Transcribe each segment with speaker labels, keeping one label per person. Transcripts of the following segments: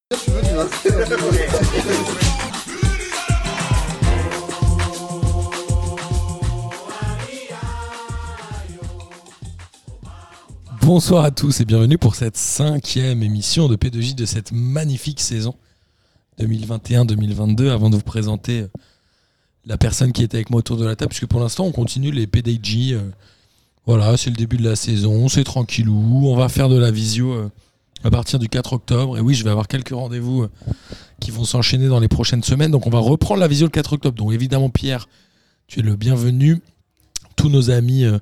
Speaker 1: là.
Speaker 2: Bonsoir à tous et bienvenue pour cette cinquième émission de P2J de cette magnifique saison 2021-2022. Avant de vous présenter euh, la personne qui était avec moi autour de la table, puisque pour l'instant on continue les PDJ. euh, Voilà, c'est le début de la saison, c'est tranquillou. On va faire de la visio euh, à partir du 4 octobre. Et oui, je vais avoir quelques rendez-vous euh, qui vont s'enchaîner dans les prochaines semaines. Donc on va reprendre la visio le 4 octobre. Donc évidemment, Pierre, tu es le bienvenu. Tous nos amis euh,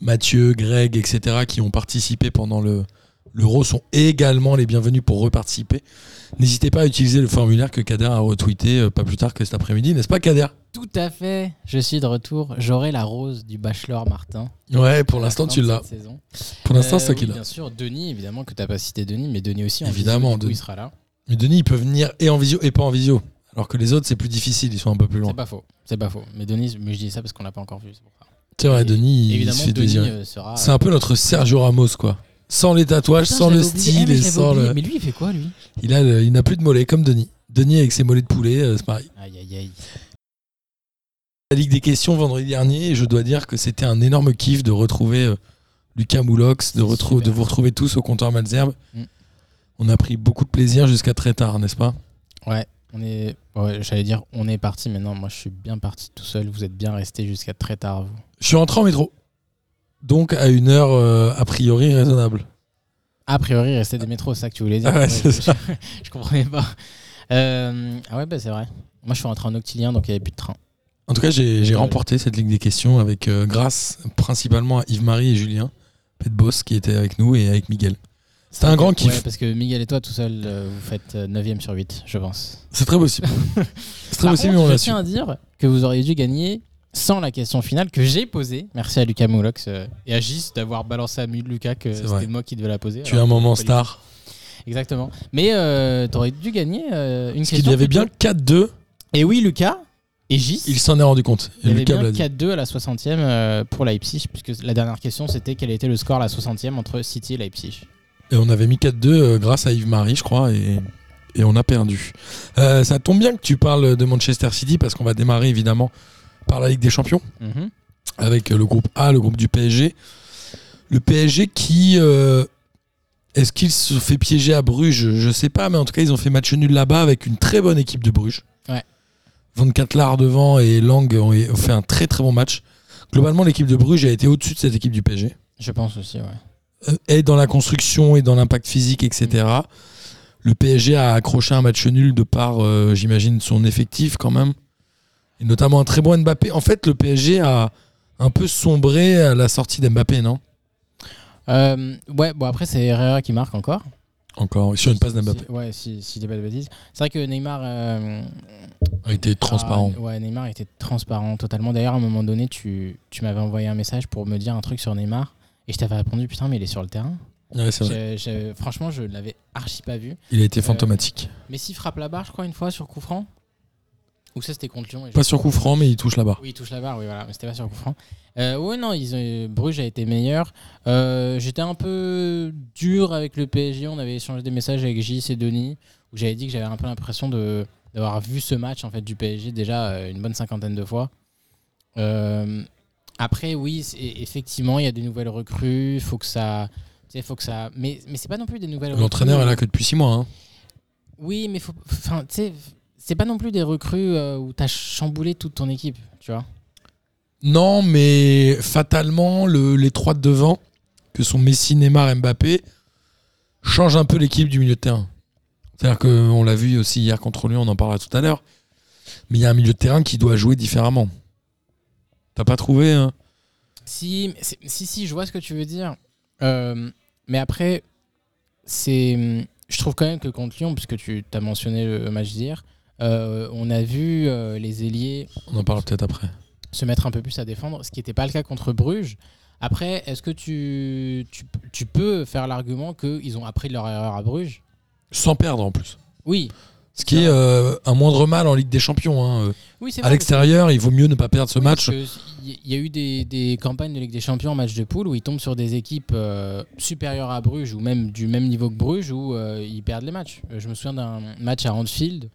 Speaker 2: Mathieu, Greg, etc., qui ont participé pendant le l'euro sont également les bienvenus pour reparticiper. N'hésitez pas à utiliser le formulaire que Kader a retweeté euh, pas plus tard que cet après-midi, n'est-ce pas Kader
Speaker 3: Tout à fait, je suis de retour. J'aurai la rose du bachelor Martin.
Speaker 2: Ouais,
Speaker 3: à
Speaker 2: pour
Speaker 3: la
Speaker 2: l'instant
Speaker 3: fin
Speaker 2: tu
Speaker 3: de
Speaker 2: l'as.
Speaker 3: cette saison.
Speaker 2: Pour l'instant
Speaker 3: Euh,
Speaker 2: c'est toi qui
Speaker 3: oui,
Speaker 2: l'as.
Speaker 3: Bien sûr, Denis, évidemment que t'as pas cité Denis, mais Denis aussi. en
Speaker 2: Évidemment,
Speaker 3: visio, du coup,
Speaker 2: Denis.
Speaker 3: il sera là.
Speaker 2: Mais Denis, il peut venir et en visio et pas en visio. Alors que les autres, c'est plus difficile, ils sont un peu plus loin.
Speaker 3: C'est pas faux, c'est pas faux. Mais Denis, mais je dis ça parce qu'on l'a pas encore vu. c'est pour ça.
Speaker 2: C'est vrai,
Speaker 3: Et-
Speaker 2: Denis, il se
Speaker 3: Évidemment,
Speaker 2: fait
Speaker 3: Denis
Speaker 2: désirer.
Speaker 3: euh, sera.
Speaker 2: C'est un peu notre Sergio Ramos, quoi. Sans les tatouages,
Speaker 3: Putain,
Speaker 2: sans
Speaker 3: je
Speaker 2: le
Speaker 3: l'avais oublié. Eh,
Speaker 2: style
Speaker 3: mais
Speaker 2: et
Speaker 3: je l'avais
Speaker 2: sans
Speaker 3: oublié.
Speaker 2: le.
Speaker 3: Mais lui, il fait quoi, lui
Speaker 2: Il a le- il n'a plus de mollets comme Denis. Denis avec ses mollets de poulet, euh, c'est pareil.
Speaker 3: Aïe, aïe, aïe.
Speaker 2: La Ligue des questions vendredi dernier, et je dois dire que c'était un énorme kiff de retrouver euh, Lucas Moulox, de, retrou-
Speaker 3: Super.
Speaker 2: de vous retrouver tous au comptoir Malzerbe.
Speaker 3: Mm.
Speaker 2: On a pris beaucoup de plaisir jusqu'à très tard, n'est-ce pas
Speaker 3: Ouais, on est. Ouais, j'allais dire, on est parti, mais non, moi je suis bien parti tout seul. Vous êtes bien resté jusqu'à très tard, vous.
Speaker 2: Je suis rentré en métro. Donc à une heure euh, a priori raisonnable.
Speaker 3: A priori, rester des métros, c'est ça que tu voulais dire.
Speaker 2: Ah ouais,
Speaker 3: Ouais,
Speaker 2: c'est
Speaker 3: je,
Speaker 2: ça.
Speaker 3: je comprenais pas. Euh, ah ouais, bah c'est vrai. Moi, je suis rentré en octilien, donc il n'y avait plus de train.
Speaker 2: En tout cas, j'ai j'ai
Speaker 3: Ouais.
Speaker 2: remporté cette Ligue des questions avec euh, grâce principalement à Yves-Marie et Julien Petbos qui étaient avec nous et avec Miguel. C'était un grand kiff.
Speaker 3: Ouais, parce que Miguel et toi, tout seul, euh, vous faites 9ème sur 8, je pense.
Speaker 2: C'est très possible. C'est très
Speaker 3: Par
Speaker 2: possible, mais
Speaker 3: contre,
Speaker 2: on l'a
Speaker 3: je
Speaker 2: su.
Speaker 3: tiens à dire que vous auriez dû gagner sans la question finale que j'ai posée. Merci à Lucas Moulox euh, et à Gis d'avoir balancé à Mule Lucas que
Speaker 2: C'est vrai.
Speaker 3: c'était moi qui devais la poser.
Speaker 2: Tu es
Speaker 3: Alors,
Speaker 2: un moment
Speaker 3: pas du
Speaker 2: star.
Speaker 3: Exactement. Mais euh, t'aurais dû gagner euh, une
Speaker 2: Parce
Speaker 3: question.
Speaker 2: qu'il y avait bien
Speaker 3: plutôt.
Speaker 2: 4-2,
Speaker 3: Et oui, Lucas et Gis.
Speaker 2: il s'en est rendu compte. Et
Speaker 3: Il y avait
Speaker 2: Lucas me
Speaker 3: bien
Speaker 2: l'a dit.
Speaker 3: 4-2 à la 60e euh, pour Leipzig, puisque la dernière question c'était quel était le score à la 60e entre City et Leipzig.
Speaker 2: Et on avait mis 4-2 euh, grâce à Yves-Marie, je crois, et, et on a perdu. Euh, ça tombe bien que tu parles de Manchester City parce qu'on va démarrer évidemment par la Ligue des Champions avec euh, le groupe A, le groupe du PSG. Le PSG qui. euh, Est-ce qu'il se fait piéger à Bruges Je sais pas, mais en tout cas, ils ont fait match nul là-bas avec une très bonne équipe de Bruges.
Speaker 3: Ouais.
Speaker 2: 24 Lard devant et Lang ont ont fait un très très bon match. Globalement, l'équipe de Bruges a été au-dessus de cette équipe du PSG
Speaker 3: Je pense aussi, ouais.
Speaker 2: euh, et dans la construction et dans l'impact physique, etc. Le PSG a accroché un match nul de par, euh, j'imagine, son effectif quand même. Et notamment un très bon Mbappé. En fait, le PSG a un peu sombré à la sortie d'Mbappé, non
Speaker 3: Euh, ouais, bon après c'est Herrera qui marque encore.
Speaker 2: Encore, sur une passe d'Mbappé.
Speaker 3: Si- ouais, si, si je dis pas de bêtises. C'est vrai que Neymar. euh,
Speaker 2: A été transparent.
Speaker 3: a- ouais, Neymar était transparent totalement. D'ailleurs, à un moment donné, tu, tu m'avais envoyé un message pour me dire un truc sur Neymar. Et je t'avais répondu, putain, mais il est sur le terrain.
Speaker 2: Ah, Ouais, c'est vrai.
Speaker 3: J'ai- j'ai- franchement, je ne l'avais archi pas vu.
Speaker 2: Il a été fantomatique.
Speaker 3: Mais s'il frappe la barre, je crois, une fois sur coup franc. Ou ça, c'était contre Lyon. et je-
Speaker 2: Pas sur coup franc, mais il touche la barre.
Speaker 3: Oui, il touche la barre, oui, voilà, mais c'était pas sur coup franc. Euh, ouais, non, ils ont, Bruges a été meilleur. Euh, J'étais un peu dur avec le PSG, on avait échangé des messages avec Gis et Denis, où j'avais dit que j'avais un peu l'impression de- d'avoir vu ce match en fait, du PSG déjà euh, une bonne cinquantaine de fois. Euh, après, oui, c'est- effectivement, il y a des nouvelles recrues, il faut que ça. tu sais, Faut que ça... Mais, mais c'est pas non plus des nouvelles
Speaker 2: L'entraîneur est
Speaker 3: recrues.
Speaker 2: là que depuis 6 mois. hein.
Speaker 3: Oui, mais faut. Enfin, tu sais, c'est pas non plus des recrues euh, où t'as chamboulé toute ton équipe, tu vois.
Speaker 2: Non, mais fatalement, le- les trois de devant, que sont Messi, Neymar, Mbappé, changent un peu l'équipe du milieu de terrain. C'est-à-dire qu'on l'a vu aussi hier contre Lyon, on en parlera tout à l'heure. Mais il y a un milieu de terrain qui doit jouer différemment. T'as pas trouvé hein
Speaker 3: Si, mais c'est- si, si, je vois ce que tu veux dire. Euh, mais après, c'est. Je trouve quand même que contre Lyon, puisque tu as mentionné le match d'hier, euh, on a vu euh, les ailiers
Speaker 2: On en parle peut-être après.
Speaker 3: se mettre un peu plus à défendre, ce qui n'était pas le cas contre Bruges. Après, est-ce que tu, tu, tu peux faire l'argument qu'ils ont appris de leur erreur à Bruges
Speaker 2: Sans perdre en plus.
Speaker 3: Oui,
Speaker 2: Ce qui est euh, un moindre mal en Ligue des Champions. hein. Euh,
Speaker 3: Oui, c'est
Speaker 2: À
Speaker 3: vrai, parce que-
Speaker 2: l'extérieur, il vaut mieux ne pas perdre ce
Speaker 3: oui,
Speaker 2: match.
Speaker 3: parce que Il y a eu des, des campagnes de Ligue des Champions en match de poule où ils tombent sur des équipes euh, supérieures à Bruges ou même du même niveau que Bruges où euh, ils perdent les matchs. Euh, Je me souviens d'un match à Anfield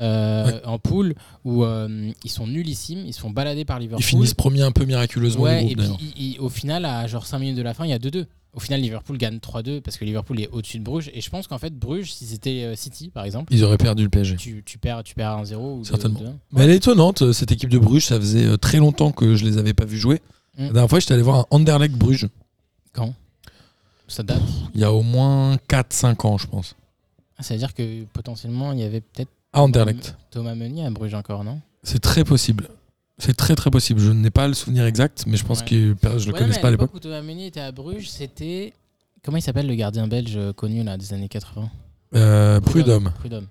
Speaker 3: euh, en poule où euh, ils sont nullissimes, ils se font balader par Liverpool.
Speaker 2: Ils finissent premier un peu miraculeusement
Speaker 3: Ouais,
Speaker 2: du
Speaker 3: et
Speaker 2: groupe
Speaker 3: puis
Speaker 2: d'ailleurs.
Speaker 3: il- il- au final, à genre 5 minutes de la fin, il y a 2-2. Au final, Liverpool gagne 3-2 parce que Liverpool est au-dessus de Bruges. Et je pense qu'en fait, Bruges, si c'était euh, City par exemple,
Speaker 2: Ils auraient perdu le PSG.
Speaker 3: tu, tu perds, tu perds 1-0 ou
Speaker 2: Certainement.
Speaker 3: 2-1.
Speaker 2: Mais elle est étonnante, euh, cette équipe de Bruges. Ça faisait euh, très longtemps que je les avais pas vus jouer.
Speaker 3: Mm.
Speaker 2: La dernière fois, j'étais allé voir un Anderlecht Bruges.
Speaker 3: Quand Ça date.
Speaker 2: Il y a au moins 4-5 ans, je pense.
Speaker 3: Ah, Ça veut dire que potentiellement, il y avait peut-être
Speaker 2: À Anderlecht.
Speaker 3: Thomas Meunier à Bruges encore, non
Speaker 2: C'est très possible. C'est très très possible. Je n'ai pas le souvenir exact, mais je pense
Speaker 3: Ouais.
Speaker 2: que euh, je le
Speaker 3: Ouais,
Speaker 2: connaissais
Speaker 3: mais
Speaker 2: pas à l'époque.
Speaker 3: où Thomas Meunier était à Bruges, c'était. Comment il s'appelle le gardien belge euh, connu là, des années 80
Speaker 2: Euh, Prud'homme.
Speaker 3: Prud'homme.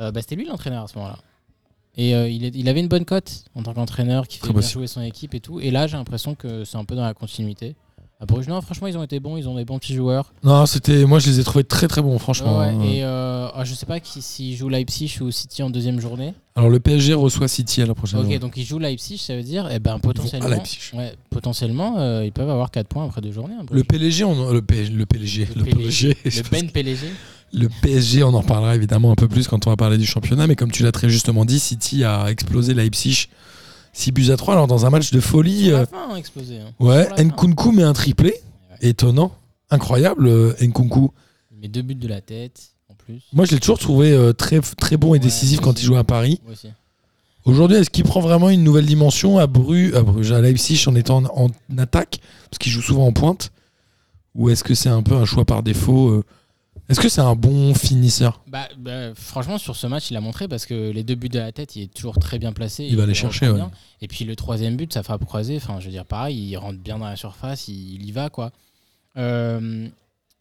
Speaker 3: Euh, bah, c'était lui l'entraîneur à ce moment-là. Et euh, il, est- il avait une bonne cote en tant qu'entraîneur qui fait
Speaker 2: Très
Speaker 3: bien
Speaker 2: possible.
Speaker 3: jouer son équipe et tout. Et là, j'ai l'impression que c'est un peu dans la continuité. À Bruges, non, franchement, ils ont été bons, ils ont des bons petits joueurs.
Speaker 2: Non, c'était. Moi, je les ai trouvés très très bons, franchement. hein.
Speaker 3: Ouais, Et euh, ah, je sais pas qui- s'ils jouent Leipzig ou City en deuxième journée.
Speaker 2: Alors, le PSG reçoit City à la prochaine. Ah,
Speaker 3: Ok,
Speaker 2: journée.
Speaker 3: donc ils jouent Leipzig, ça veut dire, eh ben,
Speaker 2: Ils vont
Speaker 3: potentiellement,
Speaker 2: à Leipzig.
Speaker 3: ouais, potentiellement euh, ils peuvent avoir 4 points après deux journées. hein,
Speaker 2: Le
Speaker 3: Bruges.
Speaker 2: PLG, on, le, P- le PLG,
Speaker 3: Le
Speaker 2: le, PSG, je
Speaker 3: le
Speaker 2: pense
Speaker 3: Ben PLG.
Speaker 2: Le PSG, on en parlera évidemment un peu plus quand on va parler du championnat, mais comme tu l'as très justement dit, City a explosé Leipzig 6 buts à 3. Alors, dans un match de folie,
Speaker 3: Sur
Speaker 2: euh,
Speaker 3: la fin, hein, explosé. hein.
Speaker 2: ouais,
Speaker 3: Sur la fin.
Speaker 2: Nkunku met un triplé, étonnant, incroyable, euh, Nkunku.
Speaker 3: Il met deux buts de la tête en plus.
Speaker 2: Moi, je l'ai toujours trouvé euh, très, très bon et
Speaker 3: Ouais,
Speaker 2: décisif
Speaker 3: moi
Speaker 2: quand
Speaker 3: aussi.
Speaker 2: il joue à Paris.
Speaker 3: Moi aussi.
Speaker 2: Aujourd'hui, est-ce qu'il prend vraiment une nouvelle dimension à Bruges, à, Bruges, à Leipzig en étant en, en attaque, parce qu'il joue souvent en pointe Ou est-ce que c'est un peu un choix par défaut euh Est-ce que c'est un bon finisseur
Speaker 3: Bah, bah, franchement, sur ce match, il a montré parce que les deux buts de la tête, il est toujours très bien placé.
Speaker 2: Il va les chercher,
Speaker 3: reprend
Speaker 2: ouais.
Speaker 3: bien. Et puis le troisième but, ça frappe croisée. Enfin, je veux dire, pareil, il rentre bien dans la surface, il, il y va, quoi. Euh,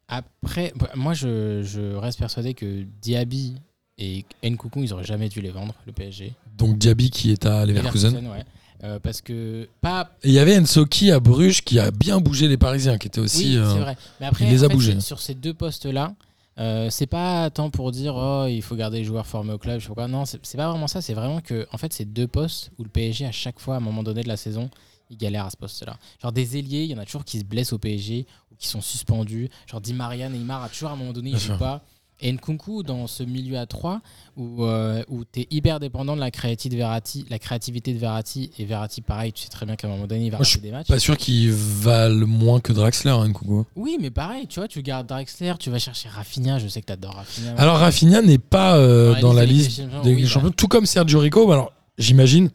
Speaker 3: après, bah, moi, je, je reste persuadé que Diaby et Nkunku, ils auraient jamais dû les vendre, le PSG.
Speaker 2: Donc Diaby qui est à Leverkusen.
Speaker 3: Leverkusen, ouais. Euh, parce que pas
Speaker 2: Et il y avait Ensoki à Bruges qui a bien bougé les Parisiens, qui était
Speaker 3: Oui,
Speaker 2: aussi.
Speaker 3: c'est
Speaker 2: euh,
Speaker 3: vrai. Mais après,
Speaker 2: il les
Speaker 3: en
Speaker 2: a
Speaker 3: fait,
Speaker 2: bougés.
Speaker 3: c'est- Sur ces deux postes-là, euh, c'est pas tant pour dire oh, il faut garder les joueurs formés au club, je sais pas quoi. Non, c'est c'est pas vraiment ça. C'est vraiment que en fait, c'est deux postes où le PSG, à chaque fois, à un moment donné de la saison, il galère à ce poste-là. Genre des ailiers, il y en a toujours qui se blessent au PSG ou qui sont suspendus. Genre Di Maria, Neymar, a toujours à un moment donné, il
Speaker 2: Bien
Speaker 3: joue
Speaker 2: sûr.
Speaker 3: pas. Et Nkunku, dans ce milieu à 3, où, euh, où tu es hyper dépendant de la, créati- de Verratti, la créativité de Verratti, et Verratti, pareil, tu sais très bien qu'à un moment donné, il va
Speaker 2: Moi, je
Speaker 3: rater des matchs.
Speaker 2: Pas sûr qu'ils valent moins que Draxler, hein, Nkunku.
Speaker 3: Oui, mais pareil, tu vois, tu gardes Draxler, tu vas chercher Rafinha, je sais que t'adores Rafinha.
Speaker 2: Alors Rafinha n'est pas euh,
Speaker 3: Dans la
Speaker 2: dans la
Speaker 3: liste des
Speaker 2: liste
Speaker 3: Champions,
Speaker 2: des
Speaker 3: oui, bah.
Speaker 2: champions, tout comme Sergio Rico. Bah Alors j'imagine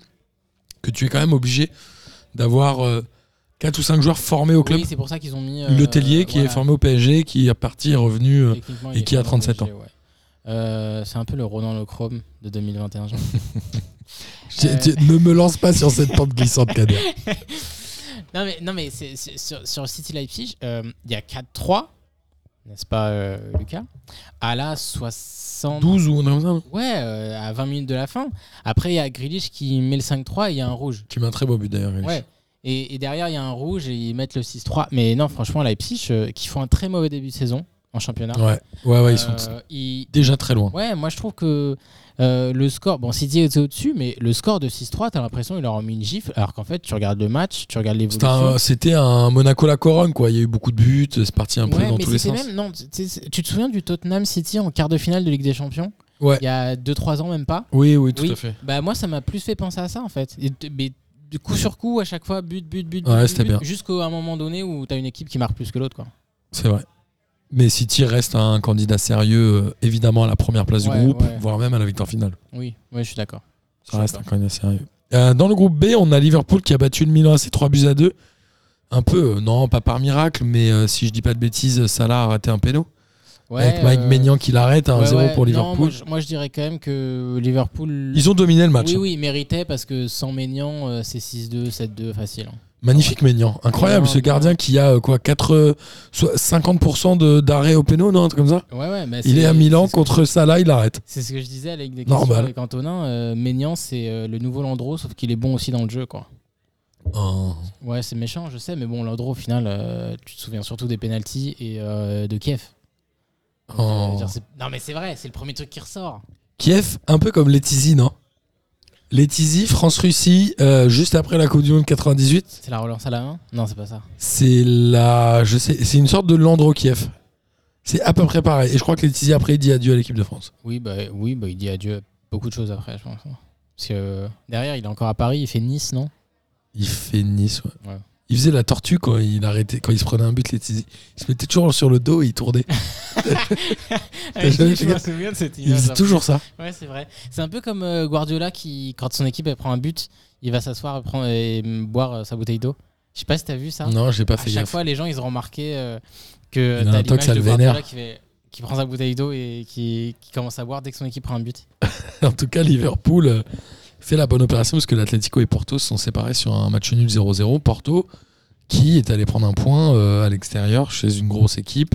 Speaker 2: que tu es quand même obligé d'avoir 4 ou 5 joueurs formés au club.
Speaker 3: oui, c'est pour ça qu'ils ont mis. euh,
Speaker 2: le Tellier qui
Speaker 3: voilà,
Speaker 2: est formé au PSG, qui est parti, est revenu. euh,
Speaker 3: techniquement,
Speaker 2: et
Speaker 3: il est
Speaker 2: qui a
Speaker 3: formé au
Speaker 2: 37 ans.
Speaker 3: PSG, ouais. Euh, c'est un peu le Ronan Lechrome de 2021. genre.
Speaker 2: tu- tu- ne me lance pas sur cette pente glissante, Kader.
Speaker 3: non, mais, non, mais c'est- c'est- sur, sur City Leipzig, euh, il y a 4-3, n'est-ce pas, euh, Lucas À la 60.
Speaker 2: 12 ou un truc comme ça, non
Speaker 3: Ouais, euh, à 20 minutes de la fin. Après, il y a Grealish qui met le 5-3 et il y a un rouge.
Speaker 2: Qui met un très beau but d'ailleurs. Grealish.
Speaker 3: Ouais. Et, et derrière, il y a un rouge et ils mettent le 6-3. Mais non, franchement, Leipzig, euh, qui font un très mauvais début de saison en championnat.
Speaker 2: ouais, ouais, ouais, ils sont
Speaker 3: Euh, ils-
Speaker 2: déjà très loin.
Speaker 3: Ouais, moi je trouve que euh, le score, bon, City était au-dessus, mais le score de 6-3, t'as l'impression qu'ils leur ont mis une gifle, alors qu'en fait, tu regardes le match, tu regardes
Speaker 2: C'était
Speaker 3: l'évolution.
Speaker 2: un, c'était un Monaco la couronne, quoi. Il y a eu beaucoup de buts, c'est parti un peu
Speaker 3: Ouais,
Speaker 2: dans
Speaker 3: mais
Speaker 2: tous les
Speaker 3: c'était
Speaker 2: sens.
Speaker 3: même- non, tu sais, tu te souviens du Tottenham City en quart de finale de Ligue des Champions
Speaker 2: Ouais.
Speaker 3: Il y a 2-3 ans, même pas.
Speaker 2: Oui, oui, tout
Speaker 3: Oui.
Speaker 2: à fait.
Speaker 3: Bah moi ça m'a plus fait penser à ça en fait. Et t- mais de coup sur coup à chaque fois but but but, but,
Speaker 2: Ouais,
Speaker 3: but,
Speaker 2: c'était
Speaker 3: but,
Speaker 2: bien.
Speaker 3: jusqu'à un moment donné où t'as une équipe qui marque plus que l'autre quoi.
Speaker 2: C'est vrai. Mais City reste un candidat sérieux, euh, évidemment, à la première place
Speaker 3: Ouais,
Speaker 2: du groupe,
Speaker 3: ouais.
Speaker 2: voire même à la victoire finale.
Speaker 3: Oui, ouais, je suis d'accord. Je
Speaker 2: Ça
Speaker 3: suis
Speaker 2: reste un
Speaker 3: d'accord.
Speaker 2: candidat sérieux. Euh, dans le groupe B, on a Liverpool qui a battu le Milan AC 3 buts à 2. Un peu, euh, non, pas par miracle, mais euh, si je dis pas de bêtises, Salah a raté un péno. avec
Speaker 3: Ouais,
Speaker 2: Mike
Speaker 3: euh,
Speaker 2: Maignan qui l'arrête à
Speaker 3: ouais,
Speaker 2: 1-0
Speaker 3: ouais.
Speaker 2: pour
Speaker 3: Non, moi,
Speaker 2: Liverpool.
Speaker 3: je, moi, je dirais quand même que Liverpool
Speaker 2: Ils ont dominé le match.
Speaker 3: Oui
Speaker 2: hein.
Speaker 3: oui, méritait parce que sans Maignan euh, c'est 6-2, 7-2 facile. hein.
Speaker 2: Magnifique Maignan. Incroyable,
Speaker 3: Non,
Speaker 2: ce
Speaker 3: non.
Speaker 2: gardien qui a euh, quoi 4, euh, so- 50% de- d'arrêt au péno, non, un truc comme ça
Speaker 3: Ouais ouais, bah,
Speaker 2: Il
Speaker 3: c'est-
Speaker 2: est à Milan
Speaker 3: c'est ce que-
Speaker 2: contre Salah, il arrête.
Speaker 3: C'est ce que je disais avec des questions
Speaker 2: Normal.
Speaker 3: avec Antonin, euh, Maignan c'est euh, le nouveau Landreau sauf qu'il est bon aussi dans le jeu quoi.
Speaker 2: Oh.
Speaker 3: Ouais, c'est méchant, je sais, mais bon, Landreau, au final, euh, tu te souviens surtout des pénalties et euh, de Kiev. Euh,
Speaker 2: Oh.
Speaker 3: Oh. Je veux dire, c'est- non, mais c'est vrai, c'est le premier truc qui ressort.
Speaker 2: Kiev, un peu comme Letizy, non Letizy, France-Russie, euh, juste après la Coupe du Monde 98,
Speaker 3: C'est la relance à la main Non, c'est pas ça.
Speaker 2: c'est la, je sais, c'est une sorte de Landro Kiev. C'est à peu près pareil. Et je crois que Letizy après il dit adieu à l'équipe de France.
Speaker 3: Oui, bah, oui bah, il dit adieu à beaucoup de choses après, je pense. Parce que euh, derrière, il est encore à Paris, il fait Nice, non
Speaker 2: Il fait Nice. ouais.
Speaker 3: Ouais.
Speaker 2: Il faisait la tortue quand il arrêtait, quand il se prenait un but, Letizy. Il se mettait toujours sur le dos et il tournait.
Speaker 3: Ah,
Speaker 2: jamais fait
Speaker 3: Je me souviens de cette
Speaker 2: Il
Speaker 3: image. hein.
Speaker 2: faisait toujours ça.
Speaker 3: Ouais, c'est vrai. C'est un peu comme euh, Guardiola qui, quand son équipe elle prend un but, il va s'asseoir et, prendre- et mm, boire euh, sa bouteille d'eau. Je sais pas si t'as vu ça.
Speaker 2: Non, j'ai pas
Speaker 3: à
Speaker 2: fait
Speaker 3: chaque
Speaker 2: gaffe.
Speaker 3: fois, les gens, ils ont remarqué euh,
Speaker 2: Il
Speaker 3: que
Speaker 2: y en a
Speaker 3: t'as
Speaker 2: un temps que
Speaker 3: l'image
Speaker 2: ça
Speaker 3: de
Speaker 2: le
Speaker 3: Guardiola
Speaker 2: vénère.
Speaker 3: qui, fait- qui prend sa bouteille d'eau et qui, qui commence à boire dès que son équipe prend un but.
Speaker 2: En tout cas, Liverpool euh, fait la bonne opération parce que l'Atlético et Porto se sont séparés sur un match nul 0-0. Porto qui est allé prendre un point euh, à l'extérieur chez une grosse équipe.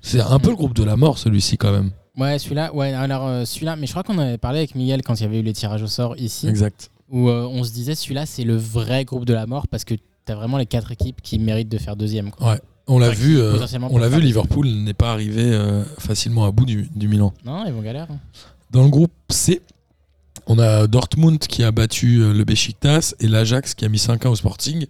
Speaker 2: C'est un peu le groupe de la mort celui-ci quand même.
Speaker 3: Ouais, celui-là, ouais, alors euh, celui-là, mais je crois qu'on en avait parlé avec Miguel quand il y avait eu les tirages au sort ici,
Speaker 2: Exact.
Speaker 3: où euh, on se disait celui-là, c'est le vrai groupe de la mort parce que t'as vraiment les quatre équipes qui méritent de faire deuxième. quoi.
Speaker 2: On l'a
Speaker 3: Enfin,
Speaker 2: vu,
Speaker 3: qui,
Speaker 2: euh,
Speaker 3: potentiellement,
Speaker 2: on l'a
Speaker 3: peut
Speaker 2: vu
Speaker 3: faire
Speaker 2: Liverpool n'est pas arrivé euh, facilement à bout du, du Milan.
Speaker 3: Non, ils vont galérer. hein.
Speaker 2: Dans le groupe C, on a Dortmund qui a battu euh, le Besiktas et l'Ajax qui a mis 5-1 au Sporting.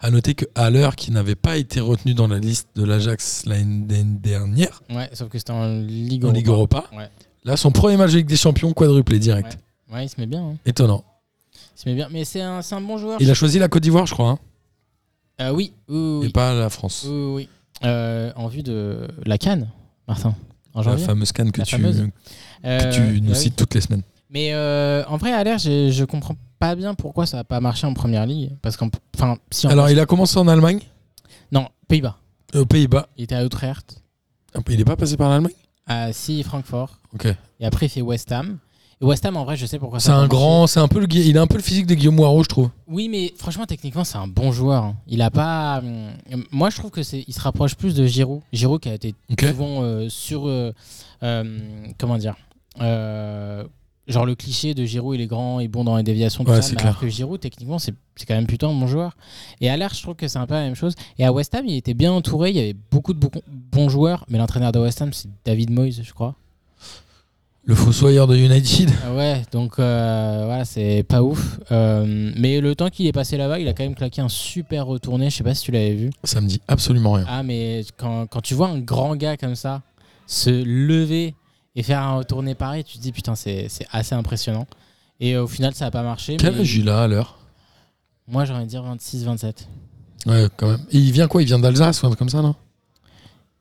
Speaker 2: À noter que Haller, qui n'avait pas été retenu dans la liste de l'Ajax l'année dernière,
Speaker 3: Ouais, sauf que c'était en Ligue
Speaker 2: en Ligue
Speaker 3: Europa.
Speaker 2: Europa.
Speaker 3: Ouais.
Speaker 2: Là, son premier match de Ligue des Champions, quadruplé direct.
Speaker 3: Ouais, il se met bien. hein.
Speaker 2: Étonnant.
Speaker 3: Il se met bien. Mais c'est un, c'est un bon joueur.
Speaker 2: Il a choisi la Côte d'Ivoire, je crois, hein,
Speaker 3: Euh, oui, oui, oui.
Speaker 2: et pas la France.
Speaker 3: oui, oui, oui. Euh, en vue de la Cannes, Martin, en
Speaker 2: La
Speaker 3: janvier.
Speaker 2: fameuse canne que,
Speaker 3: La
Speaker 2: tu,
Speaker 3: fameuse.
Speaker 2: Ah, que
Speaker 3: Euh,
Speaker 2: tu nous
Speaker 3: bah oui.
Speaker 2: cites toutes les semaines.
Speaker 3: Mais euh, en vrai, à l'air, je, je comprends pas bien pourquoi ça n'a pas marché en première ligue. Parce qu'en. Enfin, si en-
Speaker 2: Alors, il a commencé en Allemagne,
Speaker 3: Non, Pays-Bas.
Speaker 2: aux Pays-Bas.
Speaker 3: Il était à Utrecht,
Speaker 2: Il n'est pas passé par l'Allemagne
Speaker 3: à Si Francfort.
Speaker 2: Ok.
Speaker 3: Et après, il fait West Ham. Et West Ham, en vrai, je sais pourquoi ça
Speaker 2: C'est
Speaker 3: a pas
Speaker 2: un
Speaker 3: marché.
Speaker 2: grand, c'est un peu le, gui- il a un peu le physique de Guillaume Moirot, je trouve.
Speaker 3: Oui, mais franchement, techniquement, c'est un bon joueur. hein. Il a pas. hum, Moi, je trouve que c'est. Il se rapproche plus de Giroud. Giroud qui a été
Speaker 2: Ok.
Speaker 3: souvent euh, sur. euh, euh, comment dire euh, Genre le cliché de Giroud, il est grand, il est bon dans les déviations, tout
Speaker 2: Ouais,
Speaker 3: ça.
Speaker 2: c'est
Speaker 3: mais alors
Speaker 2: clair.
Speaker 3: que Giroud, techniquement, c'est c'est quand même plutôt un bon joueur. Et à l'air, je trouve que c'est un peu la même chose. Et à West Ham, il était bien entouré, il y avait beaucoup de bons- bons joueurs, mais l'entraîneur de West Ham, c'est David Moyes, je crois.
Speaker 2: Le fossoyeur de United.
Speaker 3: Ah Ouais, donc euh, voilà, c'est pas ouf. Euh, mais le temps qu'il est passé là-bas, il a quand même claqué un super retourné. Je sais pas si tu l'avais vu.
Speaker 2: Ça me dit absolument rien.
Speaker 3: Ah, mais quand, quand tu vois un grand gars comme ça se lever et faire un retourné pareil, tu te dis putain, c'est c'est assez impressionnant. Et euh, au final, ça a pas marché.
Speaker 2: Quel
Speaker 3: mais
Speaker 2: âge il a à l'heure
Speaker 3: moi, j'ai envie de dire 26-27.
Speaker 2: Ouais, quand même. Et il vient quoi Il vient d'Alsace ou un truc comme ça, non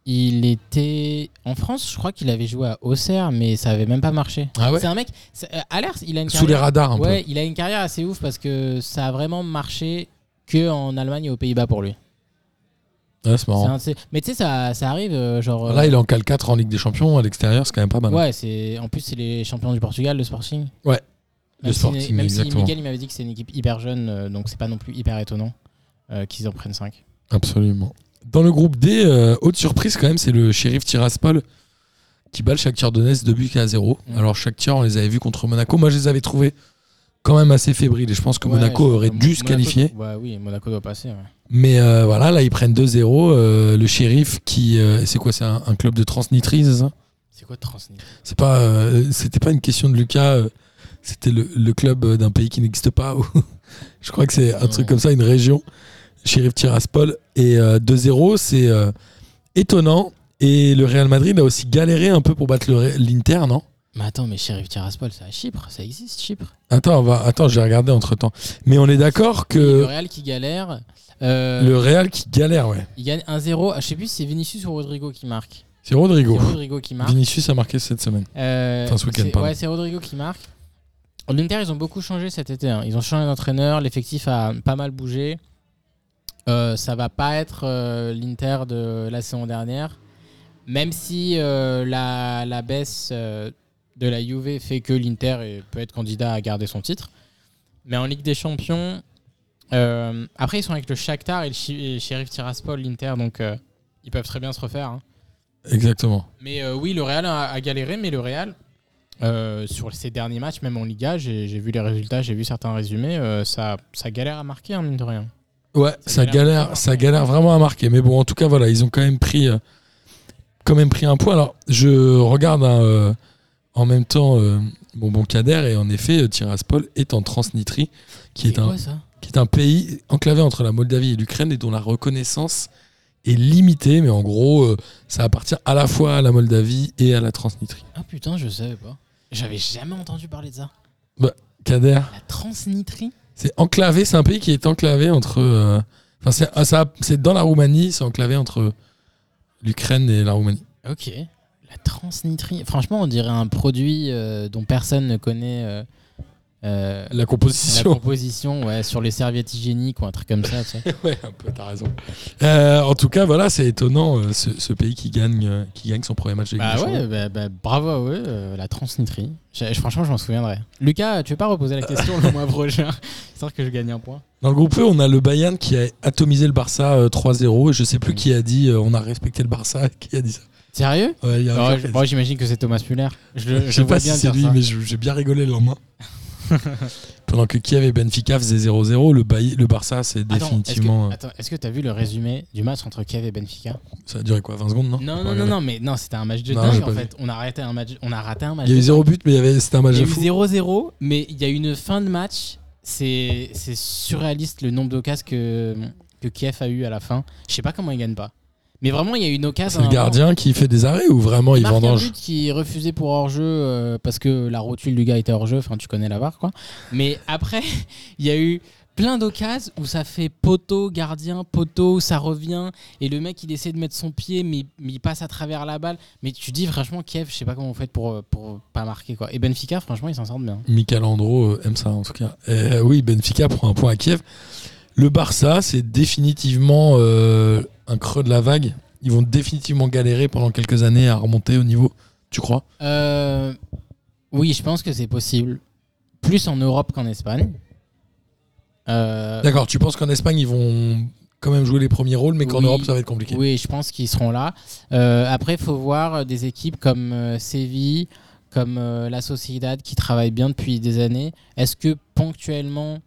Speaker 3: Il était en France, je crois qu'il avait joué à Auxerre, mais ça avait même pas marché.
Speaker 2: Ah ouais
Speaker 3: C'est un mec, c'est- euh, à l'air, il a une
Speaker 2: Sous les
Speaker 3: carrière-
Speaker 2: radars un
Speaker 3: Ouais, il a une carrière assez ouf parce que ça a vraiment marché que en Allemagne et aux Pays-Bas pour lui.
Speaker 2: peu. Ouais, c'est
Speaker 3: C'est
Speaker 2: marrant.
Speaker 3: un de ces- Mais tu sais, ça, ça arrive, euh, genre. euh,
Speaker 2: Là, il est en cale 4 en Ligue des Champions à l'extérieur, c'est quand même pas mal.
Speaker 3: ouais, c'est en plus c'est les champions du Portugal, le Sporting.
Speaker 2: Ouais,
Speaker 3: Même
Speaker 2: le
Speaker 3: si-
Speaker 2: Sporting,
Speaker 3: même si
Speaker 2: exactement.
Speaker 3: Miguel il m'avait dit que c'est une équipe hyper jeune, euh, donc c'est pas non plus hyper étonnant euh, qu'ils en prennent 5.
Speaker 2: Absolument. Dans le groupe D, euh, haute surprise quand même, c'est le shérif Tiraspol qui bat le Shakhtar Donetsk de buts à 0.
Speaker 3: Mm.
Speaker 2: Alors Shakhtar, on les avait vus contre Monaco. Moi, je les avais trouvés quand même assez fébriles et je pense que Monaco aurait dû se qualifier.
Speaker 3: Ouais, oui, Monaco doit passer. ouais.
Speaker 2: Mais euh, voilà, là, ils prennent 2-0. euh, le shérif qui... euh, c'est quoi C'est un, un club de Transnistrie, c'est ça
Speaker 3: C'est quoi Transnistrie
Speaker 2: C'est pas, euh, c'était pas une question de Lucas. euh, c'était le, le club euh, d'un pays qui n'existe pas. ou- je crois que c'est un
Speaker 3: Ouais.
Speaker 2: truc comme ça, une région. Sheriff Tiraspol et euh, 2-0, c'est euh, étonnant. Et le Real Madrid a aussi galéré un peu pour battre le Ré- l'Inter, non
Speaker 3: Mais attends, mais Sheriff Tiraspol, c'est à Chypre, ça existe Chypre.
Speaker 2: Attends, on va, attends, j'ai regardé entre temps. Mais on est d'accord
Speaker 3: Le
Speaker 2: que
Speaker 3: Real qui galère. euh,
Speaker 2: Euh, le Real qui galère, ouais.
Speaker 3: Il gagne 1-0. Ah, je sais plus si c'est Vinicius ou Rodrigo qui marque.
Speaker 2: C'est Rodrigo.
Speaker 3: C'est Rodrigo qui marque.
Speaker 2: Vinicius a marqué cette semaine.
Speaker 3: Euh,
Speaker 2: Enfin, ce week-end,
Speaker 3: c'est-
Speaker 2: pardon.
Speaker 3: ouais, c'est Rodrigo qui marque. L'Inter, ils ont beaucoup changé cet été. hein. Ils ont changé d'entraîneur. L'effectif a pas mal bougé. Euh, ça va pas être euh, l'Inter de la saison dernière. Même si euh, la, la baisse euh, de la Juve fait que l'Inter est- peut être candidat à garder son titre. Mais en Ligue des Champions, euh, après, ils sont avec le Shakhtar et le Chi- et Sheriff Tiraspol, l'Inter. Donc, euh, ils peuvent très bien se refaire. hein.
Speaker 2: Exactement.
Speaker 3: Mais euh, oui, le Real a, a galéré, mais le Real, euh, sur ses derniers matchs, même en Liga, j'ai j'ai vu les résultats, j'ai vu certains résumés, euh, ça, ça galère à marquer, hein, mine de rien.
Speaker 2: Ouais, ça,
Speaker 3: Ça galère
Speaker 2: galère,
Speaker 3: vraiment.
Speaker 2: ça galère vraiment à marquer. Mais bon, en tout cas, voilà, ils ont quand même pris, euh, quand même pris un point. Alors, je regarde hein, euh, en même temps euh, Bonbon Kader. Et en effet, euh, Tiraspol est en Transnistrie, qui est,
Speaker 3: C'est
Speaker 2: un,
Speaker 3: quoi, ça
Speaker 2: qui est un pays enclavé entre la Moldavie et l'Ukraine et dont la reconnaissance est limitée. Mais en gros, euh, ça appartient à la fois à la Moldavie et à la Transnistrie.
Speaker 3: Ah putain, je savais pas. J'avais jamais entendu parler de ça.
Speaker 2: Kader,
Speaker 3: La transnitrie
Speaker 2: c'est enclavé, c'est un pays qui est enclavé entre. euh, Enfin, c'est- ah, ça- c'est dans la Roumanie, c'est enclavé entre l'Ukraine et la Roumanie.
Speaker 3: Ok. La transnitrie. Franchement, on dirait un produit euh, dont personne ne connaît euh, euh,
Speaker 2: La
Speaker 3: la
Speaker 2: composition.
Speaker 3: composition ouais, sur les serviettes hygiéniques ou un truc comme ça. tu sais.
Speaker 2: Ouais, un peu, t'as raison. Euh, en tout cas, voilà, c'est étonnant euh, ce, ce pays qui gagne, euh, qui gagne son premier match de Ligue
Speaker 3: bah
Speaker 2: des Champions.
Speaker 3: ouais, bah, bah, bravo à eux, euh, la transnitrie. J'ai- Franchement, je m'en souviendrai. Lucas, tu veux pas reposer la question le mois prochain Histoire que je gagne un point.
Speaker 2: Dans le groupe E, on a le Bayern qui a atomisé le Barça euh, 3-0. Et je sais plus
Speaker 3: Mm.
Speaker 2: qui a dit euh, on a respecté le Barça. Qui a dit ça
Speaker 3: Sérieux
Speaker 2: Ouais, il y a un
Speaker 3: Alors,
Speaker 2: joueur qui
Speaker 3: je-
Speaker 2: a dit
Speaker 3: Moi, j'imagine que c'est Thomas Muller. Je, le-
Speaker 2: ça.
Speaker 3: je
Speaker 2: Je sais
Speaker 3: vois
Speaker 2: pas si
Speaker 3: bien
Speaker 2: c'est
Speaker 3: dire
Speaker 2: lui,
Speaker 3: ça.
Speaker 2: mais je- j'ai bien rigolé le lendemain. Pendant que Kiev et Benfica faisaient 0-0, le, Bay- le Barça, c'est
Speaker 3: Attends,
Speaker 2: définitivement.
Speaker 3: Est-ce que- attends, est-ce que t'as vu le résumé du match entre Kiev et Benfica
Speaker 2: euh, Ça a duré quoi 20 secondes, non Faut
Speaker 3: Non,
Speaker 2: pas
Speaker 3: non, non,
Speaker 2: regarder.
Speaker 3: non, mais non, c'était un match de
Speaker 2: Non, j'ai
Speaker 3: dingue
Speaker 2: pas
Speaker 3: en
Speaker 2: vu.
Speaker 3: fait. On a raté un match, on a raté un match.
Speaker 2: Il y a eu
Speaker 3: de-
Speaker 2: 0 but, mais il y avait- c'était un match
Speaker 3: Il y a
Speaker 2: de
Speaker 3: eu
Speaker 2: fou.
Speaker 3: 0-0, mais il y a eu une fin de match. C'est c'est surréaliste le nombre d'occasions que, que Kiev a eu à la fin. Je sais pas comment ils gagnent pas. Mais vraiment, il y a eu une occasion.
Speaker 2: C'est le
Speaker 3: à un moment.
Speaker 2: gardien qui fait des arrêts ou vraiment il
Speaker 3: marque un
Speaker 2: vendange
Speaker 3: but qui est refusé pour hors-jeu euh, parce que la rotule du gars était hors-jeu, enfin tu connais la barre quoi. Mais après, il y a eu plein d'occasions où ça fait poteau, gardien, poteau, ça revient et le mec il essaie de mettre son pied mais, mais il passe à travers la balle. Mais tu dis franchement Kiev, je sais pas comment vous faites pour, euh, pour pas marquer quoi. Et Benfica, franchement, ils s'en sortent bien.
Speaker 2: Michael Andro euh, aime ça en tout cas. Euh, oui, Benfica prend un point à Kiev. Le Barça, c'est définitivement euh, un creux de la vague. Ils vont définitivement galérer pendant quelques années à remonter au niveau, tu crois
Speaker 3: Euh, oui, je pense que c'est possible. Plus en Europe qu'en Espagne. Euh,
Speaker 2: D'accord, tu penses qu'en Espagne, ils vont quand même jouer les premiers rôles, mais qu'en
Speaker 3: Oui.
Speaker 2: Europe, ça va être compliqué.
Speaker 3: Oui, je pense qu'ils seront là. Euh, après, il faut voir euh, des équipes comme euh, Séville, comme euh, la Sociedad qui travaillent bien depuis des années. Est-ce que ponctuellement,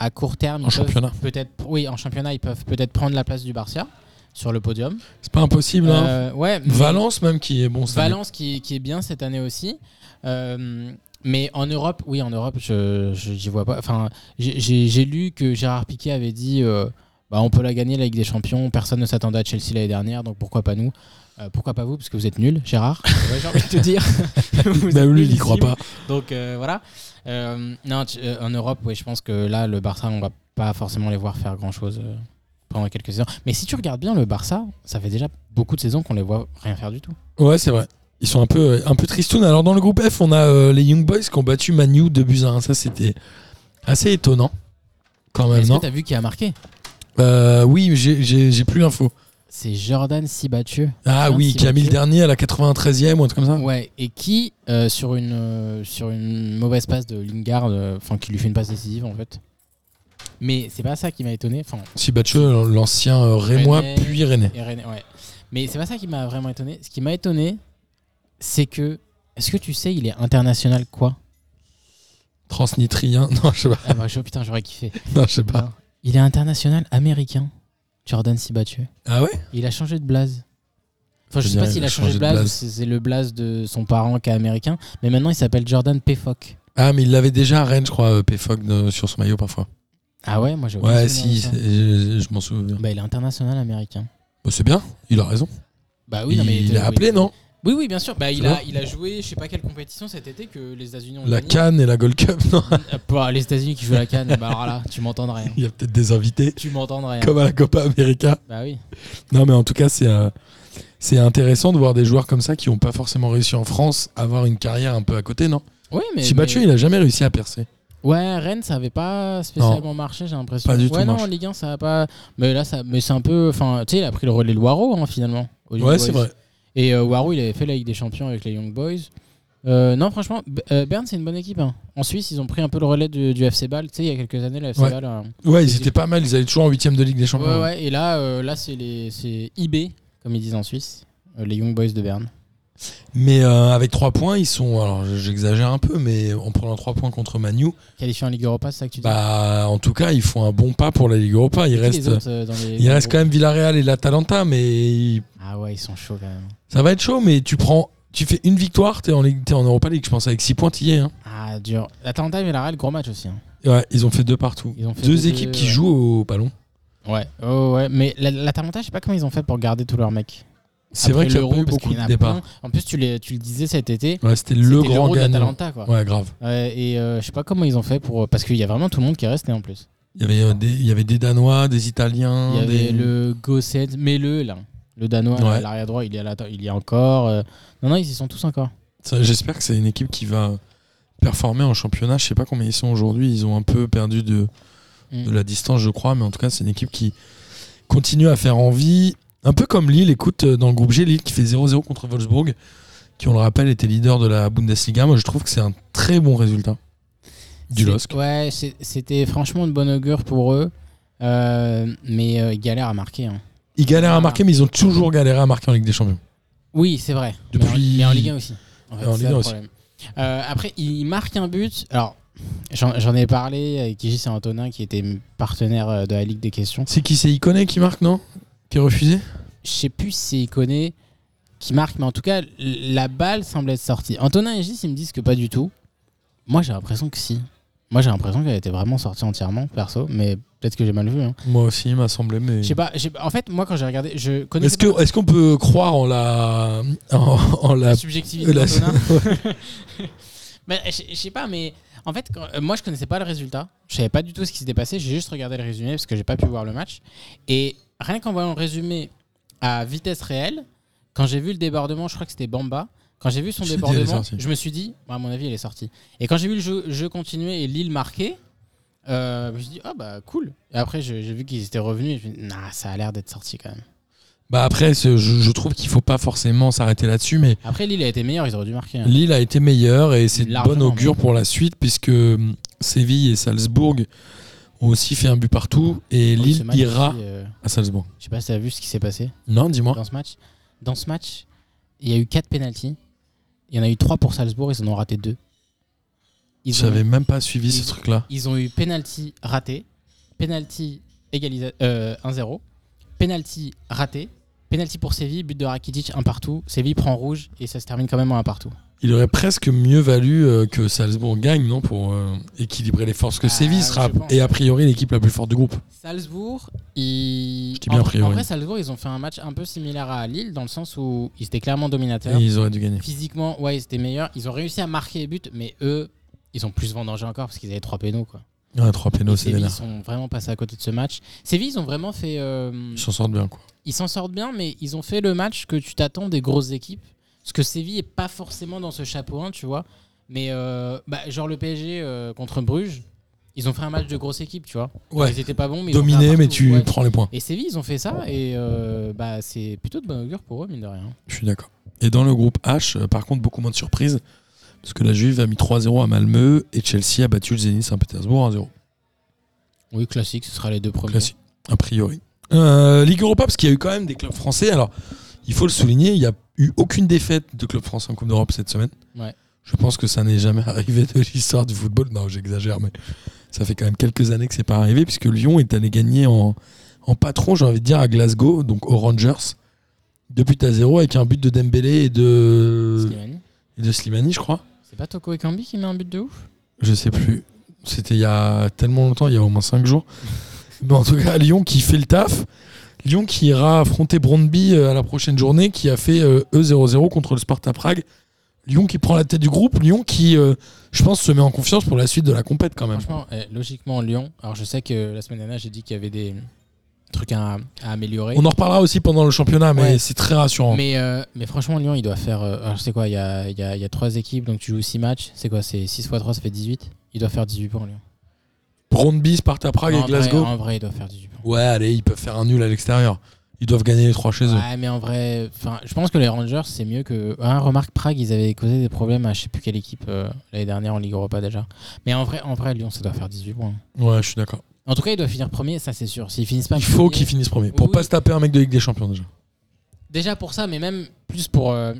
Speaker 3: à court terme,
Speaker 2: En
Speaker 3: ils peuvent
Speaker 2: championnat.
Speaker 3: peut-être, oui, en championnat, ils peuvent peut-être prendre la place du Barça sur le podium.
Speaker 2: C'est pas impossible. hein.
Speaker 3: Euh, ouais, mais-
Speaker 2: Valence, même, qui est bon. cette année.
Speaker 3: Valence qui, qui est bien cette année aussi. Euh, mais en Europe, oui, en Europe, je je- j'y vois pas. Enfin, j'ai- j'ai j'ai lu que Gérard Piquet avait dit euh, bah, on peut la gagner la Ligue des Champions. Personne ne s'attendait à Chelsea l'année dernière, donc pourquoi pas nous Euh, Pourquoi pas vous Parce que vous êtes nuls, Gérard. Ouais, J'ai envie de te dire. Vous êtes
Speaker 2: Même lui, Bah, il n'y
Speaker 3: nullissime.
Speaker 2: croit pas.
Speaker 3: Donc euh, voilà. Euh, non, tu- euh, en Europe, ouais, je pense que là, le Barça, on va pas forcément les voir faire grand chose pendant quelques saisons. Mais si tu regardes bien le Barça, ça fait déjà beaucoup de saisons qu'on les voit rien faire du tout.
Speaker 2: Ouais, c'est vrai. Ils sont un peu, euh, un peu tristounes. Alors, dans le groupe F, on a euh, les Young Boys qui ont battu Manu de buts à un. Ça, c'était assez étonnant. Quand même,
Speaker 3: Est-ce
Speaker 2: non
Speaker 3: que t'as vu qui a marqué
Speaker 2: Euh, oui, mais j'ai- j'ai j'ai plus l'info.
Speaker 3: C'est Jordan Sibatieux.
Speaker 2: Ah
Speaker 3: Tiens,
Speaker 2: oui,
Speaker 3: si
Speaker 2: qui a mis le
Speaker 3: Mathieu.
Speaker 2: dernier à la 93e ou un truc comme ça.
Speaker 3: Ouais, et qui, euh, sur, une, euh, sur une mauvaise passe de Lingard, euh, enfin, qui lui fait une passe décisive en fait. Mais c'est pas ça qui m'a étonné. Enfin,
Speaker 2: Sibatcheux, l'ancien euh, Rémois,
Speaker 3: Rennais.
Speaker 2: puis René.
Speaker 3: et René- ouais. Mais c'est pas ça qui m'a vraiment étonné. Ce qui m'a étonné, c'est que. Est-ce que tu sais, il est international quoi
Speaker 2: Transnitrien. Non, je sais pas.
Speaker 3: Ah bah, je- putain, j'aurais kiffé.
Speaker 2: Non, je sais pas.
Speaker 3: Non. Il est international américain, Jordan Sibatieux.
Speaker 2: Ah ouais
Speaker 3: Il a changé de blaze. Enfin, je
Speaker 2: Je
Speaker 3: sais pas
Speaker 2: dirais,
Speaker 3: s'il
Speaker 2: il
Speaker 3: a
Speaker 2: a
Speaker 3: changé de
Speaker 2: changé de
Speaker 3: blaze, ou
Speaker 2: blaze.
Speaker 3: c'est c'est le blaze de son parent qui est américain, mais maintenant il s'appelle Jordan Pefoc.
Speaker 2: Ah, mais il l'avait déjà à Rennes, je crois, euh, Pfog, de- sur son maillot parfois.
Speaker 3: Ah ouais, moi j'ai aucun
Speaker 2: Ouais,
Speaker 3: souvenir de
Speaker 2: si,
Speaker 3: ça.
Speaker 2: c'est- je, je m'en souviens.
Speaker 3: Bah, il est international américain.
Speaker 2: Bah, c'est bien, il a raison.
Speaker 3: Bah oui, non, mais
Speaker 2: il a
Speaker 3: oui.
Speaker 2: appelé, non
Speaker 3: Oui, oui, bien sûr. Bah, il,
Speaker 2: Tu
Speaker 3: a,
Speaker 2: vois
Speaker 3: il a joué, je sais pas quelle compétition cet été que les États-Unis ont
Speaker 2: La
Speaker 3: gagné.
Speaker 2: Cannes et la Gold Cup, non
Speaker 3: Ah, bah, les États-Unis qui jouent la canne, bah alors là, tu m'entendrais. hein.
Speaker 2: Il y a peut-être des invités,
Speaker 3: Tu m'entendrais. hein.
Speaker 2: comme à la Copa América.
Speaker 3: Bah oui.
Speaker 2: Non, mais en tout cas, c'est euh, c'est intéressant de voir des joueurs comme ça qui n'ont pas forcément réussi en France avoir une carrière un peu à côté, non
Speaker 3: Oui, mais.
Speaker 2: Sibatcheux,
Speaker 3: mais-
Speaker 2: il a jamais réussi à percer.
Speaker 3: Ouais, Rennes, ça avait pas spécialement marché, j'ai l'impression.
Speaker 2: Pas du
Speaker 3: ouais,
Speaker 2: tout
Speaker 3: non,
Speaker 2: marché.
Speaker 3: en Ligue 1, ça a pas. Mais là, ça... mais c'est un peu. Enfin, tu sais, il a pris le relais de Waro, hein, finalement. au Young
Speaker 2: Ouais, c'est
Speaker 3: Boys.
Speaker 2: vrai.
Speaker 3: Et euh, Waro, il avait fait la Ligue des Champions avec les Young Boys. Euh, non, franchement, B- euh, Berne, c'est une bonne équipe. hein. En Suisse, ils ont pris un peu le relais du, du FC Ball. Tu sais, il y a quelques années, le FC
Speaker 2: Ouais.
Speaker 3: Ball. euh,
Speaker 2: Ouais, ils
Speaker 3: Ils
Speaker 2: étaient pas mal, ils allaient toujours en huitième de Ligue des Champions.
Speaker 3: Ouais, ouais, et là, euh, là c'est les c'est IB, comme ils disent en Suisse, euh, les Young Boys de Berne.
Speaker 2: Mais euh, avec 3 points, ils sont. Alors j'exagère un peu, mais en prenant 3 points contre Manu,
Speaker 3: Qualifiés en Ligue Europa, c'est ça que tu dis
Speaker 2: bah en tout cas, ils font un bon pas pour la Ligue Europa. Il
Speaker 3: Qui les
Speaker 2: reste,
Speaker 3: autres, euh, dans les-
Speaker 2: il
Speaker 3: dans
Speaker 2: reste
Speaker 3: les
Speaker 2: quand même Villarreal et l'Atalanta, mais
Speaker 3: groupes Ah ouais, ils sont chauds quand même.
Speaker 2: ça va être chaud. Mais tu prends, Tu fais une victoire, t'es en, Ligue- t'es en Europa League, je pense, avec 6 points, t'y es, hein.
Speaker 3: Ah, dur. L'Atalanta et Villarreal, gros match aussi. hein.
Speaker 2: Ouais, ils ont fait deux partout.
Speaker 3: Ils ont fait
Speaker 2: deux
Speaker 3: deux-
Speaker 2: équipes qui
Speaker 3: ouais.
Speaker 2: jouent au ballon.
Speaker 3: Ouais, oh, ouais. Mais la- l'Atalanta, je sais pas comment ils ont fait pour garder tous leurs mecs.
Speaker 2: C'est
Speaker 3: Après
Speaker 2: vrai qu'il y a
Speaker 3: l'Euro,
Speaker 2: pas eu
Speaker 3: parce
Speaker 2: beaucoup
Speaker 3: qu'il y
Speaker 2: de
Speaker 3: en a
Speaker 2: départs.
Speaker 3: plein. En plus, tu, les- tu le disais cet été,
Speaker 2: Ouais, c'était
Speaker 3: c'était
Speaker 2: le grand
Speaker 3: l'Euro de
Speaker 2: gagnant.
Speaker 3: l'Atalanta, quoi.
Speaker 2: Ouais, grave.
Speaker 3: Ouais, et euh, je sais pas comment ils ont fait pour. Parce qu'il y a vraiment tout le monde qui est resté en plus.
Speaker 2: Il y avait, euh, des, il y avait des Danois, des Italiens.
Speaker 3: Il y
Speaker 2: des-
Speaker 3: avait le Gosset, mais le là, le Danois, là,
Speaker 2: Ouais.
Speaker 3: à l'arrière droit, il y a, il y a encore. euh, Non, non, ils y sont tous encore.
Speaker 2: Ça, J'espère que c'est une équipe qui va performer en championnat. Je sais pas combien ils sont aujourd'hui. Ils ont un peu perdu de,
Speaker 3: Mm.
Speaker 2: de la distance, je crois. Mais en tout cas, c'est une équipe qui continue à faire envie. Un peu comme Lille, écoute, euh, dans le groupe G, Lille qui fait 0-0 contre Wolfsburg, qui, on le rappelle, était leader de la Bundesliga. Moi, je trouve que c'est un très bon résultat du
Speaker 3: C'est-
Speaker 2: LOSC.
Speaker 3: Ouais, c'est- c'était franchement une bonne augure pour eux. euh, mais euh, ils galèrent à marquer. hein.
Speaker 2: Ils galèrent à
Speaker 3: Ah.
Speaker 2: marquer, mais ils ont toujours galéré à marquer en Ligue des Champions.
Speaker 3: Oui, c'est vrai.
Speaker 2: Depuis-
Speaker 3: Mais, en, mais en Ligue 1 aussi. En
Speaker 2: En
Speaker 3: c'est
Speaker 2: Ligue
Speaker 3: ça
Speaker 2: 1
Speaker 3: le
Speaker 2: aussi.
Speaker 3: problème. Euh, après, il marque un but. Alors, j'en j'en ai parlé avec Gigi et Antonin, qui était partenaire euh, de la Ligue des questions.
Speaker 2: C'est qui C'est Iconé qui marque, non Qui est refusé
Speaker 3: Je sais plus si c'est connaît qui marque, mais en tout cas, l- la balle semble être sortie. Antonin et Gis, ils me disent que pas du tout. Moi, j'ai l'impression que si. Moi, j'ai l'impression qu'elle était vraiment sortie entièrement, perso, mais peut-être que j'ai mal vu. hein.
Speaker 2: Moi aussi, il m'a semblé, mais.
Speaker 3: Je sais pas, j'ai- En fait, moi, quand j'ai regardé, je connais
Speaker 2: Est-ce que- est-ce qu'on peut croire en la, en, en la
Speaker 3: la subjectivité
Speaker 2: la-
Speaker 3: d'Antonin. Mais je je sais pas, mais en fait, quand- euh, moi je connaissais pas le résultat. Je savais pas du tout ce qui s'était passé. J'ai juste regardé le résumé parce que j'ai pas pu voir le match. Et rien qu'en voyant le résumé à vitesse réelle, quand j'ai vu le débordement, je crois que c'était Bamba. Quand j'ai vu son
Speaker 2: Je t'ai dit, elle est
Speaker 3: débordement,
Speaker 2: sortie.
Speaker 3: je me suis dit, bah, à mon avis, elle est sortie. Et quand j'ai vu le jeu, jeu continuer et Lille marquer, euh, je me suis dit, ah bah cool. Et après, je- j'ai vu qu'ils étaient revenus. Et je me suis dit, nah, ça a l'air d'être sorti quand même.
Speaker 2: Bah après, ce- je, je trouve qu'il faut pas forcément s'arrêter là-dessus, mais
Speaker 3: Après, Lille a été meilleure, ils auraient dû marquer. hein.
Speaker 2: Lille a été meilleure et c'est de
Speaker 3: Largement,
Speaker 2: bon augure pour la suite puisque hum, Séville et Salzbourg ont aussi fait un but partout et
Speaker 3: Donc, ce
Speaker 2: Lille
Speaker 3: match
Speaker 2: ira
Speaker 3: aussi, euh,
Speaker 2: à Salzbourg.
Speaker 3: Je sais pas si t'as vu ce qui s'est passé
Speaker 2: Non, dis-moi.
Speaker 3: dans ce match. Dans ce match, il y a eu 4 pénalties. Il y en a eu 3 pour Salzbourg, ils en ont raté 2. Ils,
Speaker 2: J'avais
Speaker 3: ont,
Speaker 2: même pas suivi
Speaker 3: ils-
Speaker 2: ce truc-là.
Speaker 3: ils ont eu pénalty raté, pénalty égalisa- euh, 1-0, pénalty raté, pénalty pour Séville, but de Rakitic 1 partout. Séville prend rouge et ça se termine quand même en 1 partout.
Speaker 2: Il aurait presque mieux valu euh, que Salzbourg gagne, non, pour euh, équilibrer les forces que
Speaker 3: Ah,
Speaker 2: Séville sera
Speaker 3: je pense.
Speaker 2: et a priori l'équipe la plus forte du groupe.
Speaker 3: Salzbourg, ils...
Speaker 2: Je dis bien
Speaker 3: en-
Speaker 2: a priori.
Speaker 3: en vrai, Salzbourg, ils ont fait un match un peu similaire à Lille dans le sens où ils étaient clairement
Speaker 2: Et
Speaker 3: dominateurs.
Speaker 2: ils auraient dû gagner.
Speaker 3: Physiquement, ouais, ils étaient meilleurs. Ils ont réussi à marquer les buts, mais eux, ils ont plus vendangé encore parce qu'ils avaient trois pénaux. Quoi.
Speaker 2: Ouais, trois pénaux,
Speaker 3: Et
Speaker 2: c'est
Speaker 3: Séville, ils
Speaker 2: vénère.
Speaker 3: sont vraiment passés à côté de ce match. Séville, ils ont vraiment fait. euh,
Speaker 2: Ils s'en sortent bien, quoi.
Speaker 3: ils s'en sortent bien, mais ils ont fait le match que tu t'attends des grosses équipes. Parce que Séville est pas forcément dans ce chapeau 1, tu vois. Mais euh, bah, genre le PSG euh, contre Bruges, ils ont fait un match de grosse équipe, tu vois.
Speaker 2: Ouais,
Speaker 3: Ils étaient pas bons, mais ils ont fait un
Speaker 2: dominé, mais
Speaker 3: partout,
Speaker 2: tu
Speaker 3: ouais.
Speaker 2: prends les points.
Speaker 3: Et Séville, ils ont fait ça, et euh, bah, c'est plutôt de bon augure pour eux, mine de rien.
Speaker 2: Je suis d'accord. Et dans le groupe H, euh, par contre, beaucoup moins de surprises. Parce que la Juve a mis 3-0 à Malmö et Chelsea a battu le Zenit Saint-Pétersbourg 1-0.
Speaker 3: Oui, classique, ce sera les deux premiers.
Speaker 2: Classique, a priori. Euh, Ligue Europa, parce qu'il y a eu quand même des clubs français. Alors, il faut le souligner, il n'y a eu aucune défaite de club français en Coupe d'Europe cette semaine.
Speaker 3: Ouais.
Speaker 2: Je pense que ça n'est jamais arrivé de l'histoire du football. Non, j'exagère, mais ça fait quand même quelques années que c'est pas arrivé, puisque Lyon est allé gagner en, en patron, j'ai envie de dire, à Glasgow, donc aux Rangers, deux buts à zéro, avec un but de Dembélé et de,
Speaker 3: Slimani.
Speaker 2: et de Slimani, je crois.
Speaker 3: C'est pas Toko Ekambi qui met un but de ouf
Speaker 2: Je sais plus. C'était il y a tellement longtemps, il y a au moins 5 jours. Mais en tout cas, Lyon qui fait le taf. Lyon qui ira affronter Brondby euh, à la prochaine journée, qui a fait euh, E0-0 contre le Sparta Prague. Lyon qui prend la tête du groupe. Lyon qui, euh, je pense, se met en confiance pour la suite de la compète quand même.
Speaker 3: Franchement, eh, logiquement, Lyon. Alors, je sais que la semaine dernière, j'ai dit qu'il y avait des trucs à, à améliorer.
Speaker 2: On en reparlera aussi pendant le championnat, mais
Speaker 3: Ouais.
Speaker 2: c'est très rassurant.
Speaker 3: Mais, euh, mais franchement, Lyon, il doit faire. euh, alors, c'est quoi Il y a, il y, a, il y a 3 équipes, donc tu joues 6 matchs. C'est quoi C'est 6 x 3, ça fait 18. Il doit faire 18 points, Lyon.
Speaker 2: Brondby, Sparta Prague
Speaker 3: Non, hein.
Speaker 2: et
Speaker 3: en
Speaker 2: Glasgow.
Speaker 3: Vrai, en vrai, il doit faire 18 points.
Speaker 2: Ouais, allez, ils peuvent faire un nul à l'extérieur. Ils doivent gagner les trois chez eux.
Speaker 3: Ouais, mais en vrai, enfin, je pense que les Rangers, c'est mieux que. Ah, remarque, Prague, ils avaient causé des problèmes à je sais plus quelle équipe euh, l'année dernière en Ligue Europa déjà. Mais en vrai, en vrai, Lyon, ça doit faire 18 points.
Speaker 2: Ouais, je suis d'accord.
Speaker 3: En tout cas, il doit finir premier, ça c'est sûr. S'ils finissent pas
Speaker 2: Il faut
Speaker 3: premier-
Speaker 2: qu'ils finissent premier. Pour
Speaker 3: Oui.
Speaker 2: pas se taper un mec de Ligue des Champions déjà.
Speaker 3: déjà pour ça, mais même plus pour, euh,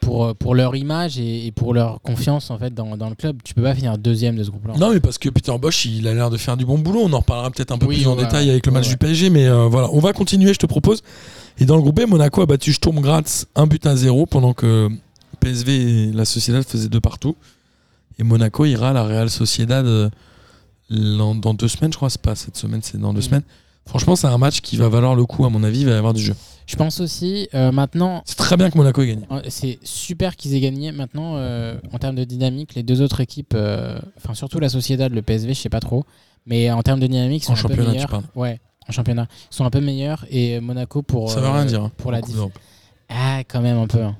Speaker 3: pour, euh, pour leur image et, et pour leur confiance en fait dans, dans le club. Tu peux pas finir deuxième de ce groupe-là.
Speaker 2: Non, mais parce que Peter Bosch, il a l'air de faire du bon boulot. On en reparlera peut-être un peu
Speaker 3: Oui,
Speaker 2: plus en
Speaker 3: on va-
Speaker 2: détail avec le
Speaker 3: ouais,
Speaker 2: match
Speaker 3: ouais.
Speaker 2: du PSG, mais euh, voilà, on va continuer, je te propose. Et dans le groupe B, Monaco a battu Sturm Graz 1 but à 0 pendant que PSV et la Sociedad faisaient deux partout. Et Monaco ira à la Real Sociedad euh, l'an- dans deux semaines, je crois. C'est pas cette semaine, c'est dans deux
Speaker 3: Mm.
Speaker 2: semaines. Franchement, c'est un match qui va valoir le coup, à mon avis. Il va y avoir du jeu.
Speaker 3: Je pense aussi, euh, maintenant,
Speaker 2: C'est très bien que Monaco ait gagné.
Speaker 3: euh, c'est super qu'ils aient gagné. Maintenant, euh, en termes de dynamique, les deux autres équipes, euh, enfin surtout la Sociedad, le PSV, je sais pas trop, mais en termes de dynamique, ils sont
Speaker 2: En
Speaker 3: un peu
Speaker 2: championnat, tu
Speaker 3: meilleurs.
Speaker 2: parles.
Speaker 3: Ouais, en championnat. Ils sont un peu meilleurs et Monaco pour.
Speaker 2: Ça veut
Speaker 3: euh,
Speaker 2: rien dire. hein,
Speaker 3: pour la
Speaker 2: en Coupe
Speaker 3: diff-
Speaker 2: d'Europe.
Speaker 3: Ah, quand même un peu. hein.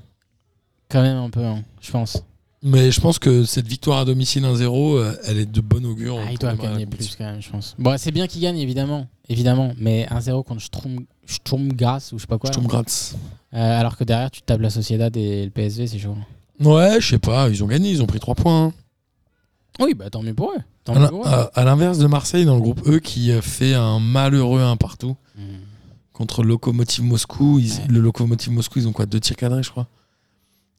Speaker 3: Quand même un peu, hein, je pense.
Speaker 2: Mais je pense que cette victoire à domicile 1-0, euh, elle est de bon augure.
Speaker 3: Ah,
Speaker 2: pour
Speaker 3: ils doivent
Speaker 2: démarrer la
Speaker 3: gagner
Speaker 2: compétition.
Speaker 3: plus quand même, je pense. Bon, c'est bien qu'ils gagnent, évidemment. Évidemment, mais 1-0 contre Sturm, Sturmgras ou je sais pas quoi.
Speaker 2: Je
Speaker 3: là.
Speaker 2: tombe gratis.
Speaker 3: Euh, alors que derrière, tu tapes la Sociedad et le PSV, c'est chaud.
Speaker 2: Ouais, je sais pas. Ils ont gagné, ils ont pris 3 points. hein.
Speaker 3: Oui, bah tant mieux pour eux. Tant
Speaker 2: À
Speaker 3: mieux
Speaker 2: l'in-
Speaker 3: pour eux.
Speaker 2: à- à l'inverse de Marseille, dans le groupe E, qui euh, fait un malheureux un partout
Speaker 3: Hmm.
Speaker 2: contre le Locomotive Moscou. Ils-
Speaker 3: Ouais.
Speaker 2: Le Locomotive Moscou, ils ont quoi Deux tirs cadrés, je crois.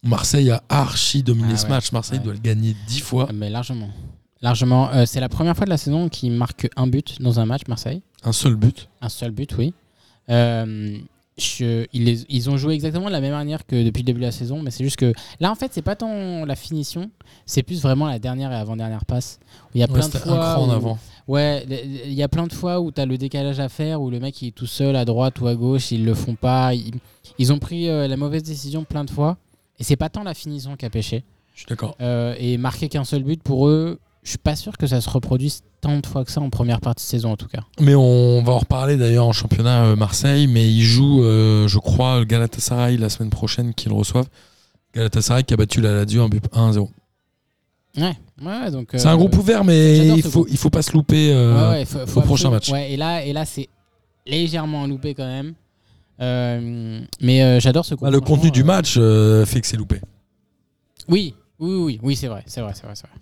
Speaker 2: Marseille a archi dominé
Speaker 3: Ah
Speaker 2: ce
Speaker 3: ouais,
Speaker 2: match. Marseille
Speaker 3: ouais.
Speaker 2: doit le gagner 10 fois.
Speaker 3: Mais largement. Largement. Euh, c'est la première fois de la saison qu'ils marquent un but dans un match, Marseille.
Speaker 2: Un seul but.
Speaker 3: Un seul but, oui. Euh, je- ils, les- ils ont joué exactement de la même manière que depuis le début de la saison, mais c'est juste que là, en fait, c'est pas tant la finition, c'est plus vraiment la dernière et avant-dernière passe. Il y a
Speaker 2: Ouais,
Speaker 3: plein de
Speaker 2: C'était un
Speaker 3: fois.
Speaker 2: cran en
Speaker 3: où-
Speaker 2: avant.
Speaker 3: Ouais, le- le- il y a plein de fois où tu as le décalage à faire, où le mec il est tout seul à droite ou à gauche, ils le font pas. Ils, ils ont pris euh, la mauvaise décision plein de fois, et c'est pas tant la finition qui a pêché.
Speaker 2: Je suis d'accord.
Speaker 3: Euh, et marquer qu'un seul but pour eux, je suis pas sûr que ça se reproduise tant de fois que ça en première partie de saison en tout cas.
Speaker 2: Mais on va en reparler d'ailleurs en championnat euh, Marseille, mais ils jouent, euh, je crois, le Galatasaray la semaine prochaine qu'ils reçoivent. Galatasaray qui a battu la Lazio un but 1-0.
Speaker 3: Ouais, ouais, donc.
Speaker 2: C'est
Speaker 3: euh,
Speaker 2: un groupe ouvert,
Speaker 3: c'est
Speaker 2: mais
Speaker 3: bien,
Speaker 2: il
Speaker 3: ce
Speaker 2: faut,
Speaker 3: groupe.
Speaker 2: il faut pas se louper. euh,
Speaker 3: Ouais, ouais, faut- faut
Speaker 2: au prochain
Speaker 3: absolument-
Speaker 2: match.
Speaker 3: Ouais, et là, et là c'est légèrement loupé quand même. Euh, mais euh, j'adore ce
Speaker 2: bah,
Speaker 3: contenu.
Speaker 2: le contenu du match euh, fait que c'est loupé.
Speaker 3: Oui, oui, oui, oui, oui, c'est vrai, c'est vrai, c'est vrai, c'est vrai.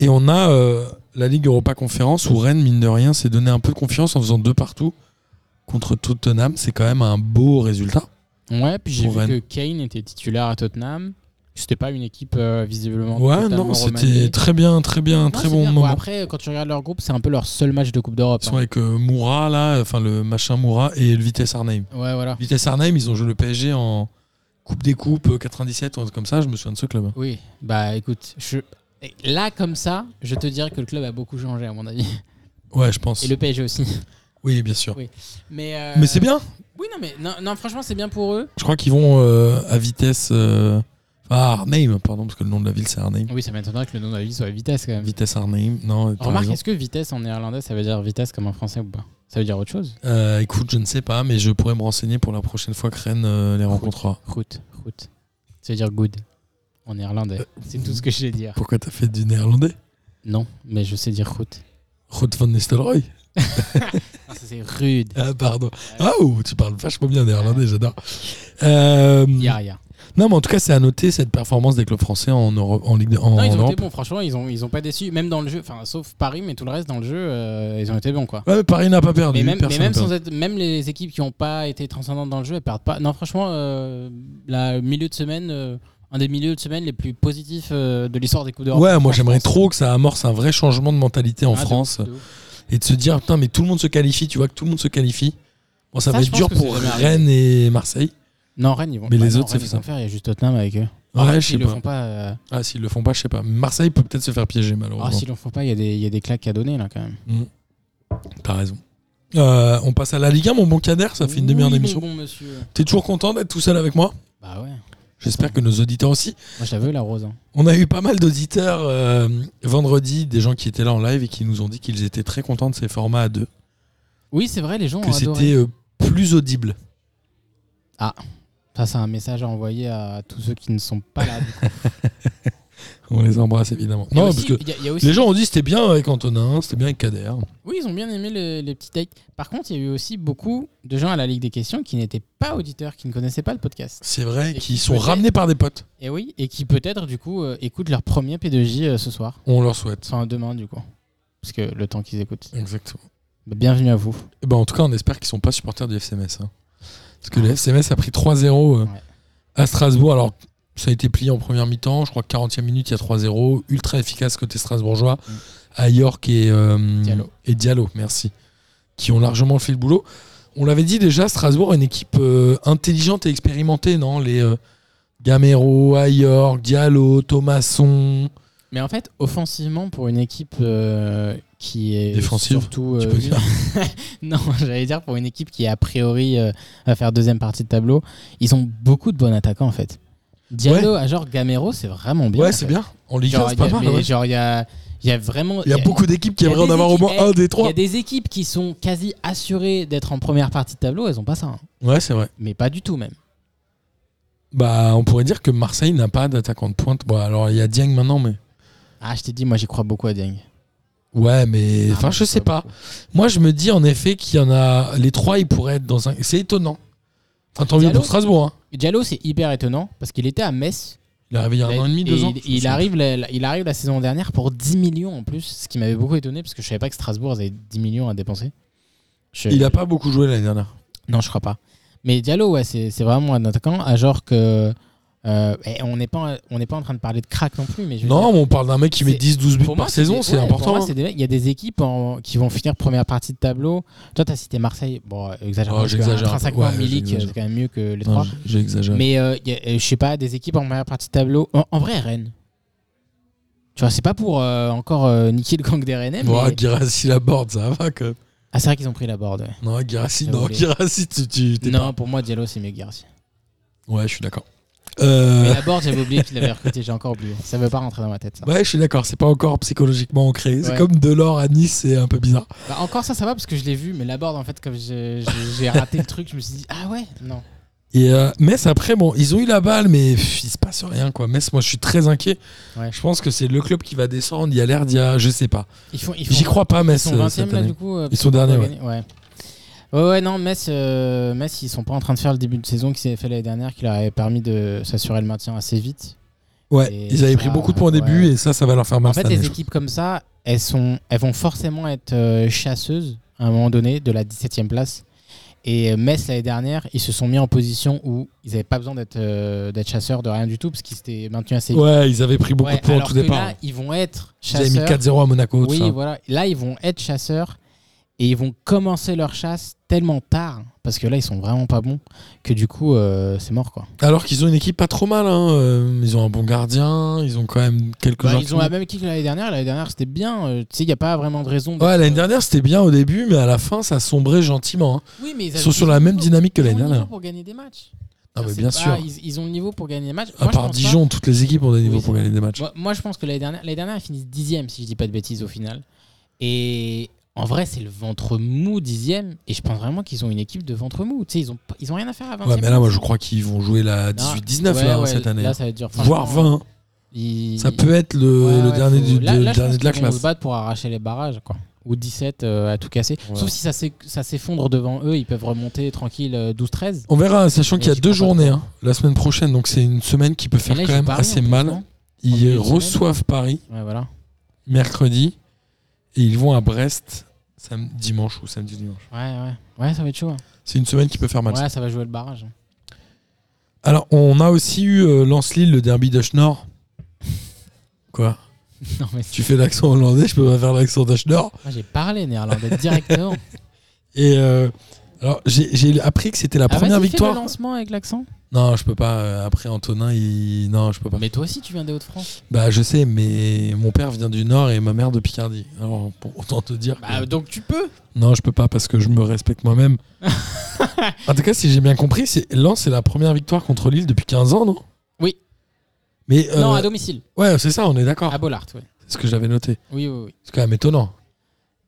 Speaker 2: Et on a euh, la Ligue Europa Conférence où Rennes, mine de rien, s'est donné un peu de confiance en faisant deux partout contre Tottenham. C'est quand même un beau résultat.
Speaker 3: Ouais, puis j'ai
Speaker 2: Pour
Speaker 3: vu
Speaker 2: Rennes.
Speaker 3: que Kane était titulaire à Tottenham. C'était pas une équipe euh, visiblement.
Speaker 2: Ouais,
Speaker 3: totalement
Speaker 2: non, c'était
Speaker 3: remaniée.
Speaker 2: très bien, très bien,
Speaker 3: Non,
Speaker 2: très
Speaker 3: c'est
Speaker 2: bon
Speaker 3: bien.
Speaker 2: moment.
Speaker 3: après, quand tu regardes leur groupe, c'est un peu leur seul match de Coupe d'Europe.
Speaker 2: Ils
Speaker 3: hein.
Speaker 2: sont avec euh, Moura, là, enfin le machin Moura et le Vitesse Arnhem.
Speaker 3: Ouais, voilà.
Speaker 2: Vitesse Arnhem, ils ont joué le PSG en Coupe des Coupes euh, 97 ou un truc comme ça. Je me souviens de ce club.
Speaker 3: Oui, bah écoute, je... eh, là comme ça, je te dirais que le club a beaucoup changé à mon avis.
Speaker 2: Ouais, je pense.
Speaker 3: Et le PSG aussi.
Speaker 2: Oui, bien sûr.
Speaker 3: Oui. Mais, euh,
Speaker 2: Mais c'est bien.
Speaker 3: Oui, non, mais non, non, franchement, c'est bien pour eux.
Speaker 2: Je crois qu'ils vont euh, à Vitesse. euh, enfin, à Arnhem, pardon, parce que le nom de la ville c'est Arnhem.
Speaker 3: Oui, ça m'étonnerait que le nom de la ville soit vitesse quand même.
Speaker 2: Vitesse Arnhem. Non, t'as
Speaker 3: Remarque,
Speaker 2: raison.
Speaker 3: est-ce que vitesse en néerlandais ça veut dire vitesse comme en français ou pas Ça veut dire autre chose
Speaker 2: Euh, écoute, je ne sais pas, mais je pourrais me renseigner pour la prochaine fois que Rennes euh, les rencontrera.
Speaker 3: Route, route. Ça veut dire good en
Speaker 2: Euh,
Speaker 3: néerlandais. C'est tout ce que je sais dire.
Speaker 2: Pourquoi t'as fait du néerlandais
Speaker 3: Non, mais je sais dire route.
Speaker 2: Rod van Nistelrooy
Speaker 3: Non, ça, c'est rude.
Speaker 2: Ah, pardon. Ah, ouh, tu parles vachement bien néerlandais, j'adore. Euh,
Speaker 3: Ya, ya.
Speaker 2: non, mais en tout cas, c'est à noter cette performance des clubs français en, Europe, en Ligue de- en
Speaker 3: Non, ils ont été
Speaker 2: Europe.
Speaker 3: bons, franchement, ils ont, ils ont pas déçu. Même dans le jeu, enfin, sauf Paris, mais tout le reste dans le jeu, euh, ils ont été bons, quoi.
Speaker 2: Ouais, mais Paris n'a pas perdu.
Speaker 3: Mais même, mais
Speaker 2: personne
Speaker 3: même,
Speaker 2: n'a perdu.
Speaker 3: sans être, même les équipes qui n'ont pas été transcendantes dans le jeu, elles perdent pas. Non, franchement, euh, la milieu de semaine, euh, un des milieux de semaine les plus positifs euh, de l'histoire des Coupes d'Europe.
Speaker 2: Ouais, moi j'aimerais
Speaker 3: Franchement,
Speaker 2: trop que ça amorce un vrai changement de mentalité en
Speaker 3: Ah, de
Speaker 2: France
Speaker 3: ouf, de ouf.
Speaker 2: et de se dire putain mais tout le monde se qualifie, tu vois que tout le monde se qualifie. Bon ça,
Speaker 3: Ça,
Speaker 2: va
Speaker 3: je
Speaker 2: être
Speaker 3: pense
Speaker 2: dur
Speaker 3: que c'est
Speaker 2: pour
Speaker 3: jamais arrivé.
Speaker 2: Rennes et Marseille.
Speaker 3: Non, Rennes, ils vont
Speaker 2: Mais
Speaker 3: bah
Speaker 2: les
Speaker 3: non,
Speaker 2: autres,
Speaker 3: Rennes,
Speaker 2: c'est
Speaker 3: ils
Speaker 2: ça.
Speaker 3: vont faire. Il y a juste Tottenham avec eux.
Speaker 2: Ouais,
Speaker 3: Après,
Speaker 2: je sais
Speaker 3: s'ils le
Speaker 2: pas.
Speaker 3: font pas. euh,
Speaker 2: Ah s'ils le font pas, je sais pas. Marseille peut peut-être se faire piéger
Speaker 3: ah,
Speaker 2: malheureusement.
Speaker 3: s'ils le font pas, il y, a des- il y a des claques à donner là quand même.
Speaker 2: T'as raison. Euh, on passe à la Ligue 1, mon bon Kader, ça fait une demi-heure
Speaker 3: Oui, mon
Speaker 2: d'émission.
Speaker 3: bon monsieur.
Speaker 2: T'es toujours content d'être tout seul avec moi
Speaker 3: Bah ouais. Moi,
Speaker 2: J'espère que nos auditeurs aussi.
Speaker 3: je la veux, la rose. hein.
Speaker 2: On a eu pas mal d'auditeurs euh, vendredi, des gens qui étaient là en live et qui nous ont dit qu'ils étaient très contents de ces formats à deux,
Speaker 3: Oui, c'est vrai, les gens
Speaker 2: que
Speaker 3: ont adoré.
Speaker 2: c'était euh, plus audible.
Speaker 3: Ça, c'est un message à envoyer à tous ceux qui ne sont pas là. du coup.
Speaker 2: On les embrasse évidemment.
Speaker 3: Il y a
Speaker 2: Non,
Speaker 3: aussi-
Speaker 2: parce que
Speaker 3: il y a- il y a aussi-
Speaker 2: les gens ont dit c'était bien avec Antonin, c'était bien avec Kader.
Speaker 3: Oui, ils ont bien aimé le- les petits takes. Par contre, il y a eu aussi beaucoup de gens à la Ligue des questions qui n'étaient pas auditeurs, qui ne connaissaient pas le podcast.
Speaker 2: C'est vrai,
Speaker 3: Et
Speaker 2: qui
Speaker 3: qui
Speaker 2: sont
Speaker 3: peut-être-
Speaker 2: ramenés par des potes.
Speaker 3: Et oui, et qui peut-être, du coup, euh, écoutent leur premier P2J euh, ce soir.
Speaker 2: On leur souhaite.
Speaker 3: Enfin, demain, du coup. Parce que le temps qu'ils écoutent.
Speaker 2: Exactement.
Speaker 3: Bah, Bienvenue à vous.
Speaker 2: Eh ben, en tout cas, on espère qu'ils sont pas supporters du FCMS. hein. Parce que le FCMS a pris 3-0 euh,
Speaker 3: Ah. Ouais.
Speaker 2: à Strasbourg. Alors, ça a été plié en première mi-temps. Je crois que 40e minute, il y a 3-0. Ultra efficace côté strasbourgeois.
Speaker 3: Mm.
Speaker 2: À York et, euh,
Speaker 3: Diallo.
Speaker 2: et Diallo, merci. Qui ont largement fait le boulot. On l'avait dit déjà, Strasbourg a une équipe euh, intelligente et expérimentée, non Les euh, Gamero, Ayor, Diallo, Thomasson.
Speaker 3: Mais en fait, offensivement, pour une équipe euh, qui est
Speaker 2: Défensive,
Speaker 3: surtout.
Speaker 2: tu
Speaker 3: euh,
Speaker 2: peux dire.
Speaker 3: non, j'allais dire pour une équipe qui a priori euh, va faire deuxième partie de tableau, ils ont beaucoup de bons attaquants en fait. Diallo à genre Gamero, c'est vraiment bien. en
Speaker 2: ouais, c'est
Speaker 3: fait.
Speaker 2: bien. En Ligue 1,
Speaker 3: Genre,
Speaker 2: c'est
Speaker 3: il y
Speaker 2: pas
Speaker 3: a-
Speaker 2: mal.
Speaker 3: mais
Speaker 2: ouais.
Speaker 3: genre, il y a, il y a vraiment.
Speaker 2: Il y a beaucoup d'équipes qui
Speaker 3: il y a
Speaker 2: aimeraient en
Speaker 3: des
Speaker 2: avoir au moins
Speaker 3: équipes-
Speaker 2: un des
Speaker 3: Il y
Speaker 2: trois.
Speaker 3: a des équipes qui sont quasi assurées d'être en première partie de tableau, elles ont pas ça. hein.
Speaker 2: Ouais, c'est vrai.
Speaker 3: Mais pas du tout même.
Speaker 2: Bah, on pourrait dire que Marseille n'a pas d'attaquant de pointe. Bon, alors il y a Dieng maintenant, mais.
Speaker 3: Ah, je t'ai dit, moi j'y crois beaucoup à Dieng.
Speaker 2: Ouais, mais.
Speaker 3: Ah,
Speaker 2: Enfin,
Speaker 3: moi,
Speaker 2: je
Speaker 3: j'y
Speaker 2: sais
Speaker 3: crois
Speaker 2: pas.
Speaker 3: beaucoup.
Speaker 2: Moi, je me dis en effet qu'il y en a. Les trois, ils pourraient être dans un. C'est étonnant. Enfin, tant mieux
Speaker 3: Diallo
Speaker 2: pour Strasbourg. Hein.
Speaker 3: Diallo, c'est hyper étonnant parce qu'il était à Metz
Speaker 2: Il est arrivé il y a un an et demi, deux ans.
Speaker 3: il, il arrive la, la- il arrive la saison dernière pour 10 millions en plus, ce qui m'avait beaucoup étonné parce que je savais pas que Strasbourg avait 10 millions à dépenser. Je-
Speaker 2: Il a pas beaucoup joué l'année dernière.
Speaker 3: Non, je crois pas. Mais Diallo, ouais, c'est c'est vraiment un attaquant. À genre que. euh, et on n'est pas, on n'est pas en train de parler de crack non plus, mais je veux
Speaker 2: Non,
Speaker 3: dire,
Speaker 2: mais on parle d'un mec qui met
Speaker 3: c'est-
Speaker 2: 10-12 buts
Speaker 3: pour
Speaker 2: par
Speaker 3: moi,
Speaker 2: saison,
Speaker 3: des-
Speaker 2: c'est
Speaker 3: ouais,
Speaker 2: important.
Speaker 3: pour moi,
Speaker 2: hein.
Speaker 3: c'est des mecs- il y a des équipes en- qui vont finir première partie de tableau. Toi, tu as cité Marseille. Bon, euh, exagère
Speaker 2: Oh,
Speaker 3: pas, parce que
Speaker 2: j'exagère un peu.
Speaker 3: intrinsèquement,
Speaker 2: Ouais,
Speaker 3: Milik,
Speaker 2: j'exagère.
Speaker 3: c'est quand même mieux que les
Speaker 2: Non,
Speaker 3: trois.
Speaker 2: j- J'exagère.
Speaker 3: Mais euh, y a- euh, je sais pas, des équipes en première partie de tableau. En, en vrai, Rennes. Tu vois, c'est pas pour euh, encore euh, niquer le gang des Rennais,
Speaker 2: Bon,
Speaker 3: mais.
Speaker 2: Girassi la board, ça va quand même.
Speaker 3: Ah, c'est vrai qu'ils ont pris la board. ouais.
Speaker 2: Non, Girassi,
Speaker 3: Ça
Speaker 2: non,
Speaker 3: voulait.
Speaker 2: Girassi, tu. tu t'es
Speaker 3: Ah, Non, pour moi, Diallo, c'est mieux que Garcia.
Speaker 2: pas- Ouais, je suis d'accord. Euh,
Speaker 3: Mais la board, j'avais oublié qu'il l'avait recruté, j'ai encore oublié. Ça veut pas rentrer dans ma tête, ça.
Speaker 2: Ouais, je suis d'accord, c'est pas encore psychologiquement ancré. C'est
Speaker 3: Ouais.
Speaker 2: comme Delors à Nice, c'est un peu bizarre.
Speaker 3: Bah, encore ça, ça va parce que je l'ai vu, mais la board, en fait, comme je- je- j'ai raté le truc, je me suis dit, ah ouais, non.
Speaker 2: Et euh, Metz, après, bon, ils ont eu la balle, mais pff, il se passe rien, quoi. Metz, moi, je suis très inquiet.
Speaker 3: Ouais.
Speaker 2: Je pense que c'est le club qui va descendre. Il y a l'air d'il y a, je sais pas.
Speaker 3: Ils font, ils font-
Speaker 2: J'y crois pas,
Speaker 3: Ils
Speaker 2: Metz.
Speaker 3: sont
Speaker 2: euh,
Speaker 3: 20
Speaker 2: cette
Speaker 3: e là,
Speaker 2: année.
Speaker 3: du coup. euh,
Speaker 2: Ils sont
Speaker 3: parce qu'on
Speaker 2: derniers,
Speaker 3: a gagné. ouais. Ouais, ouais, non, Metz, euh, Metz, ils sont pas en train de faire le début de saison qu'ils avaient fait l'année dernière, qui leur avait permis de s'assurer le maintien assez vite.
Speaker 2: Ouais,
Speaker 3: Et
Speaker 2: ils avaient
Speaker 3: ça,
Speaker 2: pris beaucoup de points au début,
Speaker 3: ouais.
Speaker 2: et ça, ça va leur faire mal
Speaker 3: en fait,
Speaker 2: cette année,
Speaker 3: les
Speaker 2: je trouve.
Speaker 3: équipes comme ça, elles, sont, elles vont forcément être euh, chasseuses à un moment donné de la 17 e place. Et euh, Metz, l'année dernière, ils se sont mis en position où ils n'avaient pas besoin d'être euh, d'être chasseurs de rien du tout, parce qu'ils s'étaient maintenus assez vite.
Speaker 2: Ouais, ils avaient pris beaucoup
Speaker 3: Ouais,
Speaker 2: de points au
Speaker 3: alors
Speaker 2: tout
Speaker 3: que
Speaker 2: départ.
Speaker 3: là, ils vont être
Speaker 2: ils avaient mis hein.
Speaker 3: chasseurs.
Speaker 2: 4-0 à Monaco, tout
Speaker 3: Oui,
Speaker 2: ça.
Speaker 3: voilà. Là, ils vont être chasseurs et ils vont commencer leur chasse tellement tard parce que là, ils sont vraiment pas bons que du coup, euh, c'est mort quoi.
Speaker 2: Alors qu'ils ont une équipe pas trop mal. hein, euh, Ils ont un bon gardien, ils ont quand même quelques
Speaker 3: Bah,
Speaker 2: joueurs
Speaker 3: ils
Speaker 2: qui-
Speaker 3: ont la même équipe que l'année dernière. L'année dernière, c'était bien. euh, tu sais, il n'y a pas vraiment de raison. d'être-
Speaker 2: Ouais, l'année dernière, c'était bien au début, mais à la fin, ça sombrait gentiment. hein.
Speaker 3: Oui, mais ils
Speaker 2: Ils
Speaker 3: avaient-
Speaker 2: sont sur la même
Speaker 3: ils ont le
Speaker 2: dynamique que l'année
Speaker 3: niveau
Speaker 2: dernière.
Speaker 3: pour gagner des matchs.
Speaker 2: Non, mais
Speaker 3: Bah, C'est
Speaker 2: bien
Speaker 3: pas-
Speaker 2: sûr.
Speaker 3: Ils, ils ont le niveau pour gagner des matchs.
Speaker 2: À
Speaker 3: Moi, je
Speaker 2: part
Speaker 3: pense
Speaker 2: Dijon, toutes les équipes ont des niveaux
Speaker 3: Oui,
Speaker 2: pour
Speaker 3: c'est
Speaker 2: gagner des matchs.
Speaker 3: Moi, moi, je pense que l'année dernière, l'année dernière, ils finissent dixième, si je dis pas de bêtises, au final. Et en vrai, c'est le ventre mou dixième. Et je pense vraiment qu'ils ont une équipe de ventre mou. Tu sais, ils ont, pas- ils ont rien à faire à 20
Speaker 2: Ouais, mais là, moi, je crois qu'ils vont jouer la 18-19
Speaker 3: Ah, Ouais,
Speaker 2: là, hein,
Speaker 3: ouais,
Speaker 2: cette année.
Speaker 3: Là, ça va être dur.
Speaker 2: Voire
Speaker 3: Franchement,
Speaker 2: 20.
Speaker 3: il-
Speaker 2: Ça peut être le,
Speaker 3: Ouais,
Speaker 2: le
Speaker 3: ouais,
Speaker 2: dernier,
Speaker 3: faut-
Speaker 2: du,
Speaker 3: là,
Speaker 2: de-
Speaker 3: là, je
Speaker 2: dernier
Speaker 3: pense
Speaker 2: de la
Speaker 3: qu'ils vont
Speaker 2: classe.
Speaker 3: se battre pour arracher les barrages, quoi. Ou 17 euh, à tout casser.
Speaker 2: Ouais.
Speaker 3: Sauf si ça s'é- ça s'effondre devant eux, ils peuvent remonter tranquille euh, 12-13.
Speaker 2: On verra, sachant
Speaker 3: Mais
Speaker 2: qu'il y a
Speaker 3: j'y
Speaker 2: deux
Speaker 3: crois pas
Speaker 2: journées
Speaker 3: trop.
Speaker 2: hein, la semaine prochaine, donc c'est une semaine qui peut
Speaker 3: Et
Speaker 2: faire
Speaker 3: là, ils
Speaker 2: quand
Speaker 3: jouent
Speaker 2: même
Speaker 3: Paris,
Speaker 2: assez
Speaker 3: en plus,
Speaker 2: mal.
Speaker 3: non
Speaker 2: Ils
Speaker 3: milieu de semaine.
Speaker 2: reçoivent Paris
Speaker 3: Ouais, voilà.
Speaker 2: mercredi et ils vont à Brest sam- dimanche ou samedi dimanche.
Speaker 3: Ouais, ouais. Ouais, ça va être chaud. hein.
Speaker 2: C'est une semaine qui peut faire mal.
Speaker 3: Ouais, ça va jouer le barrage. hein.
Speaker 2: Alors, on a aussi eu euh, Lens-Lille, le derby de Schnorr. Quoi
Speaker 3: Non, mais c'est-
Speaker 2: Tu fais l'accent hollandais, je peux pas faire l'accent de Schnorr.
Speaker 3: Moi, j'ai parlé néerlandais directement. Ah,
Speaker 2: Et euh, alors, j'ai j'ai appris que c'était la
Speaker 3: Ah,
Speaker 2: première
Speaker 3: vas-y, fais
Speaker 2: victoire.
Speaker 3: le lancement avec l'accent.
Speaker 2: Non, je peux pas. euh, Après, Antonin, il. Non, je peux pas.
Speaker 3: Mais toi aussi, tu viens des Hauts-de-France.
Speaker 2: Bah, je sais, mais mon père vient du Nord et ma mère de Picardie. Alors, pour autant te dire. que-
Speaker 3: Bah, donc tu peux.
Speaker 2: Non, je peux pas parce que je me respecte moi-même. en tout cas, si j'ai bien compris, c'est... Lens, c'est la première victoire contre Lille depuis 15 ans, non
Speaker 3: Oui.
Speaker 2: Mais. euh, ah.
Speaker 3: Non, à Ah. domicile.
Speaker 2: Ouais, c'est ça, on est d'accord.
Speaker 3: À Bollard, ouais.
Speaker 2: C'est ce que j'avais noté.
Speaker 3: Oui, oui, oui.
Speaker 2: C'est quand même étonnant.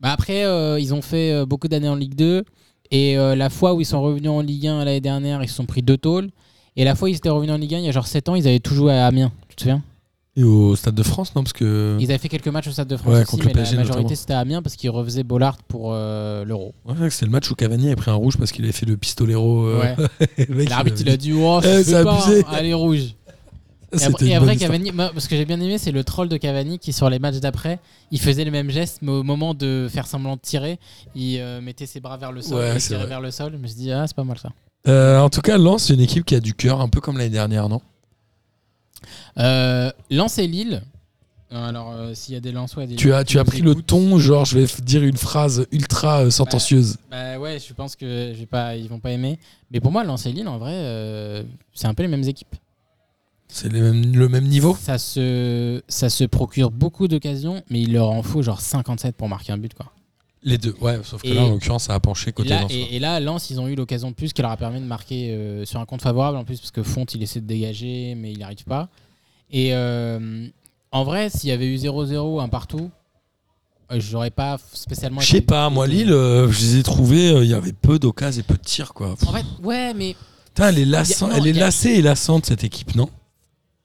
Speaker 3: Bah après, euh, ils ont fait euh, beaucoup d'années en Ligue 2. Et euh, la fois où ils sont revenus en Ligue 1 l'année dernière, ils se sont pris deux tôles. Et la fois où ils étaient revenus en Ligue 1, il y a genre 7 ans, ils avaient tout joué à Amiens. Tu te souviens
Speaker 2: Et au Stade de France, non Parce que.
Speaker 3: Ils avaient fait quelques matchs au Stade de France
Speaker 2: Ouais,
Speaker 3: aussi,
Speaker 2: contre le
Speaker 3: mais la
Speaker 2: PSG notamment.
Speaker 3: majorité c'était à Amiens parce qu'ils refaisaient Bollard pour euh, l'Euro.
Speaker 2: Ouais, c'est le match où Cavani a pris un rouge parce qu'il avait fait le pistolero. euh,
Speaker 3: Ouais.
Speaker 2: le mec,
Speaker 3: L'arbitre
Speaker 2: il
Speaker 3: il a dit Oh,
Speaker 2: Eh,
Speaker 3: ça se
Speaker 2: c'est
Speaker 3: fait pas,
Speaker 2: abusé.
Speaker 3: allez rouge.
Speaker 2: avait-
Speaker 3: Et
Speaker 2: C'était
Speaker 3: après, et
Speaker 2: une
Speaker 3: après,
Speaker 2: bonne histoire.
Speaker 3: Cavani, moi, ce que j'ai bien aimé, c'est le troll de Cavani qui, sur les matchs d'après, il faisait le même geste, mais au moment de faire semblant de tirer, il euh, mettait ses bras vers le sol,
Speaker 2: Ouais,
Speaker 3: et il
Speaker 2: c'est
Speaker 3: tirait
Speaker 2: vrai.
Speaker 3: vers le sol. Je me suis dit, ah, c'est pas mal ça.
Speaker 2: Euh, en tout cas, Lens, c'est une équipe qui a du cœur, un peu comme l'année dernière, non
Speaker 3: Euh, Lens et Lille. Euh, Alors, euh, s'il y a des Lensois, et des
Speaker 2: Tu
Speaker 3: Lillois
Speaker 2: as,
Speaker 3: qui
Speaker 2: tu as
Speaker 3: nous
Speaker 2: pris le
Speaker 3: écoutent,
Speaker 2: ton, genre je vais f- dire une phrase ultra euh, sentencieuse.
Speaker 3: Bah ouais, je pense que je vais pas, ils vont pas aimer. Mais pour moi, Lens et Lille, en vrai, euh, c'est un peu les mêmes équipes.
Speaker 2: C'est les mêmes- le même niveau
Speaker 3: Ça se, ça se procure beaucoup d'occasions, mais il leur en faut genre 57 pour marquer un but. Quoi.
Speaker 2: Les deux, ouais, sauf que
Speaker 3: Et-
Speaker 2: là, en l'occurrence, ça a penché
Speaker 3: Et,
Speaker 2: côté
Speaker 3: là,
Speaker 2: Lensois.
Speaker 3: et, et là, Lens, ils ont eu l'occasion de plus qui leur a permis de marquer euh, sur un compte favorable en plus, parce que Font, il essaie de dégager, mais il n'y arrive pas. Et euh, en vrai, s'il y avait eu 0-0, un partout, euh, j'aurais pas spécialement.
Speaker 2: Je sais
Speaker 3: été-
Speaker 2: pas, moi, Lille, euh, je les ai trouvés, euh, il y avait peu d'occasions et peu de tirs, quoi.
Speaker 3: En fait, ouais, mais
Speaker 2: Putain, elle est, lassant-
Speaker 3: Y a- non,
Speaker 2: elle est
Speaker 3: y a-
Speaker 2: lassée et lassante, cette équipe, non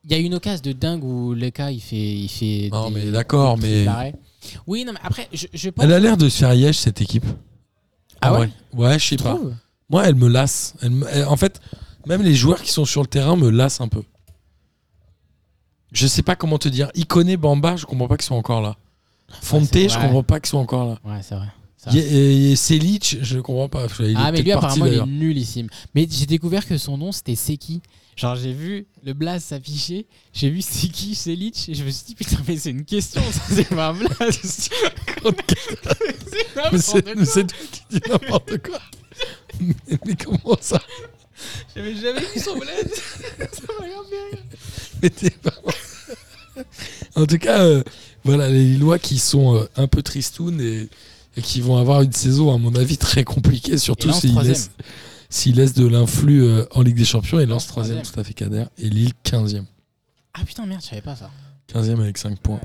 Speaker 3: il y a une occasion de dingue où Leka, il fait. Il fait
Speaker 2: Non,
Speaker 3: des-
Speaker 2: mais d'accord,
Speaker 3: des
Speaker 2: mais.
Speaker 3: arrêts. Oui, non, mais après, je, je pense.
Speaker 2: Elle a l'air de se faire liège, cette équipe.
Speaker 3: Ah ouais
Speaker 2: Ouais, je sais
Speaker 3: tu
Speaker 2: pas.
Speaker 3: trouves
Speaker 2: Moi, elle me lasse. Elle me- elle- En fait, même les joueurs qui sont sur le terrain me lassent un peu. Je sais pas comment te dire. Iconé, Bamba, je comprends pas qu'ils soient encore là. Fonte,
Speaker 3: Ouais, c'est-
Speaker 2: je
Speaker 3: ouais.
Speaker 2: comprends pas qu'ils soient encore là.
Speaker 3: Ouais, c'est vrai. c'est
Speaker 2: Et,
Speaker 3: vrai.
Speaker 2: et Selic, je comprends pas. Il est
Speaker 3: Ah, mais
Speaker 2: peut-être parti,
Speaker 3: lui, apparemment, il est
Speaker 2: d'ailleurs.
Speaker 3: nullissime. Mais j'ai découvert que son nom, c'était Seki. Genre, j'ai vu le blaze s'afficher, j'ai vu Seki, Selic, et je me suis dit, putain, mais c'est une question, ça, c'est pas un blaze. c'est
Speaker 2: Mais c'est- mais
Speaker 3: n'importe quoi.
Speaker 2: c'est toi qui dis n'importe quoi. mais, mais comment ça
Speaker 3: J'avais jamais vu son blaze. ça m'a rien fait rire.
Speaker 2: Mais t'es vraiment- En tout cas, euh, voilà, les Lillois qui sont euh, un peu tristounes et, et qui vont avoir une saison, à mon avis, très compliquée,
Speaker 3: Et
Speaker 2: surtout
Speaker 3: Lens
Speaker 2: s'ils
Speaker 3: troisième.
Speaker 2: laissent, s'ils laissent de l'influx euh, en Ligue des Champions. Et
Speaker 3: Lens
Speaker 2: Lens 3
Speaker 3: troisième.
Speaker 2: tout à fait Kader. Et Lille 15e.
Speaker 3: Ah, putain, merde, je savais pas ça.
Speaker 2: 15e avec 5 points.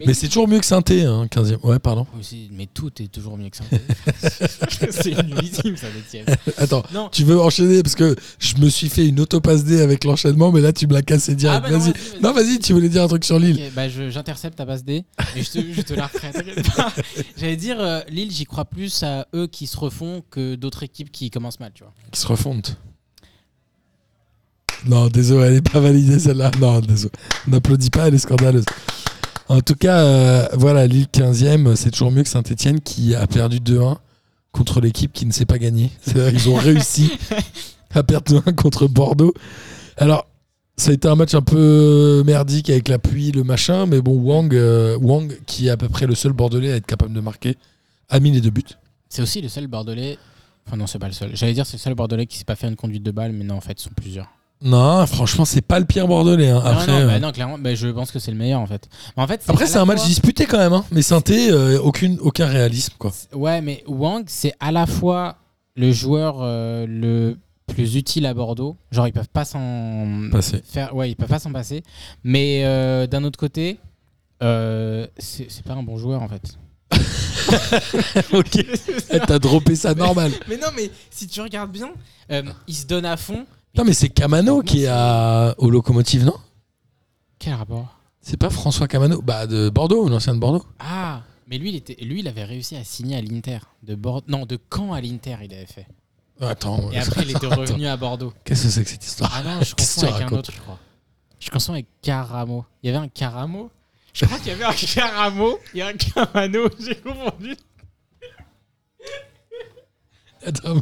Speaker 3: Ouais.
Speaker 2: Mais, c'est toujours mieux que saint hein, 15e. Ouais, pardon.
Speaker 3: Oui, c'est- Mais tout est toujours mieux que ça. c'est nullissime, ça, Etienne.
Speaker 2: Attends.
Speaker 3: Non.
Speaker 2: Tu veux enchaîner parce que je me suis fait une autopasse D avec l'enchaînement, mais là tu me l'as cassé direct.
Speaker 3: bah non,
Speaker 2: vas-y.
Speaker 3: vas-y, vas-y.
Speaker 2: Non, vas-y, tu voulais dire un truc sur Lille.
Speaker 3: Ok, bah je- j'intercepte ta base D et je te, je te la retraite. T'inquiète pas. J'allais dire, euh, Lille, j'y crois plus à eux qui se refont que d'autres équipes qui commencent mal, tu vois.
Speaker 2: qui se refonte. Non, désolé, elle n'est pas validée celle-là. Non, désolé. N'applaudis pas, elle est scandaleuse. En tout cas, euh, voilà, Lille 15e, c'est toujours mieux que Saint-Etienne qui a perdu 2-1 contre l'équipe qui ne sait pas gagner. C'est-à-dire qu'ils ont réussi à perdre 2-1 contre Bordeaux. Alors, ça a été un match un peu merdique avec la pluie, le machin, mais bon, Wang, euh, Wang qui est à peu près le seul Bordelais à être capable de marquer, a mis les deux buts.
Speaker 3: C'est aussi le seul Bordelais. Enfin, non, c'est pas le seul. J'allais dire, c'est le seul Bordelais qui s'est pas fait une conduite de balle, mais non, en fait, ils sont plusieurs.
Speaker 2: Non, franchement, c'est pas le pire Bordelais. hein.
Speaker 3: Non,
Speaker 2: Après,
Speaker 3: non,
Speaker 2: euh,
Speaker 3: bah non, clairement, bah, je pense que c'est le meilleur, en fait. Mais en fait
Speaker 2: Après,
Speaker 3: à
Speaker 2: c'est
Speaker 3: la
Speaker 2: un match
Speaker 3: fois-
Speaker 2: disputé quand même, hein. mais synthé, aucune, aucun réalisme. quoi.
Speaker 3: Ouais, mais Wang, c'est à la fois le joueur euh, le plus utile à Bordeaux. Genre, ils peuvent pas s'en.
Speaker 2: Passer.
Speaker 3: faire ouais ils peuvent pas s'en passer mais euh, d'un autre côté euh, c'est c'est pas un bon joueur en fait
Speaker 2: ok, t'as droppé ça normal.
Speaker 3: mais non mais si tu regardes bien euh, il se donne à fond
Speaker 2: Non, mais c'est Camano qui est à... au locomotive, non
Speaker 3: quel rapport
Speaker 2: C'est pas François Camano Bah, de Bordeaux, l'ancien de Bordeaux.
Speaker 3: ah mais lui il était lui il avait réussi à signer à l'Inter de Bordeaux non de Caen à l'Inter il avait fait
Speaker 2: Attends,
Speaker 3: et après il était revenu à Bordeaux
Speaker 2: qu'est-ce que c'est que cette histoire
Speaker 3: ah non je
Speaker 2: Qu'est-ce que
Speaker 3: confonds
Speaker 2: tu
Speaker 3: avec un
Speaker 2: racontes
Speaker 3: autre je crois je confonds avec Caramo il y avait un Caramo je crois qu'il y avait un Caramo et un Camano j'ai confondu
Speaker 2: Attends, mais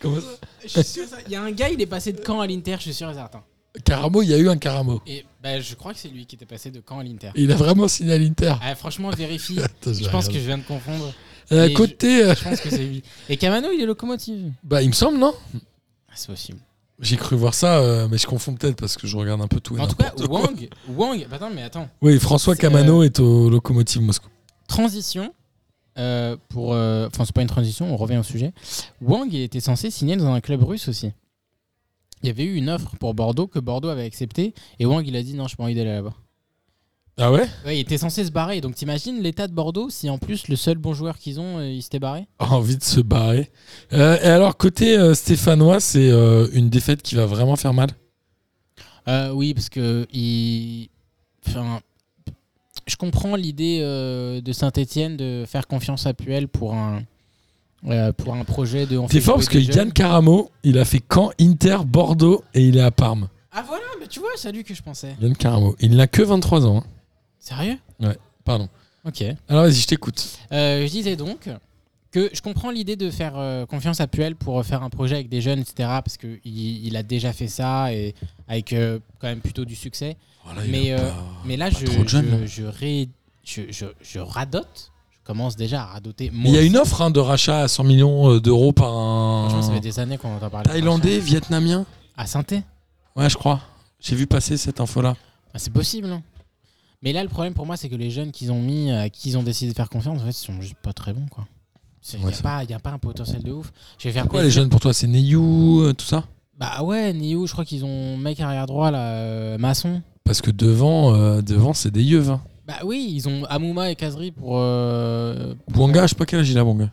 Speaker 2: comment ça
Speaker 3: je suis sûr ça- il y a un gars il est passé de Caen à l'Inter je suis sûr et certain
Speaker 2: Caramo, il y a eu un Caramo.
Speaker 3: Et bah, je crois que c'est lui qui était passé de Caen à l'Inter.
Speaker 2: Il a vraiment signé à l'Inter.
Speaker 3: Ah, franchement, vérifie.
Speaker 2: Attends,
Speaker 3: je
Speaker 2: vais
Speaker 3: pense que
Speaker 2: regarder.
Speaker 3: je viens de confondre.
Speaker 2: Euh,
Speaker 3: mais
Speaker 2: côté. euh,
Speaker 3: Je pense que c'est lui. Et Camano, il est locomotive.
Speaker 2: Bah, il me semble, non
Speaker 3: Ah, c'est possible.
Speaker 2: J'ai cru voir ça, euh, mais je confonds peut-être parce que je regarde un peu tout. et
Speaker 3: en tout cas,
Speaker 2: n'importe quoi.
Speaker 3: Wang, Wang, bah, attends, mais attends.
Speaker 2: Oui, François
Speaker 3: C'est, euh,
Speaker 2: Camano est au locomotive Moscou.
Speaker 3: Transition. euh, pour, euh, enfin, c'est pas une transition, on revient au sujet. Wang, il était censé signer dans un club russe aussi. Il y avait eu une offre pour Bordeaux que Bordeaux avait acceptée. Et Wang, il a dit non, je pas envie d'aller là-bas.
Speaker 2: Ah ouais
Speaker 3: Ouais, il était censé se barrer. Donc t'imagines l'état de Bordeaux si en plus le seul bon joueur qu'ils ont, euh, il s'était barré
Speaker 2: Envie de se barrer. Euh, et alors, côté euh, stéphanois, c'est euh, une défaite qui va vraiment faire mal.
Speaker 3: Euh, oui, parce que il. Enfin, je comprends l'idée euh, de Saint-Etienne de faire confiance à Puel pour un, euh, pour un projet de. on
Speaker 2: C'est
Speaker 3: fait
Speaker 2: fort
Speaker 3: jouer
Speaker 2: parce que
Speaker 3: des jeunes.
Speaker 2: Yann Caramo, il a fait Caen, Inter, Bordeaux et il est à Parme.
Speaker 3: Ah voilà, mais tu vois, c'est à lui que je pensais.
Speaker 2: Yann Caramo. Il n'a que 23 ans. hein.
Speaker 3: Sérieux
Speaker 2: Pardon.
Speaker 3: Ok.
Speaker 2: Alors vas-y, je t'écoute.
Speaker 3: Euh, je disais donc que je comprends l'idée de faire euh, confiance à Puel pour faire un projet avec des jeunes, etc. Parce qu'il il a déjà fait ça et avec euh, quand même plutôt du succès. il Mais, a euh, Mais là, je,
Speaker 2: trop de jeunes,
Speaker 3: je,
Speaker 2: là.
Speaker 3: je, ré- je- je- je radote. Je commence déjà à radoter.
Speaker 2: Mais il y a une offre hein, de rachat à 100 millions euh, d'euros par
Speaker 3: Franchement, ça fait
Speaker 2: un
Speaker 3: des années qu'on entend parler. de Ah,
Speaker 2: Thaïlandais, Vietnamien
Speaker 3: ça. À Saint-Thé
Speaker 2: Ouais, je crois. J'ai vu passer cette info-là.
Speaker 3: Ah, c'est possible. hein. Mais là, le problème pour moi, c'est que les jeunes qu'ils ont mis, à qui ils ont décidé de faire confiance, en fait, ils sont juste pas très bons. quoi. Il n'y
Speaker 2: Ouais,
Speaker 3: a,
Speaker 2: ça.
Speaker 3: pas- y a pas un potentiel de ouf. Je vais faire
Speaker 2: Quoi,
Speaker 3: plaisir-
Speaker 2: les jeunes, pour toi, c'est Neyou, euh, tout ça
Speaker 3: Bah ouais, Niou, je crois qu'ils ont mec arrière droit, là, euh, maçon.
Speaker 2: Parce que devant, euh, devant c'est des yeux. Hein.
Speaker 3: Bah oui, ils ont Amouma et Kazri pour. euh,
Speaker 2: Bouanga, je sais pas quel âge il a, Bouanga.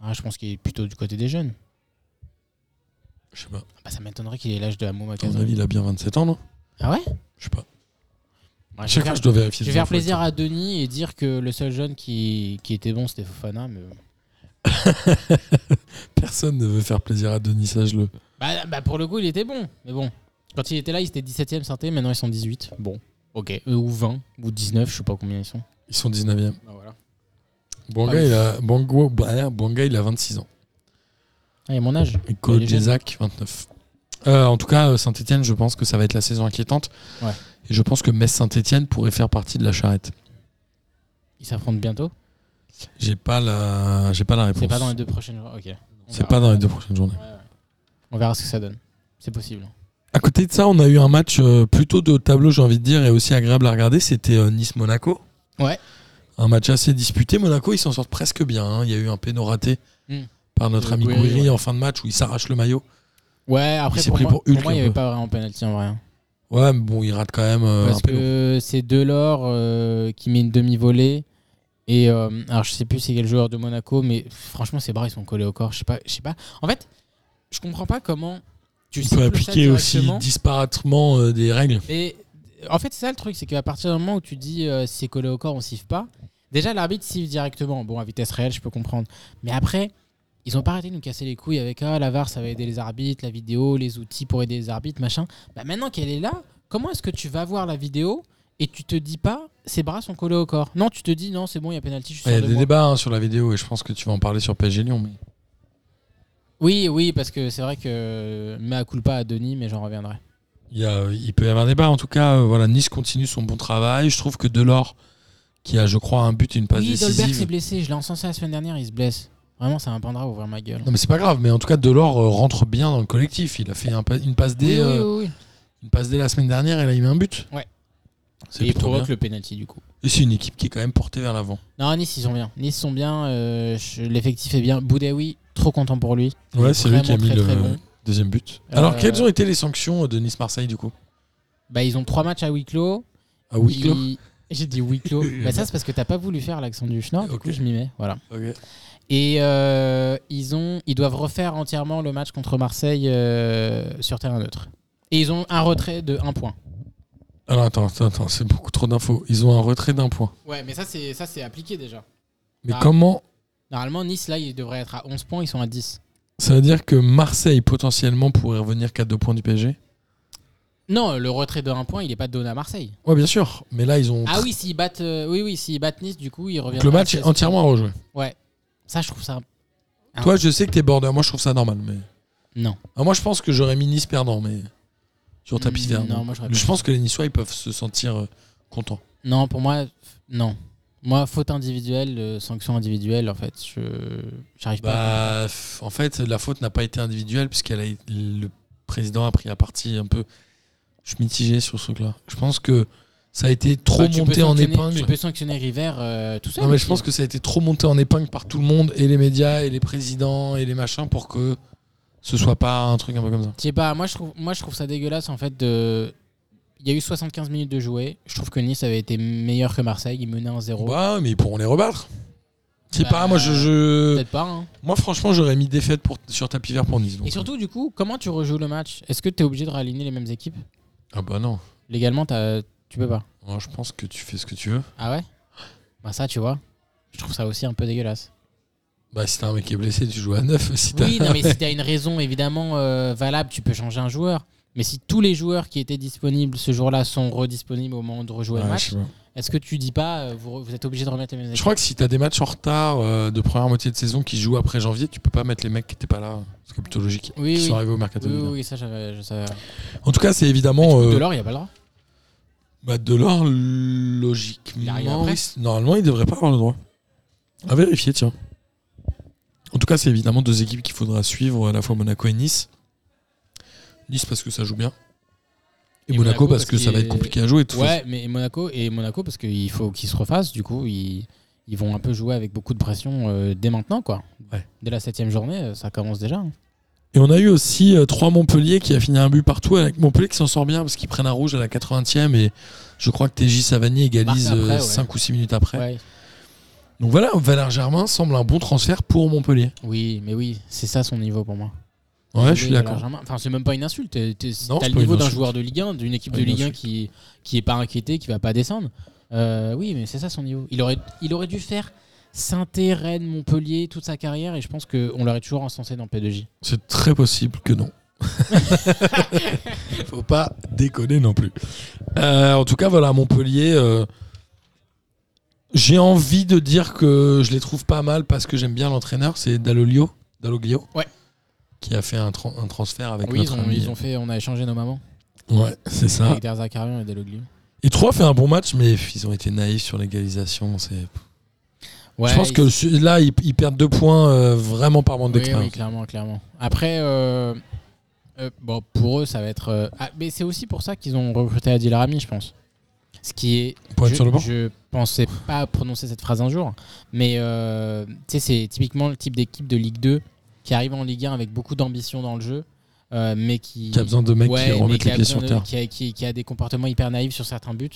Speaker 3: Ah, je pense qu'il est plutôt du côté des jeunes.
Speaker 2: Je sais pas.
Speaker 3: Bah, ça m'étonnerait qu'il ait l'âge de Amouma
Speaker 2: À mon avis,
Speaker 3: Kazri.
Speaker 2: il a bien 27 ans, non
Speaker 3: Ah ouais,
Speaker 2: Je sais pas.
Speaker 3: Ouais,
Speaker 2: À
Speaker 3: Je vais
Speaker 2: chaque fois,
Speaker 3: faire,
Speaker 2: je dois vérifier.
Speaker 3: je vais
Speaker 2: ces
Speaker 3: faire
Speaker 2: infos,
Speaker 3: plaisir à Denis et dire que le seul jeune qui, qui était bon, c'était Fofana. Mais...
Speaker 2: Personne ne veut faire plaisir à Denis, sache-le.
Speaker 3: Bah, bah, pour le coup, il était bon. Mais bon, quand il était là, il était 17ème synthé, maintenant ils sont 18. Bon, ok. Euh, Ou 20, ou 19, je sais pas combien ils sont.
Speaker 2: Ils sont 19e.
Speaker 3: Bah voilà.
Speaker 2: Bouanga,
Speaker 3: Ah oui.
Speaker 2: il a... Bouanga- bah, Bouanga, il a 26 ans.
Speaker 3: Ah, il y a mon âge.
Speaker 2: Et Colo
Speaker 3: Il est jeune.
Speaker 2: Jezak, 29. Euh, en tout cas, Saint-Etienne, je pense que ça va être la saison inquiétante.
Speaker 3: Ouais.
Speaker 2: Et je pense que Metz-Saint-Etienne pourrait faire partie de la charrette.
Speaker 3: Ils s'affrontent bientôt.
Speaker 2: J'ai pas la, j'ai pas la réponse.
Speaker 3: C'est pas dans les deux prochaines jours. Ok. On
Speaker 2: C'est
Speaker 3: verra.
Speaker 2: pas dans les deux prochaines journées.
Speaker 3: Ouais, ouais. On verra ce que ça donne. C'est possible.
Speaker 2: À côté de ça, on a eu un match euh, plutôt de haut de tableau, j'ai envie de dire, et aussi agréable à regarder. C'était euh, Nice-Monaco.
Speaker 3: Ouais.
Speaker 2: Un match assez disputé. Monaco, ils s'en sortent presque bien. hein. Il y a eu un péno raté
Speaker 3: Hmm.
Speaker 2: par notre
Speaker 3: Le
Speaker 2: ami
Speaker 3: Gouiri,
Speaker 2: Gouiri
Speaker 3: ouais.
Speaker 2: en fin de match où il s'arrache le maillot.
Speaker 3: Ouais,
Speaker 2: Il
Speaker 3: après,
Speaker 2: s'est
Speaker 3: pour
Speaker 2: pris
Speaker 3: moi,
Speaker 2: pour
Speaker 3: pour
Speaker 2: Hulk,
Speaker 3: moi, il n'y
Speaker 2: un
Speaker 3: avait
Speaker 2: peu.
Speaker 3: pas vraiment penalty en vrai. hein.
Speaker 2: Ouais, mais bon, il rate quand même. euh, un
Speaker 3: Parce
Speaker 2: péno.
Speaker 3: que c'est Delors euh, qui met une demi-volée. Et euh, alors, je sais plus c'est quel joueur de Monaco, mais franchement, ses bras, ils sont collés au corps. Je sais pas. Je sais pas. En fait, je comprends pas comment tu
Speaker 2: Il
Speaker 3: siffles
Speaker 2: peut
Speaker 3: ça
Speaker 2: appliquer aussi
Speaker 3: directement.
Speaker 2: disparatement euh, des règles.
Speaker 3: Et en fait, c'est ça le truc, c'est qu'à partir du moment où tu dis euh, c'est collé au corps, on siffle pas. Déjà, l'arbitre siffle directement. Bon, à vitesse réelle, je peux comprendre. Mais après, ils ont pas arrêté de nous casser les couilles avec ah, la VAR, ça va aider les arbitres, la vidéo, les outils pour aider les arbitres, machin. Bah, maintenant qu'elle est là, comment est-ce que tu vas voir la vidéo et tu te dis pas ses bras sont collés au corps Non, tu te dis non, c'est bon, il y a pénalty, je suis
Speaker 2: Il y a
Speaker 3: sûr de
Speaker 2: des
Speaker 3: moi.
Speaker 2: débats hein, sur la vidéo et je pense que tu vas en parler sur PSG Lyon. mais-
Speaker 3: Oui, oui, parce que c'est vrai que mea culpa à Denis, mais j'en reviendrai.
Speaker 2: Il, y a- euh, il peut y avoir un débat. En tout cas, euh, voilà, Nice continue son bon travail. Je trouve que Delors, qui a, je crois, un but et une passe
Speaker 3: oui, Dolberg s'est
Speaker 2: décisive.
Speaker 3: blessé, je l'ai encensé la semaine dernière, il se blesse. Vraiment, ça m'apprendra à ouvrir ma gueule.
Speaker 2: Non, mais c'est pas grave. Mais en tout cas, Delors euh, rentre bien dans le collectif. Il a fait un pa- une passe D,
Speaker 3: Oui, oui,
Speaker 2: euh,
Speaker 3: oui, oui.
Speaker 2: une passe D la semaine dernière et là, il met un but.
Speaker 3: Ouais.
Speaker 2: C'est
Speaker 3: Et il
Speaker 2: plutôt
Speaker 3: provoque
Speaker 2: bien.
Speaker 3: le penalty du coup.
Speaker 2: Et c'est une équipe qui est quand même portée vers l'avant.
Speaker 3: Non, Nice ils sont bien. Nice sont bien. euh, je- L'effectif est bien. Boudaoui, trop content pour lui. Il
Speaker 2: Ouais,
Speaker 3: est
Speaker 2: c'est lui qui a
Speaker 3: vraiment
Speaker 2: mis
Speaker 3: très,
Speaker 2: le
Speaker 3: très bon.
Speaker 2: deuxième but. Alors,
Speaker 3: Euh,
Speaker 2: quelles ont été les sanctions euh, de Nice-Marseille du coup
Speaker 3: Bah ils ont trois matchs à huis clos.
Speaker 2: À huis clos
Speaker 3: Ils- J'ai dit huis clos. bah ça c'est parce que t'as pas voulu faire l'accent du schnorr. Du
Speaker 2: Ok.
Speaker 3: coup je m'y mets. Voilà.
Speaker 2: Ok.
Speaker 3: Et euh, ils ont, ils doivent refaire entièrement le match contre Marseille euh, sur terrain neutre. Et ils ont un retrait de 1 point.
Speaker 2: Alors, attends, attends, attends, c'est beaucoup trop d'infos. Ils ont un retrait d'un point.
Speaker 3: Ouais, mais ça c'est ça c'est appliqué déjà.
Speaker 2: Mais
Speaker 3: Ah.
Speaker 2: comment
Speaker 3: Normalement Nice là ils devraient être à 11 points, ils sont à 10.
Speaker 2: Ça veut dire que Marseille potentiellement pourrait revenir qu'à deux points du PSG
Speaker 3: Non, le retrait de 1 point, il est pas donné à Marseille.
Speaker 2: Ouais, bien sûr. Mais là, ils ont.
Speaker 3: Ah oui, s'ils battent, euh, oui, oui, s'ils battent Nice, du coup, ils reviennent.
Speaker 2: Donc le match est entièrement à rejouer.
Speaker 3: Ouais. Ça, je trouve ça. Ah.
Speaker 2: Toi, je sais que t'es border. Moi, je trouve ça normal. Mais...
Speaker 3: Non.
Speaker 2: Ah, moi, je pense que j'aurais mis Nice perdant, mais. Sur tapis
Speaker 3: Mm,
Speaker 2: vert.
Speaker 3: non,
Speaker 2: donc.
Speaker 3: moi, j'aurais pas
Speaker 2: je pense que les Niçois, ils peuvent se sentir euh, contents.
Speaker 3: Non, pour moi, f- non. Moi, faute individuelle, euh, sanction individuelle, en fait, je. J'arrive pas.
Speaker 2: Bah, f- en fait, la faute n'a pas été individuelle, puisqu'elle a... le président a pris la partie un peu. Je suis mitigé sur ce truc-là. Je pense que ça a été trop
Speaker 3: Bah, tu peux
Speaker 2: monté en
Speaker 3: sanctionner-
Speaker 2: épingle.
Speaker 3: Tu peux sanctionner River euh, tout seul.
Speaker 2: Non mais
Speaker 3: aussi.
Speaker 2: je pense que ça a été trop monté en épingle par tout le monde et les médias et les présidents et les machins pour que ce soit pas un truc un peu comme ça.
Speaker 3: Je sais pas, moi je, trouve, moi, je trouve ça dégueulasse, en fait, de. Il y a eu 75 minutes de jouer. Je trouve que Nice avait été meilleur que Marseille. Ils menaient 1-0.
Speaker 2: Ouais, Bah, mais ils pourront les rebattre. C'est
Speaker 3: Bah,
Speaker 2: pas moi je, je-
Speaker 3: Peut-être pas, hein.
Speaker 2: moi franchement j'aurais mis défaite pour sur tapis vert pour Nice. donc.
Speaker 3: Et surtout, du coup, comment tu rejoues le match Est-ce que tu es obligé de réaligner les mêmes équipes
Speaker 2: ah bah non.
Speaker 3: Légalement, t'as- tu peux pas.
Speaker 2: Moi, je pense que tu fais ce que tu veux.
Speaker 3: Ah ouais Bah ça, tu vois, je trouve ça aussi un peu dégueulasse.
Speaker 2: Bah si t'as un mec qui est blessé, tu joues à 9 si t'as-
Speaker 3: Oui, non, mais si t'as une raison évidemment euh, valable, tu peux changer un joueur. Mais si tous les joueurs qui étaient disponibles ce jour-là sont redisponibles au moment de rejouer
Speaker 2: Ouais,
Speaker 3: le
Speaker 2: je,
Speaker 3: match,
Speaker 2: sais pas.
Speaker 3: est-ce que tu dis pas euh, vous, vous êtes obligé de remettre les mêmes
Speaker 2: Je
Speaker 3: équipes
Speaker 2: crois que si t'as des matchs en retard euh, de première moitié de saison qui jouent après janvier, tu peux pas mettre les mecs qui étaient pas là. Ce qui est plutôt logique.
Speaker 3: Oui,
Speaker 2: qui
Speaker 3: oui.
Speaker 2: sont arrivés au mercato.
Speaker 3: Oui, oui,
Speaker 2: d'hiver.
Speaker 3: oui, ça j'avais- je savais.
Speaker 2: En tout cas, c'est évidemment.
Speaker 3: Bon,
Speaker 2: euh,
Speaker 3: Delors, il n'y a pas le droit.
Speaker 2: Bah Delors,
Speaker 3: Il arrive
Speaker 2: logiquement,
Speaker 3: après
Speaker 2: oui, c- normalement, il devrait pas avoir le droit. À vérifier, tiens. En tout cas, c'est évidemment deux équipes qu'il faudra suivre, à la fois Monaco et Nice. Nice parce que ça joue bien. Et, Monaco, parce que ça va être compliqué à jouer. de toute
Speaker 3: Ouais,
Speaker 2: façon.
Speaker 3: mais Monaco et Monaco parce qu'il faut qu'ils se refassent. Du coup, ils, ils vont un peu jouer avec beaucoup de pression euh, dès maintenant, quoi.
Speaker 2: Ouais.
Speaker 3: Dès la septième journée, euh, ça commence déjà. hein.
Speaker 2: Et on a eu aussi 3 Montpellier qui a fini un but partout avec Montpellier qui s'en sort bien parce qu'ils prennent un rouge à la 80e et je crois que TJ Savani égalise
Speaker 3: Marque après, ouais.
Speaker 2: 5 ou 6 minutes après.
Speaker 3: Ouais.
Speaker 2: Donc voilà, Valère Germain semble un bon transfert pour Montpellier.
Speaker 3: Oui, mais oui, c'est ça son niveau pour moi.
Speaker 2: Ouais, je suis
Speaker 3: Valère
Speaker 2: d'accord.
Speaker 3: Germain. Enfin, c'est même pas une insulte. T'es- t'es-
Speaker 2: Non,
Speaker 3: T'as
Speaker 2: c'est
Speaker 3: le
Speaker 2: pas
Speaker 3: niveau
Speaker 2: une
Speaker 3: d'un
Speaker 2: insulte.
Speaker 3: joueur de Ligue 1, d'une équipe
Speaker 2: Pas
Speaker 3: de
Speaker 2: une
Speaker 3: Ligue 1
Speaker 2: insulte.
Speaker 3: qui qui est pas inquiétée, qui va pas descendre. Euh, oui, mais c'est ça son niveau. Il aurait il aurait dû faire saint Rennes, Montpellier, toute sa carrière, et je pense qu'on l'aurait toujours encensé dans P2J.
Speaker 2: C'est très possible que non. Faut pas déconner non plus. Euh, en tout cas, voilà, Montpellier. euh, j'ai envie de dire que je les trouve pas mal parce que j'aime bien l'entraîneur, c'est Dallolio. Dalloglio.
Speaker 3: Ouais. Ah
Speaker 2: Qui a fait un, tran- un transfert avec
Speaker 3: Oui, ils
Speaker 2: notre
Speaker 3: ont,
Speaker 2: ami.
Speaker 3: ils ont fait, on a échangé nos mamans
Speaker 2: Ouais, c'est ça.
Speaker 3: avec Derzakarian et Deloglio.
Speaker 2: Et 3 fait un bon match, mais ils ont été naïfs sur l'égalisation. c'est-
Speaker 3: Ouais,
Speaker 2: je pense
Speaker 3: ils-
Speaker 2: que su- là, ils, ils perdent deux points euh, vraiment par manque
Speaker 3: Oui,
Speaker 2: d'expérience.
Speaker 3: oui, clairement, clairement. Après, euh, euh, bon, pour eux, ça va être. euh, ah, mais c'est aussi pour ça qu'ils ont recruté Adil Rami, je pense. Ce qui est.
Speaker 2: Pour être
Speaker 3: je,
Speaker 2: sur le banc.
Speaker 3: je pensais pas prononcer cette phrase un jour, mais euh, tu sais, c'est typiquement le type d'équipe de Ligue 2 qui arrive en Ligue 1 avec beaucoup d'ambition dans le jeu, euh, mais qui.
Speaker 2: Qui a besoin de mecs
Speaker 3: Ouais,
Speaker 2: qui
Speaker 3: mais
Speaker 2: remettent
Speaker 3: qui
Speaker 2: les
Speaker 3: a
Speaker 2: pieds
Speaker 3: besoin
Speaker 2: sur
Speaker 3: de-
Speaker 2: terre.
Speaker 3: Qui a, qui- qui a des comportements hyper naïfs sur certains buts.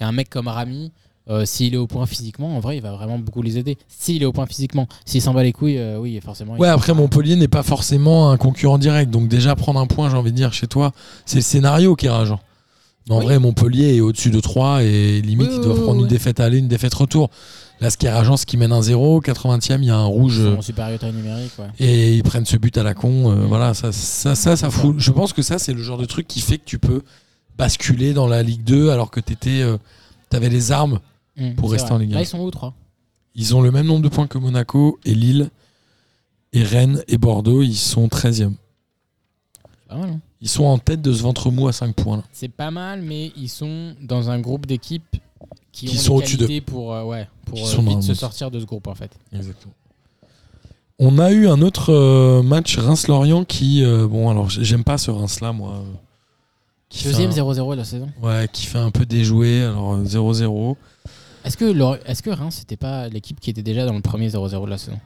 Speaker 3: Et un mec comme Rami, euh, s'il est au point physiquement, en vrai, il va vraiment beaucoup les aider. S'il est au point physiquement, s'il s'en bat les couilles, euh, oui, forcément. il-
Speaker 2: Ouais, après Montpellier n'est pas forcément un concurrent direct, donc déjà prendre un point, j'ai envie de dire, chez toi, c'est le scénario qui est rageant. Mais en
Speaker 3: Oui.
Speaker 2: vrai, Montpellier est au-dessus de 3 et limite,
Speaker 3: Oui,
Speaker 2: ils
Speaker 3: oui,
Speaker 2: doivent
Speaker 3: oui,
Speaker 2: prendre une
Speaker 3: oui.
Speaker 2: défaite aller, une défaite retour. Là, ce qui est rageant, c'est qu'ils mènent un 0, 80e, il y a un rouge euh,
Speaker 3: Son supériorité numérique, ouais.
Speaker 2: et ils prennent ce but à la con. euh, Voilà, ça, ça, ça, ça fout. Je pense que ça, c'est le genre de truc qui fait que tu peux basculer dans la Ligue 2 alors que t'étais, euh, t'avais les armes
Speaker 3: Mm,
Speaker 2: Pour
Speaker 3: c'est
Speaker 2: rester
Speaker 3: vrai.
Speaker 2: en Ligue un.
Speaker 3: Là, ils sont où, 3
Speaker 2: Ils ont le même nombre de points que Monaco et Lille et Rennes et Bordeaux. Ils sont 13e.
Speaker 3: Pas mal, hein.
Speaker 2: Ils sont en tête de ce ventre mou à 5 points. là.
Speaker 3: C'est pas mal, mais ils sont dans un groupe d'équipes qui,
Speaker 2: Qui
Speaker 3: ont
Speaker 2: sont
Speaker 3: les
Speaker 2: au-dessus d'eux.
Speaker 3: qualités pour, euh, ouais, pour
Speaker 2: Qui
Speaker 3: euh,
Speaker 2: sont dans
Speaker 3: vite
Speaker 2: un
Speaker 3: se
Speaker 2: monde.
Speaker 3: sortir de ce groupe, en fait.
Speaker 2: Exactement. On a eu un autre euh, match Reims-Lorient qui. euh, bon, alors j- j'aime pas ce Reims-là, moi. euh, Qui fait,
Speaker 3: Deuxième
Speaker 2: un,
Speaker 3: 0-0 de la saison.
Speaker 2: ouais, qui fait un peu déjoué. Alors euh, 0-0.
Speaker 3: Est-ce que, Lor- est-ce que Reims, c'était pas l'équipe qui était déjà dans le premier 0-0 de la saison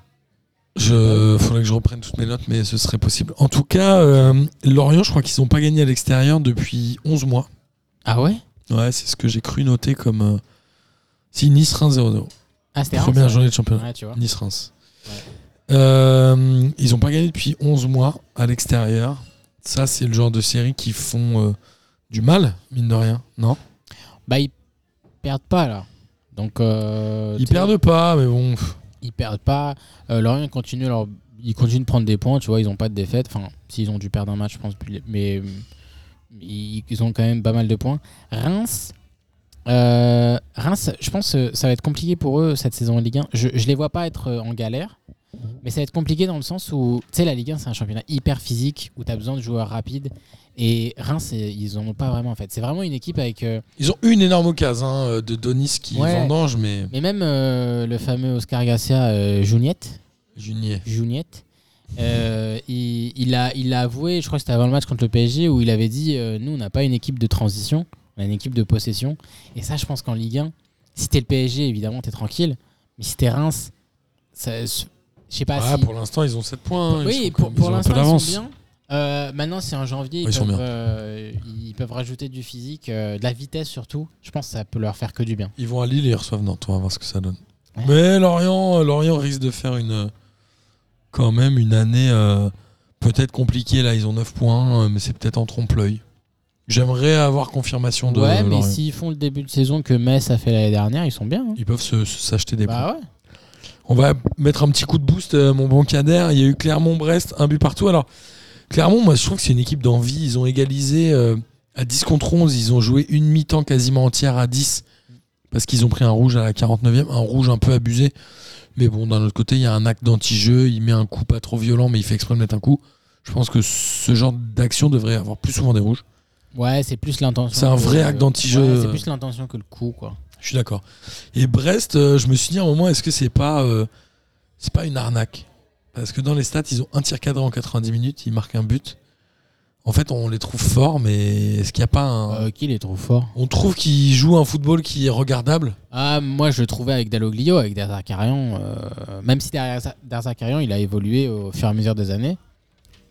Speaker 2: Je faudrait que je reprenne toutes mes notes, mais ce serait possible. En tout cas, euh, Lorient, je crois qu'ils n'ont pas gagné à l'extérieur depuis 11 mois.
Speaker 3: Ah ouais
Speaker 2: Ouais, c'est ce que j'ai cru noter comme. euh, si Nice Reims 0-0.
Speaker 3: Ah, c'était Reims,
Speaker 2: Première
Speaker 3: ouais.
Speaker 2: journée de championnat.
Speaker 3: Ouais, tu vois.
Speaker 2: Nice Reims.
Speaker 3: Ouais.
Speaker 2: Euh, ils n'ont pas gagné depuis 11 mois à l'extérieur. Ça, c'est le genre de série qui font euh, du mal, mine de rien. Non
Speaker 3: Bah, ils perdent pas là. Donc, euh,
Speaker 2: Ils
Speaker 3: tu sais,
Speaker 2: perdent pas, mais bon. pff,
Speaker 3: Ils perdent pas. Euh, Lorient continue leur. Ils continuent de prendre des points, tu vois, ils n'ont pas de défaite. Enfin, s'ils ont dû perdre un match, je pense, puis les- mais euh, ils ils ont quand même pas mal de points. Reims, euh, Reims, je pense que ça va être compliqué pour eux cette saison en Ligue 1. Je, je les vois pas être euh, en galère, mais ça va être compliqué dans le sens où, tu sais, la Ligue 1, c'est un championnat hyper physique où tu as besoin de joueurs rapides. Et Reims, c'est- ils en ont pas vraiment en fait. C'est vraiment une équipe avec. euh,
Speaker 2: Ils ont eu une énorme occasion hein, de Donis qui
Speaker 3: Ouais.
Speaker 2: vendange, mais
Speaker 3: mais même euh, le fameux Oscar Garcia euh, Juniette.
Speaker 2: Junier.
Speaker 3: Juniette. Euh, il, il a, il a avoué, je crois que c'était avant le match contre le PSG, où il avait dit euh, Nous, on n'a pas une équipe de transition, on a une équipe de possession. Et ça, je pense qu'en Ligue 1, si t'es le PSG, évidemment, t'es tranquille. Mais si t'es Reims, ça- je sais pas
Speaker 2: Ah,
Speaker 3: si.
Speaker 2: pour l'instant, ils ont 7 points. hein,
Speaker 3: oui,
Speaker 2: ils sont
Speaker 3: pour,
Speaker 2: comme-
Speaker 3: pour
Speaker 2: ils ont un peu
Speaker 3: l'instant, ils
Speaker 2: d'avance.
Speaker 3: sont bien. Euh, maintenant, c'est en janvier, ils,
Speaker 2: Ils sont
Speaker 3: peuvent,
Speaker 2: bien.
Speaker 3: euh, ils peuvent rajouter du physique, euh, de la vitesse surtout. Je pense que ça peut leur faire que du bien.
Speaker 2: Ils vont à Lille et ils reçoivent Nantes, on va voir ce que ça donne.
Speaker 3: Ouais.
Speaker 2: Mais Lorient, euh, Lorient risque de faire une euh, quand même une année euh, peut-être compliquée là, ils ont 9 points, euh, mais c'est peut-être en trompe-l'œil. J'aimerais avoir confirmation de
Speaker 3: ouais, mais
Speaker 2: Lorient.
Speaker 3: s'ils font le début de saison que Metz a fait l'année dernière, ils sont bien. hein.
Speaker 2: Ils peuvent se- se- s'acheter des points.
Speaker 3: Bah ouais.
Speaker 2: On va mettre un petit coup de boost, euh, mon bon Kader. Il y a eu Clermont-Brest, un but partout. Alors, Clermont, moi, je trouve que c'est une équipe d'envie. Ils ont égalisé euh, à 10 contre 11. Ils ont joué une mi-temps quasiment entière à 10 parce qu'ils ont pris un rouge à la 49e, un rouge un peu abusé. Mais bon, d'un autre côté, il y a un acte d'anti-jeu. Il met un coup pas trop violent, mais il fait exprès de mettre un coup. Je pense que ce genre d'action devrait avoir plus souvent des rouges.
Speaker 3: Ouais, c'est plus l'intention.
Speaker 2: C'est un
Speaker 3: que-
Speaker 2: vrai acte d'anti-jeu.
Speaker 3: Ouais, c'est plus l'intention que le coup, quoi.
Speaker 2: Je suis d'accord. Et Brest, euh, je me suis dit à un moment, est-ce que c'est pas, euh, c'est pas une arnaque Parce que dans les stats, ils ont un tir cadré en 90 minutes, ils marquent un but. En fait, on les trouve forts, mais est-ce qu'il n'y a pas un.
Speaker 3: Euh, qui il est trop fort
Speaker 2: On trouve qu'ils jouent un football qui est regardable.
Speaker 3: Ah, moi je le trouvais avec Daloglio, avec Darzakarian, euh, même si derrière Darzakarian il a évolué au fur et à mesure des années.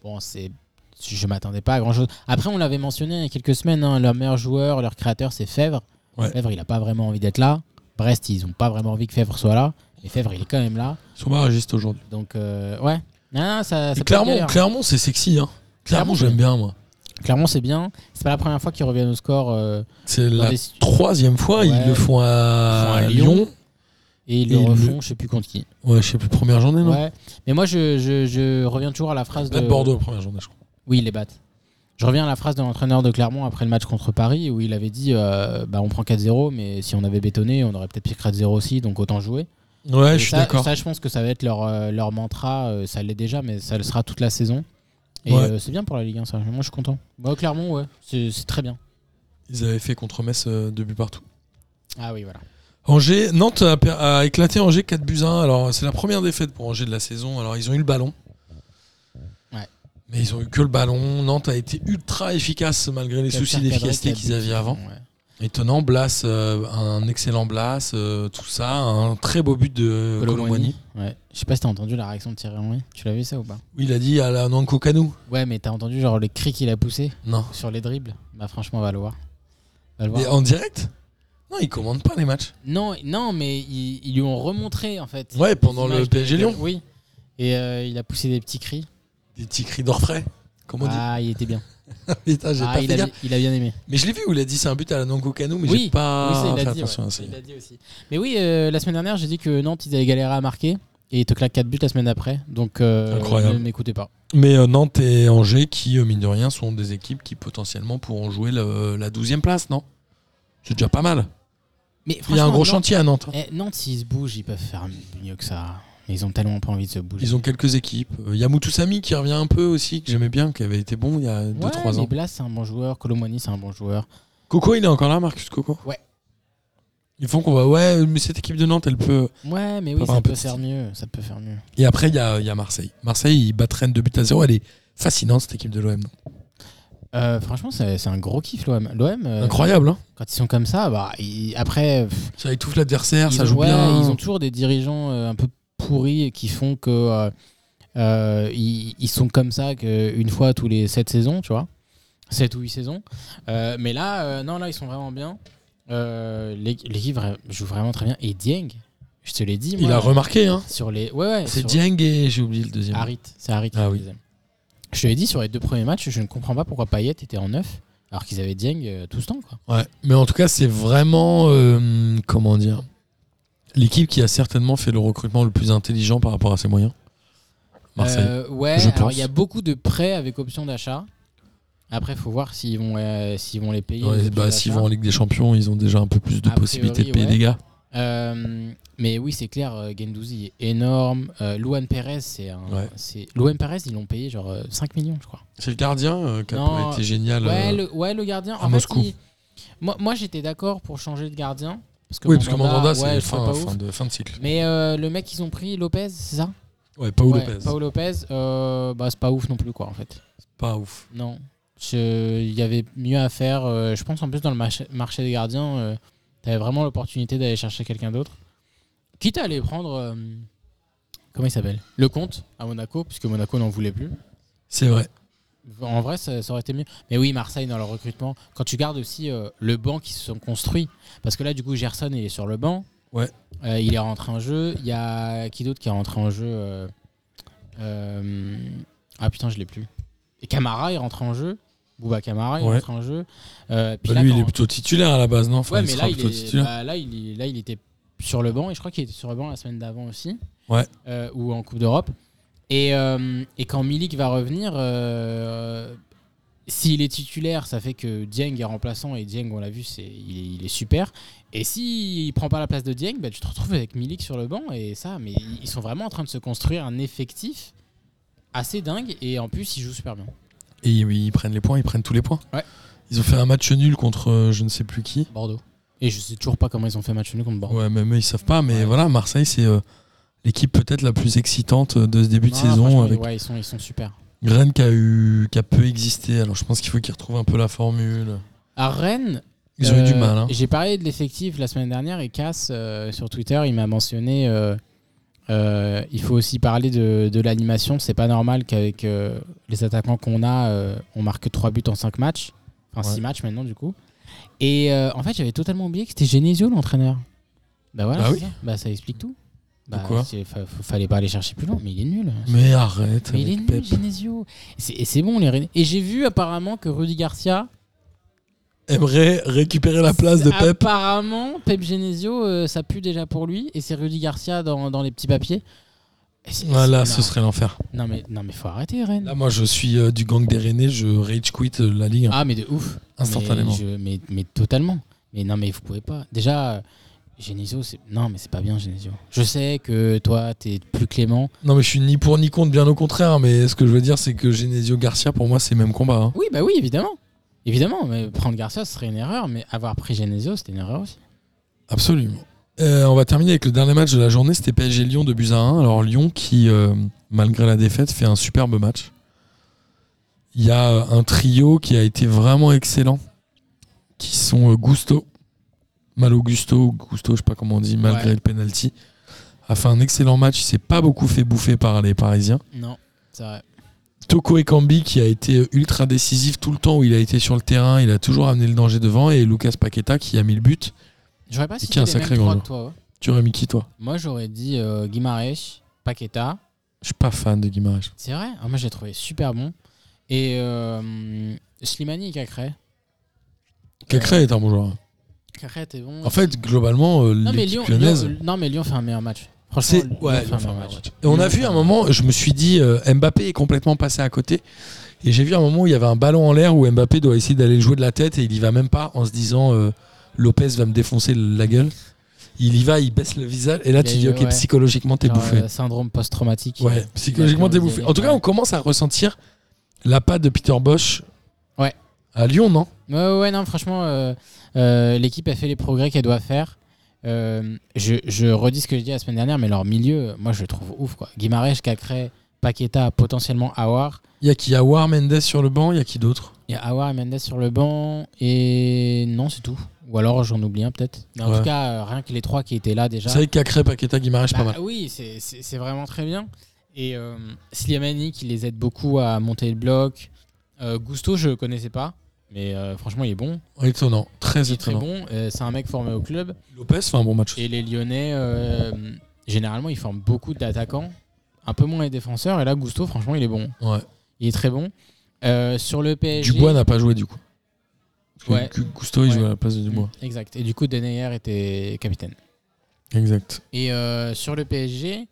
Speaker 3: Bon, c'est. Je m'attendais pas à grand chose. Après, on l'avait mentionné il y a quelques semaines, hein, leur meilleur joueur, leur créateur, c'est Fèvre.
Speaker 2: Ouais.
Speaker 3: Fèvre, il a pas vraiment envie d'être là. Brest, ils ont pas vraiment envie que Fèvre soit là. Mais Fèvre, il est quand même là.
Speaker 2: Ils sont barragistes aujourd'hui.
Speaker 3: Donc, euh, ouais. Non, non, Ah, ça, ça
Speaker 2: Et
Speaker 3: peut être
Speaker 2: Clermont,
Speaker 3: galère.
Speaker 2: Clermont c'est sexy. Hein. Clermont,
Speaker 3: Clermont,
Speaker 2: j'aime
Speaker 3: oui.
Speaker 2: bien, moi.
Speaker 3: Clermont, c'est bien. C'est pas la première fois qu'ils reviennent au score. euh,
Speaker 2: C'est
Speaker 3: dans
Speaker 2: la
Speaker 3: des situ-
Speaker 2: troisième fois. Ils
Speaker 3: Ouais.
Speaker 2: le font à,
Speaker 3: Ils le font à
Speaker 2: Lyon.
Speaker 3: Lyon. et ils le
Speaker 2: Et le-
Speaker 3: refont, je sais plus contre qui.
Speaker 2: Ouais, je sais plus, première journée, non
Speaker 3: Ouais. Mais moi, je, je- je reviens toujours à la phrase de.
Speaker 2: Peut-être Bordeaux, première journée, je crois.
Speaker 3: Oui, ils les battent. Je reviens à la phrase de l'entraîneur de Clermont après le match contre Paris où il avait dit euh, bah, on prend 4-0, mais si on avait bétonné, on aurait peut-être pris 4-0 aussi, donc autant jouer.
Speaker 2: Ouais,
Speaker 3: Et
Speaker 2: je suis
Speaker 3: ça-
Speaker 2: d'accord.
Speaker 3: Ça, je pense que ça va être leur, euh, leur mantra. euh, ça l'est déjà, mais ça le sera toute la saison. Et
Speaker 2: Ouais.
Speaker 3: euh, c'est bien pour la Ligue 1, ça. Moi, je suis content. Bah, Clermont, ouais, c'est c'est très bien.
Speaker 2: Ils avaient fait contre Metz euh, deux buts partout.
Speaker 3: Ah oui, voilà.
Speaker 2: Angers, Nantes a, per- a éclaté Angers 4 buts à 1. Alors, c'est la première défaite pour Angers de la saison. Alors, ils ont eu le ballon.
Speaker 3: Ouais.
Speaker 2: Mais ils ont eu que le ballon. Nantes a été ultra efficace malgré les soucis
Speaker 3: Pierre Cadret
Speaker 2: d'efficacité
Speaker 3: qui a
Speaker 2: qu'ils
Speaker 3: buté.
Speaker 2: avaient avant.
Speaker 3: Ouais.
Speaker 2: Étonnant, Blas, euh, un excellent Blas, euh, tout ça, un très beau but de Colomboigny.
Speaker 3: Colomboigny. Ouais. Je sais pas si t'as entendu la réaction de Thierry Henry. Tu l'as vu ça ou pas
Speaker 2: Oui, il a dit à la Nanko Canou.
Speaker 3: Ouais, mais t'as entendu genre le cri qu'il a poussé
Speaker 2: Non.
Speaker 3: sur les dribbles Bah franchement, va le voir. Va le voir.
Speaker 2: Mais en direct Non, il commande pas les matchs.
Speaker 3: Non, non, mais ils, ils lui ont remontré en fait.
Speaker 2: Ouais, pendant
Speaker 3: L'image
Speaker 2: le
Speaker 3: de-
Speaker 2: PSG
Speaker 3: de-
Speaker 2: Lyon.
Speaker 3: Oui. Et euh, il a poussé des petits cris.
Speaker 2: Des petits cris d'orfraie. Comment
Speaker 3: Ah, il était bien.
Speaker 2: on dit Putain, j'ai
Speaker 3: Ah,
Speaker 2: pas fait
Speaker 3: il, a,
Speaker 2: gaffe.
Speaker 3: il a bien aimé.
Speaker 2: Mais je l'ai vu où il a dit c'est un but à la Nanko Canou, mais
Speaker 3: Oui,
Speaker 2: j'ai pas
Speaker 3: oui, ça, il
Speaker 2: fait
Speaker 3: a dit.
Speaker 2: Ah, attention
Speaker 3: ouais.
Speaker 2: à ça.
Speaker 3: Il a dit aussi. Mais oui, euh, la semaine dernière, j'ai dit que Nantes, ils avaient galéré à marquer. Et ils te claquent 4 buts la semaine d'après. Donc, euh,
Speaker 2: Incroyable.
Speaker 3: ne m'écoutez pas.
Speaker 2: Mais euh, Nantes et Angers, qui, euh, mine de rien, sont des équipes qui potentiellement pourront jouer le- la 12 e place, non C'est déjà pas mal. Il y
Speaker 3: Mais
Speaker 2: a un
Speaker 3: franchement,
Speaker 2: gros
Speaker 3: Nantes-
Speaker 2: chantier à Nantes. hein.
Speaker 3: Eh, Nantes, s'ils se bougent, ils peuvent faire mieux que ça. Mais Ils ont tellement pas envie de se bouger.
Speaker 2: Ils ont quelques équipes. Euh, Il y a Moutoussamy qui revient un peu aussi, que j'aimais bien, qui avait été bon il y a 2-3
Speaker 3: mais
Speaker 2: ans.
Speaker 3: Blas, c'est un bon joueur. Colomani, c'est un bon joueur.
Speaker 2: Coco, il est encore là, Marcus Coco
Speaker 3: Ouais.
Speaker 2: Ils font qu'on va. Ouais, mais cette équipe de Nantes, elle peut.
Speaker 3: Ouais, mais
Speaker 2: Pas
Speaker 3: oui,
Speaker 2: avoir un
Speaker 3: ça
Speaker 2: peu
Speaker 3: peut
Speaker 2: de
Speaker 3: faire mieux. Ça peut faire mieux.
Speaker 2: Et après, il y a, il y a Marseille. Marseille, ils battent Rennes 2 buts à 0. Elle est fascinante, cette équipe de l'OM.
Speaker 3: Euh, franchement, c'est c'est un gros kiff, l'OM. L'OM, euh,
Speaker 2: Incroyable, hein
Speaker 3: quand ils sont comme ça, bah, ils- après, pff,
Speaker 2: Ça étouffe l'adversaire,
Speaker 3: ils,
Speaker 2: ça
Speaker 3: ont,
Speaker 2: joue
Speaker 3: ouais,
Speaker 2: bien.
Speaker 3: ils ont toujours des dirigeants euh, un peu pourris et qui font que euh, euh, ils, ils sont comme ça que une fois tous les 7 saisons, tu vois. 7 ou 8 saisons. Euh, mais là, euh, non, là, ils sont vraiment bien. Euh, l'é- L'équipe vra- joue vraiment très bien. Et Dieng, je te l'ai dit,
Speaker 2: Il
Speaker 3: moi,
Speaker 2: a remarqué, hein
Speaker 3: sur les. Ouais, ouais.
Speaker 2: C'est
Speaker 3: sur-
Speaker 2: Dieng et j'ai oublié le deuxième.
Speaker 3: Harit, c'est Harit.
Speaker 2: Ah
Speaker 3: le
Speaker 2: oui.
Speaker 3: deuxième. Je te l'ai dit sur les deux premiers matchs, je ne comprends pas pourquoi Payet était en 9 alors qu'ils avaient Dieng euh, tout ce temps. Quoi.
Speaker 2: Ouais, mais en tout cas, c'est vraiment. euh, comment dire L'équipe qui a certainement fait le recrutement le plus intelligent par rapport à ses moyens. Marseille.
Speaker 3: Euh, ouais,
Speaker 2: je
Speaker 3: alors
Speaker 2: pense.
Speaker 3: il y a beaucoup de prêts avec option d'achat. Après, il faut voir s'ils vont, euh, s'ils vont les payer.
Speaker 2: Ouais,
Speaker 3: les options
Speaker 2: bah, S'ils
Speaker 3: d'achat.
Speaker 2: vont en Ligue des Champions, ils ont déjà un peu plus de
Speaker 3: A priori,
Speaker 2: possibilités de payer
Speaker 3: ouais.
Speaker 2: des gars.
Speaker 3: Euh, mais oui, c'est clair, euh, Gendouzi est énorme. Euh, Luan Perez, c'est un.
Speaker 2: Ouais.
Speaker 3: c'est- Luan Perez, ils l'ont payé genre euh, 5 millions, je crois.
Speaker 2: C'est le gardien euh, qui
Speaker 3: a Non.
Speaker 2: a été
Speaker 3: été
Speaker 2: génial. euh,
Speaker 3: Ouais, le, ouais, le gardien.
Speaker 2: à
Speaker 3: en fait,
Speaker 2: Moscou.
Speaker 3: il- moi, moi j'étais d'accord pour changer de gardien. Parce que
Speaker 2: Oui, parce que
Speaker 3: Mandanda,
Speaker 2: Mandanda,
Speaker 3: ouais,
Speaker 2: c'est
Speaker 3: je trouvais
Speaker 2: fin,
Speaker 3: pas ouf.
Speaker 2: fin de, fin de cycle.
Speaker 3: Mais euh, le mec qu'ils ont pris, Lopez, c'est ça
Speaker 2: Ouais, Paul
Speaker 3: Ouais,
Speaker 2: Lopez.
Speaker 3: Paul Lopez, euh, bah, c'est pas ouf non plus, quoi, en fait.
Speaker 2: Pas ouf.
Speaker 3: Non. Je- Il y avait mieux à faire. euh, je pense en plus dans le marché, marché des gardiens, euh, t'avais vraiment l'opportunité d'aller chercher quelqu'un d'autre. Quitte à aller prendre. euh, comment il s'appelle Le compte à Monaco, puisque Monaco n'en voulait plus.
Speaker 2: C'est vrai.
Speaker 3: En vrai, ça, ça aurait été mieux. Mais oui, Marseille dans leur recrutement. Quand tu gardes aussi euh, le banc qui se sont construits, parce que là, du coup, Gerson, il est sur le banc.
Speaker 2: Ouais.
Speaker 3: Euh, il est rentré en jeu. Il y a qui d'autre qui est rentré en jeu euh, euh, Ah putain, je l'ai plus. Et Camara est rentré en jeu. Bouba Camara est
Speaker 2: Ouais.
Speaker 3: rentré en jeu. Euh, puis
Speaker 2: Bah,
Speaker 3: là,
Speaker 2: lui,
Speaker 3: quand-
Speaker 2: il est plutôt titulaire à la base, non Enfin,
Speaker 3: Ouais,
Speaker 2: il
Speaker 3: mais
Speaker 2: sera
Speaker 3: là il,
Speaker 2: plutôt
Speaker 3: est,
Speaker 2: titulaire.
Speaker 3: bah, là, il est- là, il était sur le banc, et je crois qu'il était sur le banc la semaine d'avant aussi,
Speaker 2: Ouais.
Speaker 3: Euh, ou en Coupe d'Europe. Et, euh, et quand Milik va revenir, euh, s'il est titulaire, ça fait que Dieng est remplaçant, et Dieng, on l'a vu, c'est, il, est, il est super. Et s'il prend pas la place de Dieng, bah, tu te retrouves avec Milik sur le banc, et ça, mais ils sont vraiment en train de se construire un effectif assez dingue, et en plus, ils jouent super bien.
Speaker 2: Et ils, ils prennent les points, ils prennent tous les points.
Speaker 3: Ouais.
Speaker 2: Ils ont fait un match nul contre euh, je ne sais plus qui.
Speaker 3: Bordeaux. Et je sais toujours pas comment ils ont fait match nul contre Bordeaux.
Speaker 2: Ouais, mais eux, ils savent pas. Mais
Speaker 3: Ouais.
Speaker 2: voilà, Marseille, c'est euh, l'équipe peut-être la plus excitante euh, de ce début de
Speaker 3: Non,
Speaker 2: saison.
Speaker 3: franchement,
Speaker 2: Avec...
Speaker 3: ouais, ils sont, ils sont super.
Speaker 2: Rennes qui a, eu, qui a peu existé, alors je pense qu'il faut qu'ils retrouvent un peu la formule.
Speaker 3: À Rennes,
Speaker 2: Ils ont eu du
Speaker 3: Euh,
Speaker 2: mal. hein.
Speaker 3: J'ai parlé de l'effectif la semaine dernière et Cass euh, sur Twitter, il m'a mentionné. euh, euh, il faut aussi parler de, de l'animation. C'est pas normal qu'avec euh, les attaquants qu'on a, euh, on marque 3 buts en 5 matchs. Enfin,
Speaker 2: Ouais.
Speaker 3: 6 matchs maintenant, du coup. Et euh, en fait, j'avais totalement oublié que c'était Genesio l'entraîneur. Bah voilà,
Speaker 2: Ah
Speaker 3: c'est
Speaker 2: oui.
Speaker 3: ça. Bah, ça explique tout. Bah,
Speaker 2: Pourquoi
Speaker 3: c'est- fa- fa- Fallait pas aller chercher plus loin, mais il est nul.
Speaker 2: Mais arrête.
Speaker 3: Mais il est
Speaker 2: avec
Speaker 3: nul,
Speaker 2: Pep.
Speaker 3: Genesio. Et c'est- Et c'est bon, les Rennais. Et j'ai vu apparemment que Rudy Garcia,
Speaker 2: Aimerait récupérer la place
Speaker 3: Ah
Speaker 2: de Pep.
Speaker 3: Apparemment, Pep Genesio, euh, ça pue déjà pour lui. Et c'est Rudy Garcia dans, dans les petits papiers. Et c'est-
Speaker 2: Voilà,
Speaker 3: c'est-
Speaker 2: ce
Speaker 3: non.
Speaker 2: serait l'enfer.
Speaker 3: Non, mais, non, mais faut arrêter, Rennes.
Speaker 2: Là, moi, je suis euh, du gang des Rennais, je rage quit euh, la Ligue
Speaker 3: Ah, mais de ouf.
Speaker 2: instantanément.
Speaker 3: Mais, je- mais, mais totalement. Mais non, mais vous pouvez pas. Déjà, euh, Genesio, c'est. Non, mais c'est pas bien, Genesio. Je sais que toi, t'es plus clément.
Speaker 2: Non, mais je suis ni pour ni contre, bien au contraire. hein, Mais ce que je veux dire, c'est que Genesio Garcia, pour moi, c'est le même combat. hein.
Speaker 3: Oui, bah oui, évidemment. Évidemment, mais prendre Garcia, ce serait une erreur. Mais avoir pris Genesio, c'était une erreur aussi.
Speaker 2: Absolument. Euh, on va terminer avec le dernier match de la journée. C'était PSG Lyon de buts à 1. Alors Lyon qui, euh, malgré la défaite, fait un superbe match. Il y a euh, un trio qui a été vraiment excellent, qui sont euh, Gusto, Malo Gusto, Gusto, je sais pas comment on dit, malgré
Speaker 3: Ouais.
Speaker 2: le penalty, a fait un excellent match. Il s'est pas beaucoup fait bouffer par les Parisiens.
Speaker 3: Non, c'est vrai.
Speaker 2: Toko Ekambi qui a été euh, ultra décisif tout le temps où il a été sur le terrain, il a toujours amené le danger devant et Lucas Paqueta qui a mis le but.
Speaker 3: J'aurais pas cité
Speaker 2: qui est un
Speaker 3: les
Speaker 2: sacré hein.
Speaker 3: mêmes
Speaker 2: grand
Speaker 3: trois que
Speaker 2: joueur.
Speaker 3: toi. ouais.
Speaker 2: Tu aurais mis qui toi
Speaker 3: Moi, j'aurais dit euh, Guimarães, Paqueta.
Speaker 2: Je suis pas fan de Guimarães.
Speaker 3: C'est vrai Ah, Moi, je l'ai trouvé super bon. Et euh, Slimani et Cacré.
Speaker 2: Cacré est un bon joueur.
Speaker 3: Cacré était bon.
Speaker 2: En fait, globalement, euh,
Speaker 3: non mais,
Speaker 2: l'équipe
Speaker 3: Lyon,
Speaker 2: lyonnaise.
Speaker 3: Lyon- non, mais Lyon fait un meilleur match. Franchement,
Speaker 2: c'est-
Speaker 3: Lyon
Speaker 2: ouais, Lyon
Speaker 3: fait un
Speaker 2: fait un
Speaker 3: meilleur
Speaker 2: meilleur
Speaker 3: match.
Speaker 2: match. Et on a
Speaker 3: Lyon
Speaker 2: vu
Speaker 3: fait
Speaker 2: un
Speaker 3: un
Speaker 2: moment, je me suis dit, euh, Mbappé est complètement passé à côté. Et j'ai vu un moment où il y avait un ballon en l'air où Mbappé doit essayer d'aller le jouer de la tête et il y va même pas en se disant, euh, Lopez va me défoncer la gueule. Il y va, il baisse le visage et là
Speaker 3: Il
Speaker 2: tu
Speaker 3: a
Speaker 2: dis,
Speaker 3: eu,
Speaker 2: ok,
Speaker 3: ouais.
Speaker 2: psychologiquement t'es
Speaker 3: Genre,
Speaker 2: bouffé.
Speaker 3: euh, syndrome post-traumatique. euh,
Speaker 2: Ouais, psychologiquement
Speaker 3: D'accord,
Speaker 2: débouffé.
Speaker 3: vous y
Speaker 2: En tout
Speaker 3: allez,
Speaker 2: cas,
Speaker 3: ouais.
Speaker 2: on commence à ressentir la patte de Peter Bosch
Speaker 3: Ouais.
Speaker 2: à Lyon, non
Speaker 3: Ouais, ouais, ouais, non, franchement, euh, euh, l'équipe a fait les progrès qu'elle doit faire. Euh, je, je redis ce que j'ai dit la semaine dernière, mais leur milieu, euh, moi, je le trouve ouf. quoi. Guimarães, Cacré, Paqueta, potentiellement Awar.
Speaker 2: Il y a qui Awar Mendes sur le banc, il y a qui d'autre
Speaker 3: Il y a Awar et Mendes sur le banc et non, c'est tout. Ou alors j'en oublie un peut-être. Mais en
Speaker 2: Ouais.
Speaker 3: tout cas, euh, rien que les trois qui étaient là déjà.
Speaker 2: C'est vrai que Cacré, Paqueta, Guimarães,
Speaker 3: Bah
Speaker 2: pas mal.
Speaker 3: Oui, c'est- c'est c'est vraiment très bien. Et euh, Slimani qui les aide beaucoup à monter le bloc. Euh, Gusto, je connaissais pas, mais euh, franchement, il est bon.
Speaker 2: Étonnant, très
Speaker 3: Il est très
Speaker 2: étonnant.
Speaker 3: bon. Euh, c'est un mec formé au club.
Speaker 2: Lopez fait un bon match.
Speaker 3: Et les Lyonnais, euh, généralement, ils forment beaucoup d'attaquants, un peu moins les défenseurs. Et là, Gusto, franchement, il est bon.
Speaker 2: Ouais.
Speaker 3: Il est très bon. Euh, sur le PSG.
Speaker 2: Dubois n'a pas joué du coup. Parce que
Speaker 3: Ouais.
Speaker 2: Gu- Gusto, il
Speaker 3: Ouais.
Speaker 2: joue à la place de Dubois.
Speaker 3: Exact. Et du coup, Denayer était capitaine.
Speaker 2: Exact.
Speaker 3: Et euh, sur le PSG.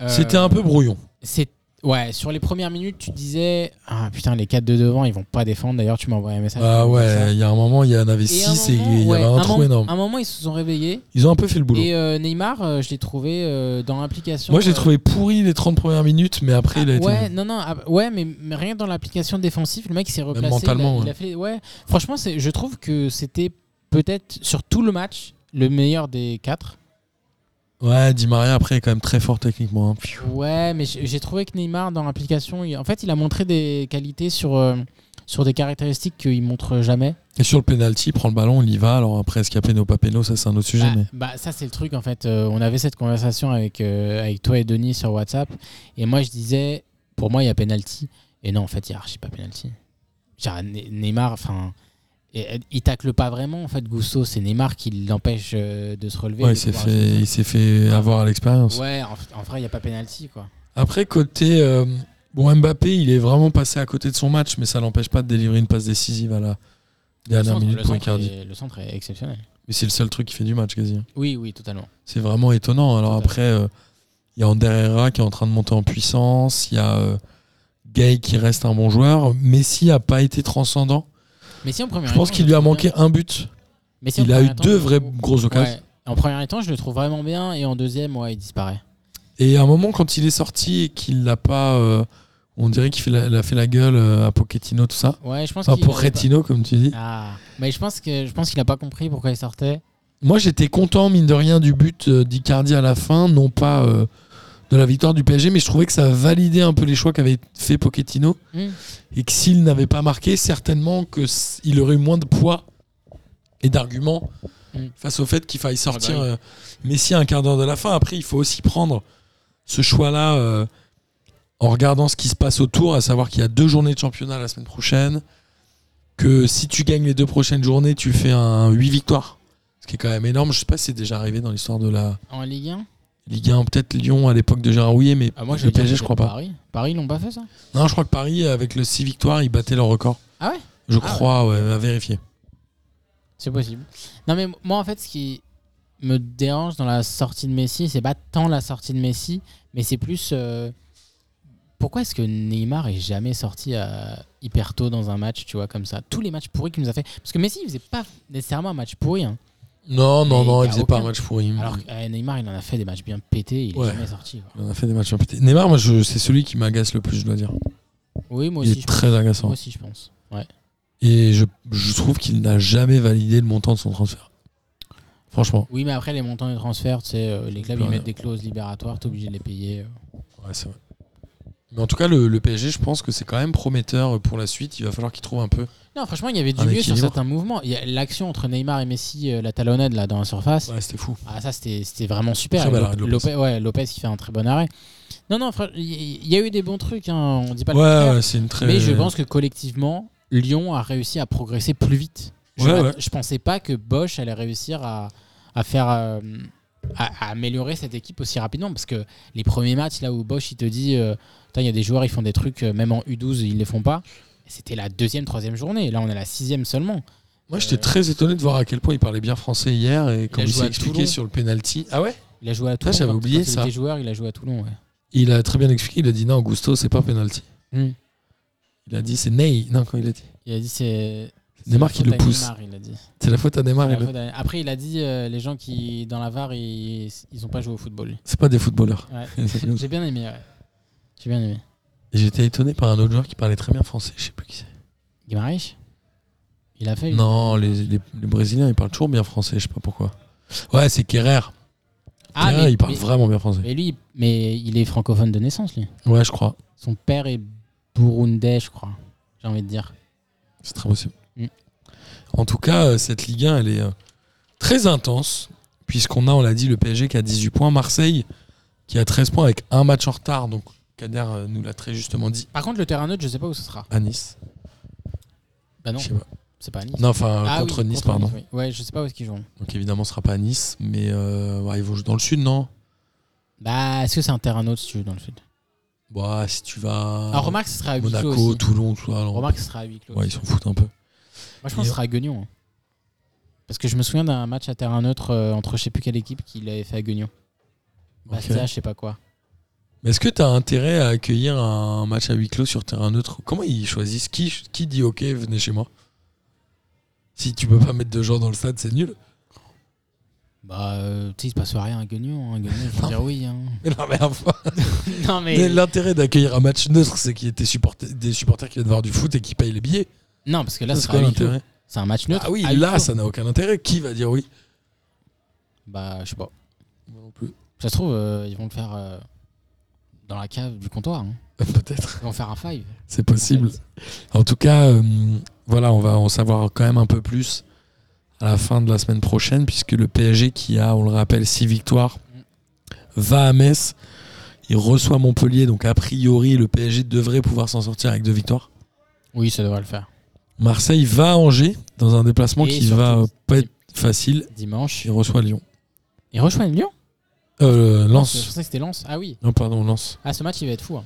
Speaker 3: euh,
Speaker 2: C'était un peu brouillon.
Speaker 3: c'est ouais sur les premières minutes tu disais ah putain les 4 de devant ils vont pas défendre d'ailleurs tu m'as envoyé un message
Speaker 2: Ah ouais, il y a un moment, il y en avait
Speaker 3: Et à un
Speaker 2: 6 et
Speaker 3: moment,
Speaker 2: il y
Speaker 3: ouais,
Speaker 2: avait un trou
Speaker 3: moment-
Speaker 2: énorme.
Speaker 3: un moment ils se sont réveillés
Speaker 2: Ils ont un peu fait le boulot.
Speaker 3: et euh, Neymar euh, je l'ai trouvé euh, dans l'application
Speaker 2: Moi, je l'ai
Speaker 3: euh,
Speaker 2: trouvé pourri les 30 premières minutes, mais après, il a été.
Speaker 3: ouais non non ah, ouais mais, mais rien que dans l'application défensive le mec s'est replacé
Speaker 2: mentalement,
Speaker 3: il a- il
Speaker 2: ouais.
Speaker 3: a fait- ouais franchement c'est je trouve que c'était peut-être sur tout le match le meilleur des 4
Speaker 2: Ouais, Di Maria, après, est quand même très fort techniquement. hein. Pfiou.
Speaker 3: ouais mais j'ai j'ai trouvé que Neymar dans l'application il- en fait il a montré des qualités sur euh, sur des caractéristiques qu'il montre jamais
Speaker 2: Et sur le penalty, il prend le ballon, il y va. Alors après, est-ce qu'il y a péno, pas péno, ça c'est un autre sujet.
Speaker 3: Bah,
Speaker 2: mais...
Speaker 3: bah, ça c'est le truc en fait. Euh, on avait cette conversation avec, euh, avec toi et Denis sur WhatsApp et moi je disais pour moi il y a penalty et non en fait il y a archi pas penalty. Genre, Ne- Neymar enfin et- et- il tacle pas vraiment en fait Gusto c'est Neymar qui l'empêche euh, de se relever.
Speaker 2: Ouais,
Speaker 3: et
Speaker 2: il
Speaker 3: de
Speaker 2: s'est
Speaker 3: pouvoir
Speaker 2: fait, il
Speaker 3: shooter.
Speaker 2: s'est fait avoir à l'expérience.
Speaker 3: hein, Ouais en, en vrai il y a pas penalty quoi.
Speaker 2: Après, côté. euh, bon, Mbappé, il est vraiment passé à côté de son match, mais ça l'empêche pas de délivrer une passe décisive à la
Speaker 3: le,
Speaker 2: dernière
Speaker 3: centre,
Speaker 2: minute
Speaker 3: le
Speaker 2: pour
Speaker 3: centre
Speaker 2: Icardi.
Speaker 3: est, le centre est exceptionnel.
Speaker 2: Mais c'est le seul truc qui fait du match quasi.
Speaker 3: Oui oui totalement.
Speaker 2: C'est vraiment étonnant. Alors
Speaker 3: Tout à
Speaker 2: après, euh, il y a Ander Herrera qui est en train de monter en puissance. Il y a euh, Gay qui reste un bon joueur. Messi a pas été transcendant.
Speaker 3: Mais si en première
Speaker 2: Je pense
Speaker 3: mi-temps,
Speaker 2: qu'il
Speaker 3: je
Speaker 2: lui
Speaker 3: le
Speaker 2: a
Speaker 3: trouve
Speaker 2: manqué un but.
Speaker 3: bien. Messi, en
Speaker 2: Il a eu
Speaker 3: première mi-temps,
Speaker 2: deux
Speaker 3: je le
Speaker 2: vraies
Speaker 3: trouve-
Speaker 2: grosses occasions.
Speaker 3: Ouais. En première temps je le trouve vraiment bien et en deuxième ouais il disparaît.
Speaker 2: Et à un moment, quand il est sorti et qu'il l'a pas. euh, on dirait qu'il fait la- il a fait la gueule euh, à Pochettino, tout ça.
Speaker 3: Ouais je pense
Speaker 2: Enfin,
Speaker 3: qu'il
Speaker 2: pour
Speaker 3: avait pas-
Speaker 2: Retino, comme tu dis.
Speaker 3: Ah, mais je pense que je pense qu'il a pas compris pourquoi il sortait.
Speaker 2: Moi, j'étais content, mine de rien, du but euh, d'Icardi à la fin. Non pas euh, de la victoire du PSG, mais je trouvais que ça validait un peu les choix qu'avait fait Pochettino
Speaker 3: Mm.
Speaker 2: et que s'il n'avait pas marqué, certainement que s- il aurait eu moins de poids et d'arguments
Speaker 3: Mm.
Speaker 2: face au fait qu'il faille sortir
Speaker 3: bah oui.
Speaker 2: euh, Messi à un quart d'heure de la fin. Après, il faut aussi prendre ce choix-là euh, en regardant ce qui se passe autour, à savoir qu'il y a deux journées de championnat la semaine prochaine, que si tu gagnes les deux prochaines journées, tu fais un 8 victoires, ce qui est quand même énorme. Je sais pas si c'est déjà arrivé dans l'histoire de la
Speaker 3: En Ligue 1
Speaker 2: Ligue 1, peut-être Lyon à l'époque de Gérard Rouillet, mais
Speaker 3: ah, Moi,
Speaker 2: le
Speaker 3: j'allais dire
Speaker 2: PSG, je
Speaker 3: peut-être
Speaker 2: crois pas.
Speaker 3: Paris, Paris ils l'ont pas fait ça
Speaker 2: Non, je crois que Paris, avec le 6 victoires, ils battaient leur record.
Speaker 3: Ah ouais
Speaker 2: Je
Speaker 3: Ah
Speaker 2: crois, ouais, à vérifier.
Speaker 3: C'est possible. Non, mais moi, en fait, ce qui me dérange dans la sortie de Messi, c'est pas tant la sortie de Messi, mais c'est plus. euh, pourquoi est-ce que Neymar est jamais sorti euh, hyper tôt dans un match, tu vois, comme ça Tous les matchs pourris qu'il nous a fait. Parce que Messi, il faisait pas nécessairement un match pourri. hein.
Speaker 2: Non, non,
Speaker 3: Mais
Speaker 2: non,
Speaker 3: il y
Speaker 2: ils
Speaker 3: a
Speaker 2: faisaient pas un
Speaker 3: aucun.
Speaker 2: match pourri.
Speaker 3: Alors que euh, Neymar, il en a fait des matchs bien pétés, il
Speaker 2: Mhm. Ouais.
Speaker 3: est jamais sorti. quoi.
Speaker 2: On a fait des matchs amputés. Neymar, moi, je- c'est celui qui m'agace le plus, je dois dire.
Speaker 3: Oui, moi
Speaker 2: il
Speaker 3: aussi.
Speaker 2: est
Speaker 3: je
Speaker 2: très
Speaker 3: pense.
Speaker 2: agaçant.
Speaker 3: Moi aussi, je pense. Ouais.
Speaker 2: Et je, je trouve qu'il n'a jamais validé le montant de son transfert. Franchement.
Speaker 3: Oui, mais après, les montants de transfert, tu sais, euh, les clubs,
Speaker 2: plus
Speaker 3: ils
Speaker 2: rien.
Speaker 3: mettent des clauses libératoires, t'es obligé de les payer. euh.
Speaker 2: Ouais, c'est vrai. Mais en tout cas, le, le PSG, je pense que c'est quand même prometteur pour la suite. Il va falloir qu'il trouve un peu.
Speaker 3: Non, franchement, il y avait du
Speaker 2: Un
Speaker 3: mieux sur
Speaker 2: équilibre.
Speaker 3: certains mouvements. Il y a L'action entre Neymar et Messi, euh, la talonnade là dans la surface,
Speaker 2: Ouais, c'était fou.
Speaker 3: ah, ça c'était c'était vraiment super.
Speaker 2: Très bel
Speaker 3: Lo-
Speaker 2: arrêt de Lopez.
Speaker 3: ouais, Lopez qui fait un très bon arrêt. Non, non, franch- il y il y a eu des bons trucs, hein, on dit pas
Speaker 2: Ouais,
Speaker 3: le contraire.
Speaker 2: ouais, c'est une très.
Speaker 3: mais je pense que collectivement, Lyon a réussi à progresser plus vite. Je,
Speaker 2: Ouais,
Speaker 3: m'att-
Speaker 2: ouais.
Speaker 3: je pensais pas que Bosch allait réussir à, à faire. euh, à, à améliorer cette équipe aussi rapidement parce que les premiers matchs là où Bosch il te dit euh, Putain, il y a des joueurs ils font des trucs euh, même en U12 ils les font pas c'était la deuxième troisième journée là on est à la sixième seulement Euh,
Speaker 2: Moi, j'étais très étonné de voir à quel point il parlait bien français hier et comme
Speaker 3: a
Speaker 2: il
Speaker 3: joué
Speaker 2: s'est
Speaker 3: à
Speaker 2: expliqué
Speaker 3: Toulon.
Speaker 2: sur le penalty. Ah ouais
Speaker 3: Il a joué à Toulon. hein.
Speaker 2: Ça, j'avais
Speaker 3: quand-
Speaker 2: oublié
Speaker 3: quand il
Speaker 2: ça.
Speaker 3: était joueur, il a joué à Toulon, ouais.
Speaker 2: Il a très bien expliqué, il a dit non, Gusto, c'est pas penalty.
Speaker 3: Mm.
Speaker 2: Il a dit c'est Ney. Non, quand il a dit.
Speaker 3: Il a dit c'est. c'est
Speaker 2: Neymar
Speaker 3: la
Speaker 2: qui
Speaker 3: faute
Speaker 2: le
Speaker 3: à
Speaker 2: pousse. Ah,
Speaker 3: Neymar, il a dit.
Speaker 2: C'est la faute à Neymar.
Speaker 3: C'est
Speaker 2: et
Speaker 3: la
Speaker 2: le-
Speaker 3: faute à- Après, il a dit euh, les gens qui, dans la VAR, ils n'ont pas joué au football.
Speaker 2: C'est pas des footballeurs.
Speaker 3: Ouais.
Speaker 2: C'est comme ça.
Speaker 3: J'ai bien aimé, ouais. J'ai bien aimé.
Speaker 2: Et J'étais étonné par un autre joueur qui parlait très bien français, je sais plus qui c'est.
Speaker 3: Guimarães Il a fait. lui.
Speaker 2: Non, les, les- les Brésiliens, ils parlent toujours bien français, je sais pas pourquoi. Ouais, c'est Kerrer.
Speaker 3: Ah,
Speaker 2: Kerrer,
Speaker 3: mais,
Speaker 2: il parle
Speaker 3: mais-
Speaker 2: vraiment bien français.
Speaker 3: mais lui, mais il est francophone de naissance, lui.
Speaker 2: Ouais, je crois.
Speaker 3: Son père est burundais, je crois. J'ai envie de dire.
Speaker 2: C'est très possible.
Speaker 3: Mm.
Speaker 2: En tout cas, euh, cette Ligue 1, elle est euh, très intense, puisqu'on a, on l'a dit, le PSG qui a 18 points, Marseille qui a 13 points avec un match en retard, donc Kader euh, nous l'a très justement dit,
Speaker 3: Par contre, le terrain neutre, je sais pas où ce sera.
Speaker 2: à Nice.
Speaker 3: Bah non,
Speaker 2: Je sais pas.
Speaker 3: c'est pas à Nice.
Speaker 2: Non, enfin,
Speaker 3: Ah oui,
Speaker 2: contre Nice, pardon.
Speaker 3: oui. Ouais, je sais pas où est-ce qu'ils jouent.
Speaker 2: Donc évidemment, ce sera pas à Nice, mais euh, ouais, ils vont jouer dans le sud, non
Speaker 3: Bah, est-ce que c'est un terrain neutre si tu veux dans le sud
Speaker 2: Bah, si tu vas
Speaker 3: Alors, remarque, ce sera à huis clos
Speaker 2: Monaco,
Speaker 3: Ah, aussi.
Speaker 2: Toulon, tout ça. alors-
Speaker 3: Remarque, ce sera à huis clos.
Speaker 2: Ouais, ils s'en foutent un peu.
Speaker 3: Moi, je pense que ce sera à Guignon. hein. Parce que je me souviens d'un match à terrain neutre euh, entre je sais plus quelle équipe qu'il avait fait à Guignon. Bastia,
Speaker 2: Ok.
Speaker 3: je sais pas quoi.
Speaker 2: Mais est-ce que tu as intérêt à accueillir un match à huis clos sur terrain neutre Comment ils choisissent qui, qui dit OK, venez chez moi Si tu peux pas mettre de gens dans le stade, c'est nul.
Speaker 3: Bah, euh, tu sais, il se passe rien à Guignon. hein. À Guignon, ils vont
Speaker 2: Non.
Speaker 3: dire oui. hein.
Speaker 2: Mais non, mais enfin,
Speaker 3: non,
Speaker 2: mais
Speaker 3: mais.
Speaker 2: l'intérêt d'accueillir un match neutre, c'est qu'il y ait tes supporters- des supporters qui viennent voir du foot et qui payent les billets.
Speaker 3: Non, parce que là,
Speaker 2: Ça,
Speaker 3: ce
Speaker 2: c'est
Speaker 3: sera
Speaker 2: quoi
Speaker 3: à huis clos.
Speaker 2: l'intérêt
Speaker 3: C'est un match neutre.
Speaker 2: Ah oui,
Speaker 3: à huis
Speaker 2: là,
Speaker 3: clos.
Speaker 2: ça n'a aucun intérêt. Qui va dire oui
Speaker 3: Bah, je sais pas. Ça se trouve, euh, ils vont le faire euh, dans la cave du comptoir. hein.
Speaker 2: Peut-être,
Speaker 3: Ils vont faire un five.
Speaker 2: c'est possible. En tout cas, euh, voilà, on va en savoir quand même un peu plus à la fin de la semaine prochaine, puisque le PSG qui a, on le rappelle, 6 victoires, va à Metz, il reçoit Montpellier, donc a priori le PSG devrait pouvoir s'en sortir avec deux victoires.
Speaker 3: Oui, ça devrait le faire.
Speaker 2: Marseille va à Angers dans un déplacement
Speaker 3: Et
Speaker 2: qui
Speaker 3: surtout-
Speaker 2: va euh, pas être facile,
Speaker 3: Dimanche.
Speaker 2: il reçoit Lyon.
Speaker 3: Ils rejoignent Lyon
Speaker 2: Euh,
Speaker 3: Je
Speaker 2: Lens.
Speaker 3: pensais que c'était Lens. Ah oui.
Speaker 2: Non, pardon, Lens.
Speaker 3: Ah, ce match, il va être fou. hein.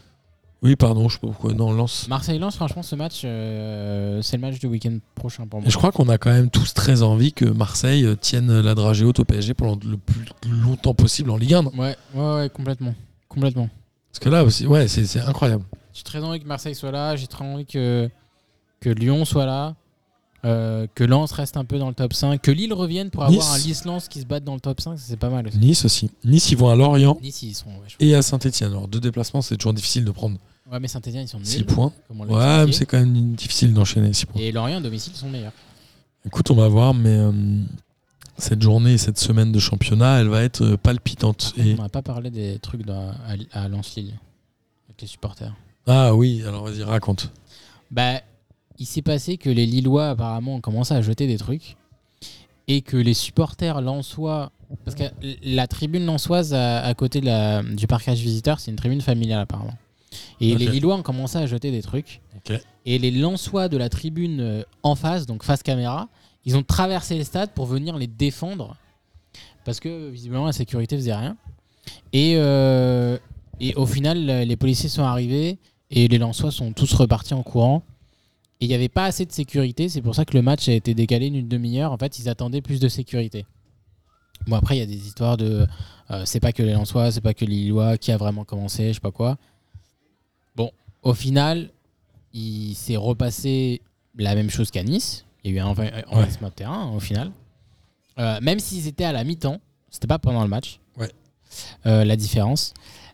Speaker 2: Oui, pardon, je sais pas pourquoi. Non, Lens.
Speaker 3: Marseille-Lens, franchement, ce match, euh, c'est le match du week-end prochain pour moi.
Speaker 2: Et je crois qu'on a quand même tous très envie que Marseille euh, tienne la dragée haute au PSG pendant le plus longtemps possible en Ligue 1. non
Speaker 3: Ouais, ouais, ouais, complètement. Complètement.
Speaker 2: Parce que là, aussi, ouais, c'est c'est incroyable.
Speaker 3: J'ai très envie que Marseille soit là, j'ai très envie que, que Lyon soit là, euh, que Lens reste un peu dans le top 5, que Lille revienne pour avoir un
Speaker 2: Nice.
Speaker 3: Nice-Lens qui se batte dans le top 5, ça, c'est pas mal aussi.
Speaker 2: Nice aussi. Nice, ils vont à Lorient
Speaker 3: Nice, ils sont. Ouais, je-
Speaker 2: et à Saint-Etienne. Alors, deux déplacements, c'est toujours difficile de prendre
Speaker 3: Ouais, mais Saint-Etienne, ils sont
Speaker 2: 6
Speaker 3: nuls.
Speaker 2: points.
Speaker 3: Comme on l'a
Speaker 2: Ouais, mais
Speaker 3: expliqué.
Speaker 2: c'est quand même difficile d'enchaîner 6 points.
Speaker 3: Et Lorient, à domicile, ils sont meilleurs.
Speaker 2: Écoute, on va voir, mais euh, cette journée, cette semaine de championnat, elle va être euh, palpitante. Et...
Speaker 3: On n'a pas parlé des trucs dans- à, à Lens-Lille avec les supporters.
Speaker 2: Ah oui, alors vas-y, raconte.
Speaker 3: Bah, il s'est passé que les Lillois, apparemment, ont commencé à jeter des trucs. Et que les supporters lensois. Parce que la tribune lensoise à, à côté de la- du parcage visiteur, c'est une tribune familiale, apparemment. Et
Speaker 2: Ok.
Speaker 3: les Lillois ont commencé à jeter des trucs.
Speaker 2: Ok.
Speaker 3: Et les lensois de la tribune euh, en face, donc face caméra, ils ont traversé le stade pour venir les défendre. Parce que, visiblement, la sécurité faisait rien. Et, euh, et au final, les policiers sont arrivés. Et les Lensois sont tous repartis en courant. Et il n'y avait pas assez de sécurité, c'est pour ça que le match a été décalé d'une demi-heure. En fait, ils attendaient plus de sécurité. Bon, après, il y a des histoires de euh, c'est pas que les Lensois, c'est pas que les Lillois, qui a vraiment commencé, je sais pas quoi. Bon, au final, il s'est repassé la même chose qu'à Nice. Il y a eu un env- euh, envahissement de terrain, hein, au final. Euh, même s'ils étaient à la mi-temps, c'était pas pendant le match.
Speaker 2: Ouais.
Speaker 3: Euh, la différence.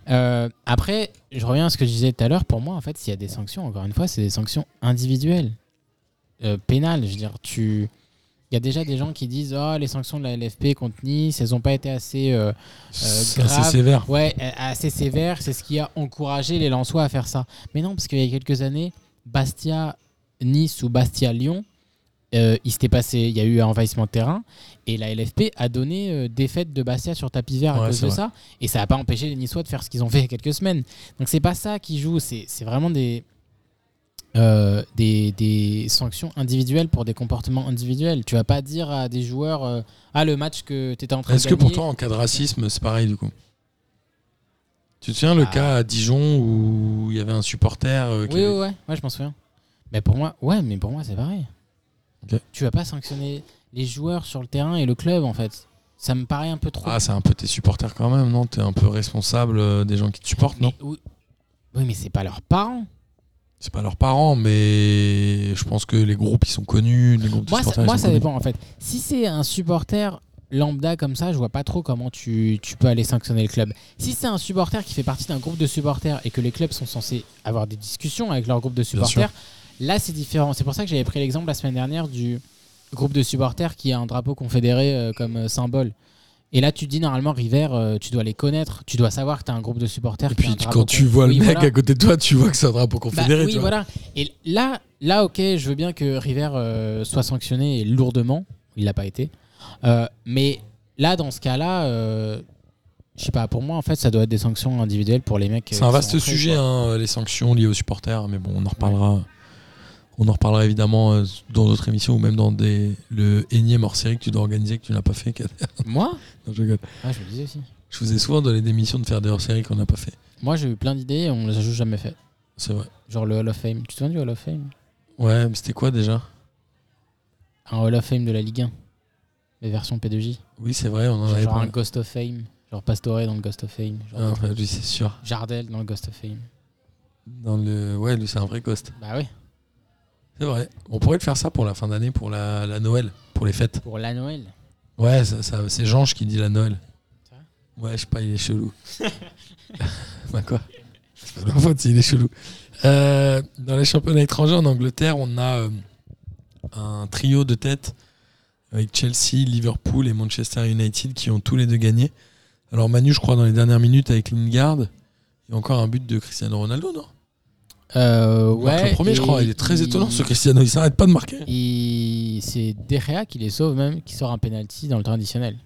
Speaker 3: Euh, après, je reviens à ce que je disais tout à l'heure. Pour moi, en fait, s'il y a des sanctions, encore une fois, c'est des sanctions individuelles, Euh, pénales. Je veux dire, tu. Il y a déjà des gens qui disent Ah, les sanctions de la LFP contre Nice, elles n'ont pas été assez, euh,
Speaker 2: C'est
Speaker 3: grave.
Speaker 2: assez sévère.
Speaker 3: ouais, euh, assez sévères. C'est ce qui a encouragé les Lensois à faire ça. Mais non, parce qu'il y a quelques années, Bastia-Nice ou Bastia-Lyon, euh, il s'était passé, il y a eu un envahissement de terrain et la LFP a donné euh, défaite de Bastia sur tapis vert
Speaker 2: Ouais,
Speaker 3: à cause
Speaker 2: c'est
Speaker 3: de
Speaker 2: vrai.
Speaker 3: ça et ça n'a pas empêché les Niçois de faire ce qu'ils ont fait il y a quelques semaines. Donc c'est pas ça qui joue, c'est c'est vraiment des, euh, des des sanctions individuelles pour des comportements individuels. Tu vas pas dire à des joueurs euh, ah le match que tu étais en train de
Speaker 2: Est-ce que pour
Speaker 3: gagner,
Speaker 2: toi, en cas de racisme, c'est pareil du coup Tu te souviens le
Speaker 3: Ah.
Speaker 2: cas à Dijon où il y avait un supporter euh, qui
Speaker 3: Oui,
Speaker 2: avait-
Speaker 3: oui, ouais, ouais, je m'en souviens. Mais pour moi, ouais, mais pour moi, c'est pareil.
Speaker 2: Ok.
Speaker 3: Tu vas pas sanctionner les joueurs sur le terrain et le club, en fait. Ça me paraît un peu trop.
Speaker 2: Ah, c'est un peu tes supporters quand même, non T'es un peu responsable euh, des gens qui te supportent, non
Speaker 3: Mais oui, oui, mais c'est pas leurs parents.
Speaker 2: C'est pas leurs parents, mais je pense que les groupes ils sont connus, les groupes de
Speaker 3: Moi, ça,
Speaker 2: supporters,
Speaker 3: moi,
Speaker 2: ils sont
Speaker 3: ça
Speaker 2: connus.
Speaker 3: dépend, en fait. Si c'est un supporter lambda comme ça, je vois pas trop comment tu, tu peux aller sanctionner le club. Si c'est un supporter qui fait partie d'un groupe de supporters et que les clubs sont censés avoir des discussions avec leur groupe de supporters, là, c'est différent. C'est pour ça que j'avais pris l'exemple la semaine dernière du groupe de supporters qui a un drapeau confédéré euh, comme euh, symbole. Et là, tu te dis normalement, River, euh, tu dois les connaître, tu dois savoir que tu as un groupe de supporters.
Speaker 2: Et
Speaker 3: qui a
Speaker 2: puis
Speaker 3: un drapeau
Speaker 2: quand tu
Speaker 3: con-
Speaker 2: vois
Speaker 3: Oui,
Speaker 2: le mec
Speaker 3: voilà.
Speaker 2: à côté de toi, tu vois que c'est un drapeau
Speaker 3: Bah,
Speaker 2: confédéré.
Speaker 3: oui,
Speaker 2: tu vois.
Speaker 3: voilà. Et là, là, ok, je veux bien que River euh, soit sanctionné et lourdement. Il l'a pas été. Euh, mais là, dans ce cas-là, euh, je sais pas. Pour moi, en fait, ça doit être des sanctions individuelles pour les mecs. euh,
Speaker 2: C'est un
Speaker 3: qui
Speaker 2: vaste
Speaker 3: sont rentrés,
Speaker 2: sujet,
Speaker 3: quoi.
Speaker 2: hein, les sanctions liées aux supporters, mais bon, on en reparlera. On en reparlera évidemment euh, dans d'autres émissions ou même dans des, le énième hors-série que tu dois organiser que tu n'as pas fait. Kader.
Speaker 3: Moi,
Speaker 2: Non, je rigole.
Speaker 3: ah, je me disais aussi.
Speaker 2: Je vous ai souvent donné des missions de faire des hors-séries qu'on n'a pas fait.
Speaker 3: Moi, j'ai eu plein d'idées, et on les a juste jamais fait.
Speaker 2: C'est vrai.
Speaker 3: Genre le Hall of Fame. Tu te souviens du Hall of Fame
Speaker 2: Ouais, mais c'était quoi déjà
Speaker 3: Un Hall of Fame de la Ligue 1, mais version P2J.
Speaker 2: Oui, c'est vrai, on en avait
Speaker 3: genre un
Speaker 2: parlé.
Speaker 3: Ghost of Fame, genre Pastore dans le Ghost of Fame, genre
Speaker 2: Ah, ouais, lui, c'est sûr.
Speaker 3: Jardel dans le Ghost of Fame.
Speaker 2: Dans le... Ouais, lui, c'est un vrai ghost.
Speaker 3: Bah oui.
Speaker 2: C'est vrai. On pourrait le faire ça pour la fin d'année, pour la, la Noël, pour les fêtes.
Speaker 3: Pour la Noël.
Speaker 2: Ouais, ça, ça- c'est Jange qui dit la Noël.
Speaker 3: C'est
Speaker 2: Ouais, je sais pas, il est chelou. bah quoi C'est pas de ma faute s'il est chelou. Euh, dans les championnats étrangers en Angleterre, on a euh, un trio de tête avec Chelsea, Liverpool et Manchester United qui ont tous les deux gagné. Alors Manu, je crois, dans les dernières minutes avec Lingard, il y a encore un but de Cristiano Ronaldo, non
Speaker 3: Euh,
Speaker 2: Il marque
Speaker 3: ouais.
Speaker 2: le premier, je
Speaker 3: et
Speaker 2: crois. Il est très
Speaker 3: il-
Speaker 2: étonnant ce Cristiano, il s'arrête pas de marquer.
Speaker 3: il- C'est Derrea qui les sauve même, qui sort un penalty dans le temps additionnel.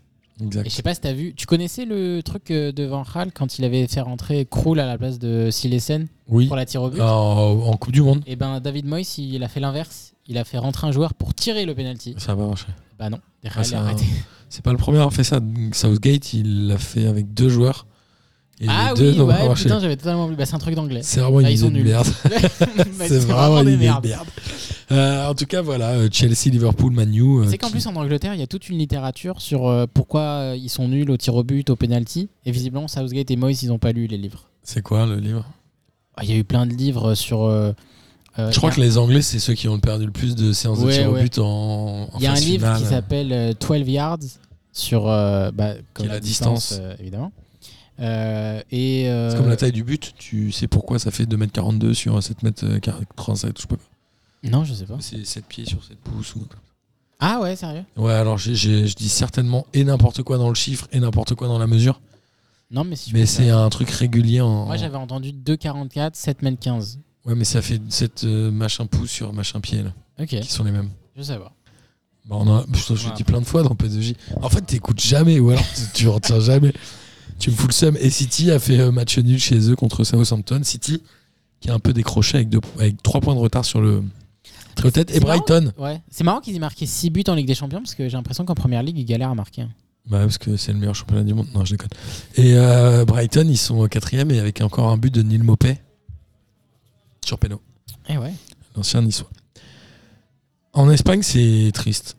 Speaker 3: Et je
Speaker 2: Exact.
Speaker 3: sais pas si t'as vu, tu connaissais le truc euh, de Van Gaal quand il avait fait rentrer Krul à la place de Silesen
Speaker 2: Oui.
Speaker 3: pour la tirer au but
Speaker 2: En, en Coupe du Monde.
Speaker 3: Et ben David Moyes, il a fait l'inverse. Il a fait rentrer un joueur pour tirer le penalty.
Speaker 2: Ça va marcher.
Speaker 3: Bah non, Derrea
Speaker 2: Ah,
Speaker 3: l'a
Speaker 2: ça-
Speaker 3: arrêté.
Speaker 2: C'est pas le premier à avoir fait ça. Southgate, il l'a fait avec deux joueurs. Et
Speaker 3: Ah
Speaker 2: les deux
Speaker 3: oui,
Speaker 2: n'ont pas
Speaker 3: ouais,
Speaker 2: marché.
Speaker 3: putain, j'avais totalement oublié. Bah c'est un truc d'anglais.
Speaker 2: C'est vraiment une
Speaker 3: Ah, ils
Speaker 2: idée
Speaker 3: sont
Speaker 2: de
Speaker 3: nuls.
Speaker 2: merde. C'est vraiment une
Speaker 3: des
Speaker 2: idée de
Speaker 3: merdes.
Speaker 2: merde. Euh, en tout cas, voilà, euh, Chelsea, Liverpool, euh, Manu.
Speaker 3: C'est qu'en plus en Angleterre, il y a toute une littérature sur euh, pourquoi euh, ils sont nuls au tir au but, au penalty. Et visiblement, Southgate et Moyes, ils n'ont pas lu les livres.
Speaker 2: C'est quoi le livre
Speaker 3: Ah, Il y a eu plein de livres sur. euh, euh,
Speaker 2: Je crois
Speaker 3: il
Speaker 2: que les Anglais, c'est ceux qui ont perdu le plus de séances de
Speaker 3: Ouais,
Speaker 2: tir au
Speaker 3: ouais.
Speaker 2: but en, en
Speaker 3: y a- Il y a un
Speaker 2: phase
Speaker 3: livre
Speaker 2: finale.
Speaker 3: qui s'appelle euh, 12 Yards sur euh, bah, comme
Speaker 2: est
Speaker 3: la,
Speaker 2: la
Speaker 3: distance,
Speaker 2: distance.
Speaker 3: euh, évidemment. Euh, et euh,
Speaker 2: C'est comme la taille du but. Tu sais pourquoi ça fait 2m42 sur 7m37 euh, je sais pas.
Speaker 3: Non, je sais pas.
Speaker 2: C'est 7 pieds sur 7 pouces. Ou...
Speaker 3: Ah ouais, sérieux
Speaker 2: Ouais, alors j'ai- j'ai- je dis certainement et n'importe quoi dans le chiffre et n'importe quoi dans la mesure,
Speaker 3: Non, mais si je
Speaker 2: mais
Speaker 3: fais
Speaker 2: c'est
Speaker 3: ça-
Speaker 2: un truc régulier. En...
Speaker 3: Moi, j'avais entendu 2,44, 7,15.
Speaker 2: Ouais, mais ça fait 7 machin pouce sur machin pied, là,
Speaker 3: Ok,
Speaker 2: qui sont les mêmes.
Speaker 3: je veux savoir.
Speaker 2: Bah, on a- je je l'ai
Speaker 3: Ouais.
Speaker 2: dit plein de fois dans P2J. En fait, t'écoutes jamais, ou alors tu- tu retiens jamais. Tu me fous le seum. Et City a fait euh, match nul chez eux contre Southampton. City qui a un peu décroché avec, deux, avec 3 points de retard sur le trio de tête. Et
Speaker 3: C'est marrant.
Speaker 2: Brighton,
Speaker 3: Ouais. C'est marrant qu'ils aient marqué 6 buts en Ligue des Champions parce que j'ai l'impression qu'en première ligue, ils galèrent à marquer. hein.
Speaker 2: bah, parce que c'est le meilleur championnat du monde. Non, je déconne. Et euh, Brighton, ils sont au quatrième et avec encore un but de Neil Mopé sur péno,
Speaker 3: Eh ouais.
Speaker 2: l'ancien niçois. En Espagne, c'est triste.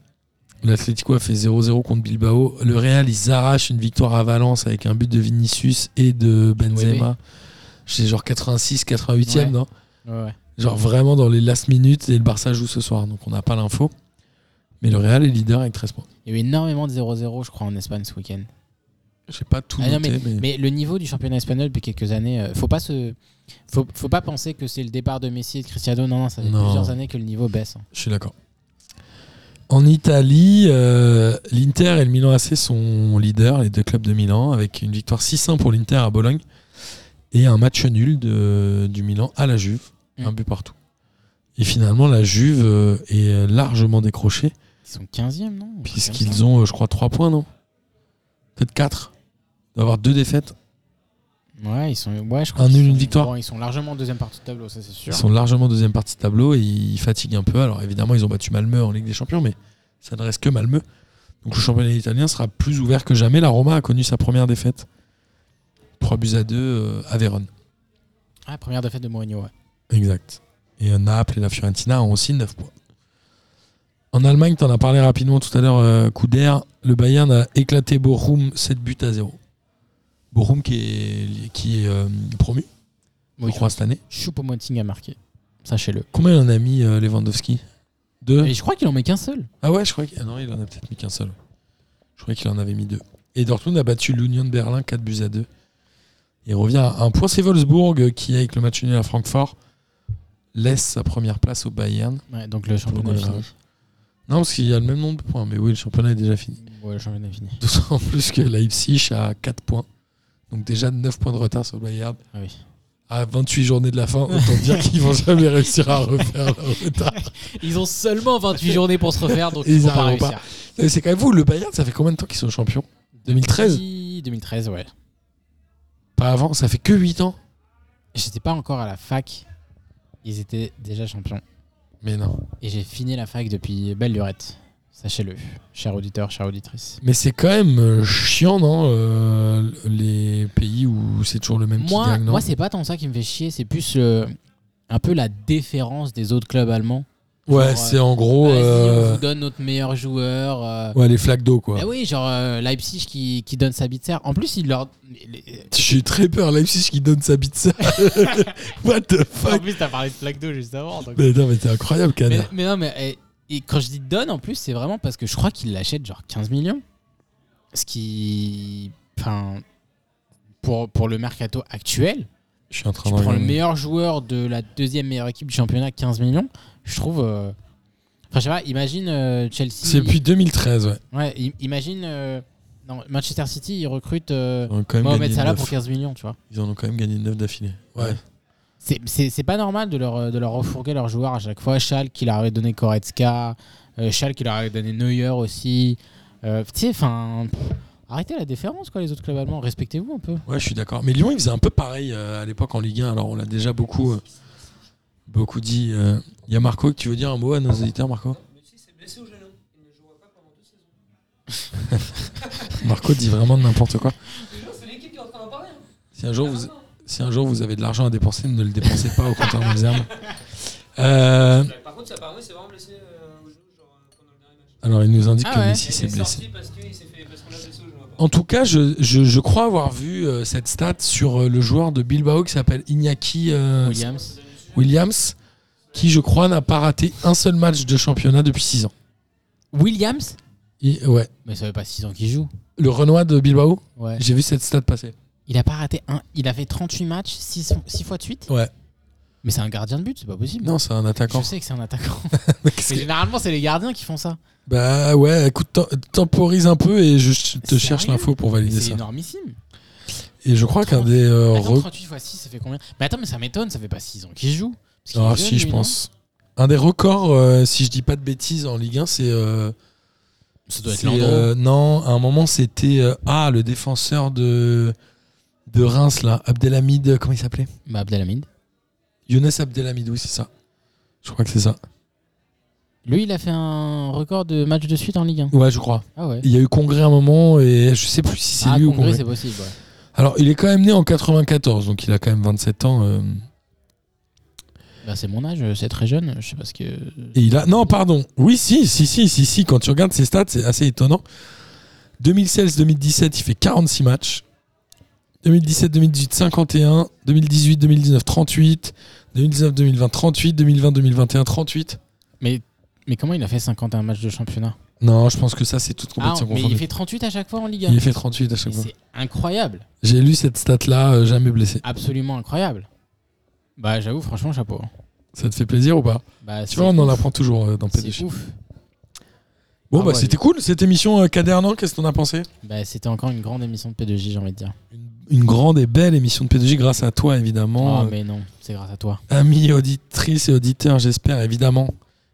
Speaker 2: L'Atlético a fait 0-0 contre Bilbao. Le Real, ils arrachent une victoire à Valence avec un but de Vinicius et de Benzema. C'est genre 86, 88e,
Speaker 3: Ouais.
Speaker 2: non
Speaker 3: Ouais, ouais.
Speaker 2: Genre vraiment dans les last minutes. Et le Barça joue ce soir, donc on n'a pas l'info. Mais le Real est leader avec 13 points.
Speaker 3: Il y a eu énormément de 0-0, je crois, en Espagne ce week-end.
Speaker 2: J'ai pas tout
Speaker 3: Ah non,
Speaker 2: noté, mais,
Speaker 3: Mais le niveau du championnat espagnol depuis quelques années, euh, faut pas se. Faut, faut pas penser que c'est le départ de Messi et de Cristiano. Non, non, ça fait
Speaker 2: Non.
Speaker 3: plusieurs années que le niveau baisse. hein.
Speaker 2: je suis d'accord. En Italie, euh, l'Inter et le Milan AC sont leaders, les deux clubs de Milan, avec une victoire 6-1 pour l'Inter à Bologne et un match nul de- du Milan à la Juve.
Speaker 3: Mm.
Speaker 2: un but partout. Et finalement, la Juve euh, est euh, largement décrochée,
Speaker 3: Ils sont 15e, non Un truc comme
Speaker 2: puisqu'ils
Speaker 3: ça.
Speaker 2: ont, euh, je crois, 3 points, non Peut-être 4 D'avoir deux défaites.
Speaker 3: Ouais, ils sont. Ouais, je crois.
Speaker 2: Un
Speaker 3: qu'ils
Speaker 2: nul,
Speaker 3: sont-
Speaker 2: une victoire.
Speaker 3: Bon, ils sont largement deuxième partie de tableau, ça c'est sûr.
Speaker 2: Ils sont largement deuxième partie de tableau et ils fatiguent un peu. Alors évidemment, ils ont battu Malmö en Ligue des Champions, mais ça ne reste que Malmö. Donc le championnat italien sera plus ouvert que jamais. La Roma a connu sa première défaite. 3 buts à 2 à Vérone.
Speaker 3: Ah, première défaite de Mourinho, ouais.
Speaker 2: Exact. Et euh, Naples et la Fiorentina ont aussi 9 points. En Allemagne, tu en as parlé rapidement tout à l'heure, euh, coup d'air. Le Bayern a éclaté Bochum 7 buts à 0. Bochum qui est, qui est euh, promu, je
Speaker 3: Mourinho.
Speaker 2: crois, cette année.
Speaker 3: Choupo-Moting a marqué. Sachez-le.
Speaker 2: Combien il en a mis euh, Lewandowski Deux
Speaker 3: Et je crois qu'il en met qu'un seul.
Speaker 2: Ah ouais, je crois qu'il ah non, il en a peut-être mis qu'un seul. Je crois qu'il en avait mis deux. Et Dortmund a battu l'Union de Berlin 4 buts à 2. Et revient à un point. C'est Wolfsburg euh, qui, avec le match nul à Francfort, laisse sa première place au Bayern.
Speaker 3: Ouais, donc le championnat
Speaker 2: Pour
Speaker 3: est
Speaker 2: le
Speaker 3: fini.
Speaker 2: Non, parce qu'il y a le même nombre de points, mais oui, le championnat est déjà fini.
Speaker 3: Ouais, le championnat est fini.
Speaker 2: D'autant plus que Leipzig a 4 points. Donc déjà 9 points de retard sur le Bayern.
Speaker 3: Ah oui.
Speaker 2: À 28 journées de la fin, autant dire qu'ils vont jamais réussir à refaire le retard.
Speaker 3: Ils ont seulement 28 journées pour se refaire, donc
Speaker 2: Ils
Speaker 3: ils vont pas
Speaker 2: arriveront pas.
Speaker 3: réussir.
Speaker 2: Et C'est quand même vous, le Bayern, ça fait combien de temps qu'ils sont champions 2013
Speaker 3: Depuis 2013, ouais.
Speaker 2: Pas avant, ça fait que 8 ans.
Speaker 3: J'étais pas encore à la fac. Ils étaient déjà champions.
Speaker 2: Mais non.
Speaker 3: Et j'ai fini la fac depuis belle lurette. Sachez-le, cher auditeur, chère auditrice.
Speaker 2: Mais c'est quand même euh, chiant, non euh, Les pays où c'est toujours le même qui
Speaker 3: Moi,
Speaker 2: gagne, non
Speaker 3: moi c'est pas tant ça qui me fait chier, c'est plus euh, un peu la déférence des autres clubs allemands.
Speaker 2: Ouais,
Speaker 3: genre,
Speaker 2: c'est en gros.
Speaker 3: Vas-y, on
Speaker 2: euh, Oh,
Speaker 3: vous donne notre meilleur joueur. euh.
Speaker 2: Ouais, les flaques d'eau, quoi.
Speaker 3: Eh oui, genre euh, Leipzig qui, qui donne sa bite serre. En plus, il leur. les-
Speaker 2: J'ai très peur, Leipzig qui donne sa bite ça. What the
Speaker 3: En
Speaker 2: fuck
Speaker 3: plus, t'as parlé de plaque d'eau juste avant. donc-
Speaker 2: Mais non, mais t'es incroyable,
Speaker 3: Mais,
Speaker 2: canard.
Speaker 3: mais non, mais eh, et quand je dis donne, en plus, c'est vraiment parce que je crois qu'il l'achète genre 15 millions. Ce qui. Enfin. Pour, pour le mercato actuel,
Speaker 2: Je suis en train
Speaker 3: tu
Speaker 2: de
Speaker 3: prends le
Speaker 2: regarder.
Speaker 3: meilleur joueur de la deuxième meilleure équipe du championnat, 15 millions. Je trouve. euh, Enfin, je sais pas, imagine euh, Chelsea.
Speaker 2: C'est depuis 2013, ouais.
Speaker 3: Ouais, im- imagine. euh, non, Manchester City, ils recrutent euh,
Speaker 2: Ils, ont quand même
Speaker 3: Mohamed
Speaker 2: gagné
Speaker 3: Salah
Speaker 2: neuf.
Speaker 3: pour 15 millions, tu vois.
Speaker 2: Ils en ont quand même gagné 9 d'affilée. Ouais.
Speaker 3: C'est- C'est c'est pas normal de leur, euh, de leur refourguer leurs joueurs à chaque fois. Schalke qui leur avait donné Koretska, euh, Schalke qui leur avait donné Neuer aussi. Euh, tu sais, enfin, pff, arrêtez la différence, quoi, les autres clubs allemands. Respectez-vous un peu.
Speaker 2: Ouais, je suis d'accord. Mais Lyon, ils faisaient un peu pareil euh, à l'époque en Ligue 1. Alors, on l'a déjà beaucoup, euh, beaucoup dit. euh. Il y a Marco, que tu veux dire un mot à nos éditeurs, Marco Marco dit vraiment n'importe quoi.
Speaker 1: C'est l'équipe qui est en train d'en parler. hein.
Speaker 2: Si un jour vous, si un jour vous avez de l'argent à dépenser, ne le dépensez pas au compteur Malzerbe. Euh,
Speaker 1: Par contre, ça apparemment, il s'est vraiment blessé euh, au genou genre, euh, pendant le dernier match.
Speaker 2: alors, il nous indique
Speaker 3: Ah
Speaker 2: que
Speaker 3: ouais.
Speaker 2: Messi s'est
Speaker 1: Il est
Speaker 2: blessé.
Speaker 1: sorti parce qu'il s'est fait- parce qu'on l'a blessé au genou. apparemment.
Speaker 2: En tout cas, je, je- je crois avoir vu euh, cette stat sur euh, le joueur de Bilbao qui s'appelle Iñaki euh,
Speaker 3: Williams.
Speaker 2: Williams, qui, je crois, n'a pas raté un seul match de championnat depuis 6 ans.
Speaker 3: Williams
Speaker 2: Il- ouais.
Speaker 3: Mais ça fait pas 6 ans qu'il joue.
Speaker 2: Le Renoir de Bilbao,
Speaker 3: Ouais.
Speaker 2: j'ai vu cette stat passer.
Speaker 3: Il a pas raté un. Il a fait 38 matchs, 6, fois de suite.
Speaker 2: Ouais.
Speaker 3: Mais c'est un gardien de but, c'est pas possible.
Speaker 2: Non, c'est un
Speaker 3: Je
Speaker 2: attaquant.
Speaker 3: sais que c'est un attaquant.
Speaker 2: Qu'est-ce
Speaker 3: Mais
Speaker 2: que-
Speaker 3: généralement, c'est les gardiens qui font ça.
Speaker 2: Bah ouais, écoute, tem- temporise un peu et je te
Speaker 3: Sérieux
Speaker 2: cherche l'info pour
Speaker 3: Mais
Speaker 2: valider
Speaker 3: C'est
Speaker 2: ça.
Speaker 3: énormissime.
Speaker 2: Et je crois qu'un des. euh,
Speaker 3: Attends,
Speaker 2: re-
Speaker 3: 38 fois 6, ça fait combien Mais attends, mais ça m'étonne, ça fait pas 6 ans qu'il joue. Parce qu'il
Speaker 2: Ah,
Speaker 3: est jeune,
Speaker 2: si, je
Speaker 3: lui, non
Speaker 2: pense. Un des records, euh, si je dis pas de bêtises, en Ligue 1, c'est. euh,
Speaker 3: Ça doit être
Speaker 2: c'est,
Speaker 3: Landreau.
Speaker 2: euh, non, à un moment, c'était. euh, ah, le défenseur de, de Reims, là. Abdelhamid, comment il s'appelait
Speaker 3: Bah, Abdelhamid.
Speaker 2: Younes Abdelhamid, oui, c'est ça. Je crois que c'est ça.
Speaker 3: Lui, il a fait un record de matchs de suite en Ligue 1.
Speaker 2: Ouais, je crois.
Speaker 3: Ah ouais.
Speaker 2: Il y a eu congrès à un moment et je sais plus si c'est
Speaker 3: ah,
Speaker 2: lui ou
Speaker 3: Congrès,
Speaker 2: congrès.
Speaker 3: c'est possible. ouais.
Speaker 2: Alors, il est quand même né en 94, donc il a quand même 27 ans. euh,
Speaker 3: Bah, c'est mon âge, c'est très jeune. Je sais pas ce que.
Speaker 2: Et il a. Non, pardon. Oui, si, si, si, si, si. Quand tu regardes ses stats, c'est assez étonnant. 2016-2017, il fait 46 matchs. 2017-2018, 51. 2018-2019, 38. 2019-2020, 38. 2020-2021, 38.
Speaker 3: Mais, mais comment il a fait 51 matchs de championnat
Speaker 2: Non, je pense que ça, c'est toute
Speaker 3: Ah,
Speaker 2: compétition
Speaker 3: mais
Speaker 2: confondue.
Speaker 3: il fait 38 à chaque fois en Ligue 1.
Speaker 2: Il est fait 38 à
Speaker 3: Mais
Speaker 2: chaque fois.
Speaker 3: C'est incroyable.
Speaker 2: J'ai lu cette stat-là, euh, jamais blessé.
Speaker 3: Absolument incroyable. Bah, j'avoue, franchement, chapeau.
Speaker 2: Ça te fait plaisir ou pas
Speaker 3: Bah,
Speaker 2: Tu
Speaker 3: c'est
Speaker 2: vois, on en
Speaker 3: ouf.
Speaker 2: apprend toujours euh, dans
Speaker 3: C'est
Speaker 2: PDG.
Speaker 3: ouf.
Speaker 2: Bon,
Speaker 3: Ah
Speaker 2: bah,
Speaker 3: ouais.
Speaker 2: c'était cool cette émission euh, Cadernan. Qu'est-ce que t'en as pensé
Speaker 3: Bah, c'était encore une grande émission de P2J, j'ai envie de dire.
Speaker 2: Une grande et belle émission de PDG grâce à toi, évidemment.
Speaker 3: Oh,
Speaker 2: Euh,
Speaker 3: mais non, c'est grâce à toi.
Speaker 2: Amis auditrices et auditeurs, j'espère évidemment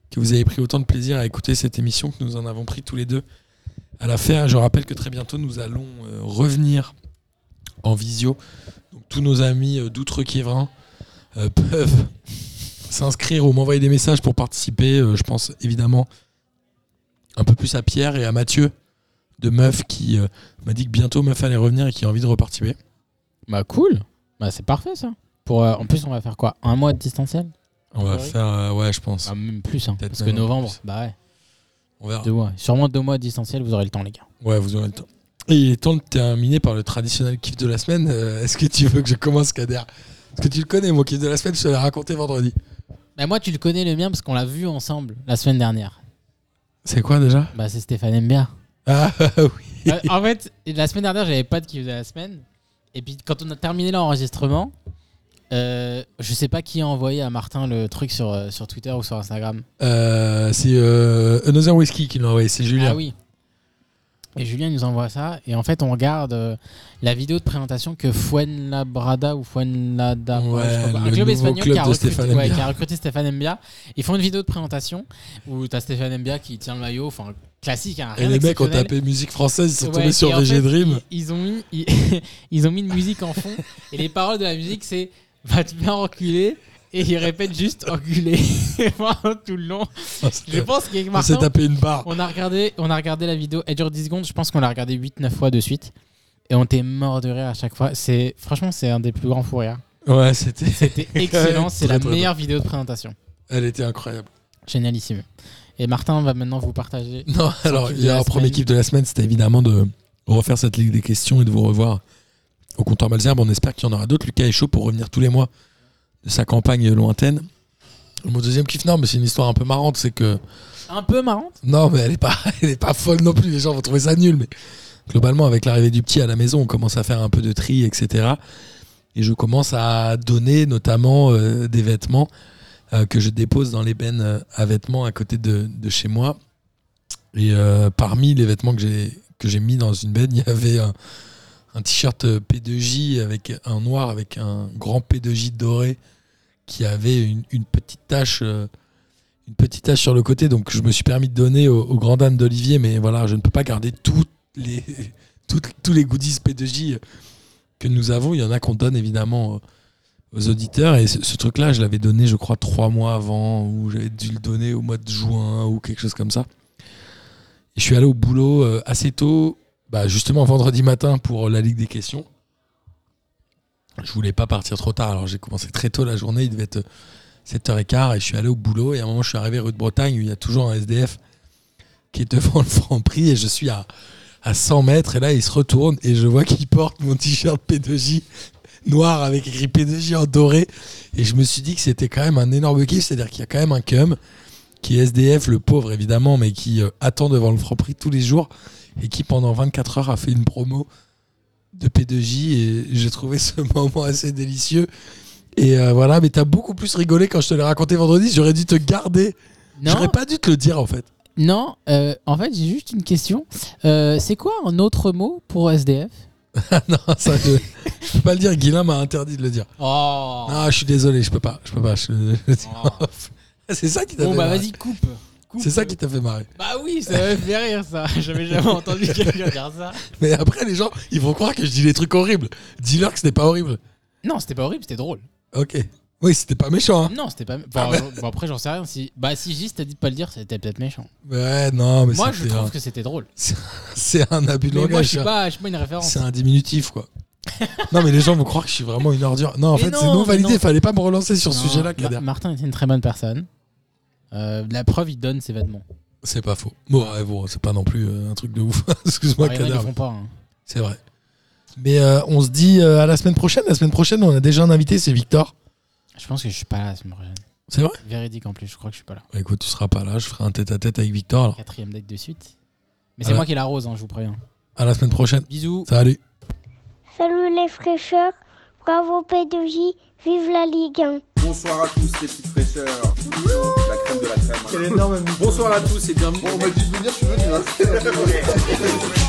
Speaker 2: que vous avez pris autant de plaisir à écouter cette émission que nous en avons pris tous les deux à la faire. Je rappelle que très bientôt, nous allons euh, revenir en visio. Donc, tous nos amis euh, d'Outre-Quiévrin euh, peuvent s'inscrire ou m'envoyer des messages pour participer. Euh, je pense évidemment un peu plus à Pierre et à Mathieu de Meuf qui euh, m'a dit que bientôt Meuf allait revenir et qui a envie de reparticiper.
Speaker 3: Bah, cool. Bah, c'est parfait ça. Pour, euh, en plus, on va faire quoi Un mois de distanciel
Speaker 2: On va
Speaker 3: Ah oui.
Speaker 2: faire, euh, ouais, je pense.
Speaker 3: Bah, Même plus, hein.
Speaker 2: Peut-être
Speaker 3: Parce que
Speaker 2: même un peu
Speaker 3: novembre,
Speaker 2: plus.
Speaker 3: bah ouais,
Speaker 2: On verra.
Speaker 3: deux mois. Sûrement deux mois de distanciel, vous aurez le temps, les gars.
Speaker 2: Ouais, vous aurez le temps. Et il est temps de terminer par le traditionnel kiff de la semaine. Euh, Est-ce que tu veux que je commence, Kader Parce que tu le connais, mon kiff de la semaine, je te l'ai raconté vendredi.
Speaker 3: Bah, moi, tu le connais le mien parce qu'on l'a vu ensemble la semaine dernière.
Speaker 2: C'est quoi déjà
Speaker 3: Bah, c'est Stéphane Mbia.
Speaker 2: Ah oui.
Speaker 3: Euh, en fait, la semaine dernière, j'avais pas de qui faisait la semaine. Et puis, quand on a terminé l'enregistrement, euh, je sais pas qui a envoyé à Martin le truc sur, euh, sur Twitter ou sur Instagram.
Speaker 2: Euh, c'est euh, Another Whiskey qui l'a envoyé, c'est Julien.
Speaker 3: Ah oui. Et Julien nous envoie ça. Et en fait, on regarde euh, la vidéo de présentation que Fuenlabrada ou Fuenlada,
Speaker 2: Ouais,
Speaker 3: je sais pas quoi,
Speaker 2: le nouveau club
Speaker 3: qui a,
Speaker 2: de
Speaker 3: recruté,
Speaker 2: Stéphane
Speaker 3: ouais,
Speaker 2: Mbia.
Speaker 3: qui a recruté Stéphane Mbia. Ils font une vidéo de présentation où t'as Stéphane Mbia qui tient le maillot, enfin classique. hein,
Speaker 2: Et
Speaker 3: rien
Speaker 2: les mecs ont
Speaker 3: d'exceptionnel.
Speaker 2: tapé musique française, ils sont
Speaker 3: Ouais,
Speaker 2: tombés sur
Speaker 3: et en fait,
Speaker 2: VG Dream.
Speaker 3: Ils, ils ont mis, ils, ils ont mis une musique en fond et les paroles de la musique c'est va te faire enculer et ils répètent juste enculer Vraiment, tout le long.
Speaker 2: On
Speaker 3: Je
Speaker 2: s'est-
Speaker 3: pense qu'avec
Speaker 2: On s'est
Speaker 3: Martin,
Speaker 2: tapé une barre.
Speaker 3: on a regardé, on a regardé la vidéo, elle dure 10 secondes, je pense qu'on l'a regardée 8-9 fois de suite. Et on était mort de rire à chaque fois. C'est franchement c'est un des plus grands fous rires.
Speaker 2: Ouais, c'était.
Speaker 3: C'était excellent, c'est
Speaker 2: Très,
Speaker 3: la
Speaker 2: très
Speaker 3: meilleure vidéo de présentation.
Speaker 2: Elle était incroyable.
Speaker 3: Génialissime. Et Martin va maintenant vous partager.
Speaker 2: Non, alors,
Speaker 3: kiff
Speaker 2: il
Speaker 3: de
Speaker 2: y a
Speaker 3: la
Speaker 2: un premier
Speaker 3: semaine.
Speaker 2: kiff de la semaine, c'était évidemment de refaire cette Ligue des questions et de vous revoir au comptoir Malzerbe. On espère qu'il y en aura d'autres. Lucas est chaud pour revenir tous les mois de sa campagne lointaine. Mon deuxième kiff, non, mais c'est une histoire un peu marrante, c'est que.
Speaker 3: Un peu marrante.
Speaker 2: Non, mais elle est, pas, elle est pas folle non plus, les gens vont trouver ça nul, mais globalement, avec l'arrivée du petit à la maison, on commence à faire un peu de tri, etc. Et je commence à donner notamment euh, des vêtements euh, que je dépose dans les bennes euh, à vêtements à côté de, de chez moi. Et euh, parmi les vêtements que j'ai que j'ai mis dans une benne, il y avait un, un t-shirt euh, P2J avec un noir avec un grand P2J doré qui avait une, une petite tache euh, une petite tache sur le côté. Donc je me suis permis de donner au, au grand dame d'Olivier, mais voilà, je ne peux pas garder toutes les, toutes- tous les goodies P2J que nous avons. Il y en a qu'on donne évidemment euh, aux auditeurs. Et ce, ce truc-là, je l'avais donné, je crois, trois mois avant, ou j'avais dû le donner au mois de juin, ou quelque chose comme ça. Et je suis allé au boulot euh, assez tôt, bah, justement vendredi matin pour la Ligue des questions. Je voulais pas partir trop tard, alors j'ai commencé très tôt la journée, il devait être 7h15 et je suis allé au boulot et à un moment je suis arrivé rue de Bretagne où il y a toujours un SDF qui est devant le Franprix et je suis à, à 100 mètres et là il se retourne et je vois qu'il porte mon t-shirt P2J noir avec écrit P2J en doré et je me suis dit que c'était quand même un énorme kiff, c'est-à-dire qu'il y a quand même un cum qui est SDF, le pauvre évidemment, mais qui euh, attend devant le Franprix tous les jours et qui pendant 24 heures a fait une promo de P2J et j'ai trouvé ce moment assez délicieux Et euh, voilà, mais t'as beaucoup plus rigolé quand je te l'ai raconté vendredi. J'aurais dû te garder. J'aurais
Speaker 3: Non,
Speaker 2: pas dû te le dire en fait.
Speaker 3: non euh, en fait, j'ai juste une question. Euh, c'est quoi un autre mot pour SDF
Speaker 2: non, ça, je, je peux pas le dire. Guilain m'a interdit de le dire.
Speaker 3: Oh,
Speaker 2: Ah, je suis désolé, je peux pas. Je peux pas. je- C'est ça qui t'a
Speaker 3: Bon,
Speaker 2: fait
Speaker 3: bah
Speaker 2: marrer.
Speaker 3: vas-y, coupe. Coupe.
Speaker 2: C'est ça qui t'a fait marrer.
Speaker 3: Bah oui, ça me fait rire ça. J'avais jamais entendu quelqu'un dire ça.
Speaker 2: Mais après, les gens, ils vont croire que je dis des trucs horribles. Dis-leur que c'était pas horrible.
Speaker 3: Non, c'était pas horrible, c'était drôle.
Speaker 2: Ok. Oui, c'était pas méchant. Hein.
Speaker 3: Non, c'était pas. Bon,
Speaker 2: Ah
Speaker 3: euh, bon, après, j'en sais rien. Si... Bah, si Gis t'a dit de pas le dire, c'était peut-être méchant.
Speaker 2: Ouais, non, mais
Speaker 3: Moi, je
Speaker 2: c'était
Speaker 3: trouve
Speaker 2: un-
Speaker 3: que c'était drôle.
Speaker 2: c'est un abus de
Speaker 3: Mais moi, je
Speaker 2: langage.
Speaker 3: suis
Speaker 2: ça.
Speaker 3: pas, je suis pas une référence.
Speaker 2: C'est un diminutif, quoi. non, mais les gens vont croire que je suis vraiment une ordure. Non, en
Speaker 3: Mais
Speaker 2: fait,
Speaker 3: non,
Speaker 2: c'est non
Speaker 3: mais
Speaker 2: validé.
Speaker 3: non.
Speaker 2: Fallait pas me relancer sur ce
Speaker 3: Non,
Speaker 2: sujet-là,
Speaker 3: Ma-
Speaker 2: Kader.
Speaker 3: Martin était une très bonne personne. Euh, la preuve, il donne ses vêtements.
Speaker 2: C'est pas faux. Bon, ouais, bon, c'est pas non plus euh, un truc de ouf. Excuse-moi,
Speaker 3: Alors, il y en a, ils
Speaker 2: Kader.
Speaker 3: le font pas. hein.
Speaker 2: C'est vrai. Mais euh, on se dit euh, à la semaine prochaine. La semaine prochaine, on a déjà un invité, c'est Victor.
Speaker 3: Je pense que je suis pas là la semaine prochaine.
Speaker 2: C'est vrai
Speaker 3: Véridique en plus, je crois que je suis pas là.
Speaker 2: Bah, Écoute, tu seras pas là. Je ferai un tête-à-tête avec Victor. alors.
Speaker 3: Quatrième date de suite. Mais
Speaker 2: Ah
Speaker 3: c'est
Speaker 2: ouais.
Speaker 3: moi qui l'arrose, hein, je vous préviens.
Speaker 2: À la semaine prochaine.
Speaker 3: Bisous.
Speaker 2: Salut.
Speaker 4: Salut les fraîcheurs, bravo P2J, vive la Ligue 1.
Speaker 5: Bonsoir à tous les petites fraîcheurs. La hein. crème de la crème. Bonsoir à tous et bienvenue. on m'a dit de venir, je suis venu.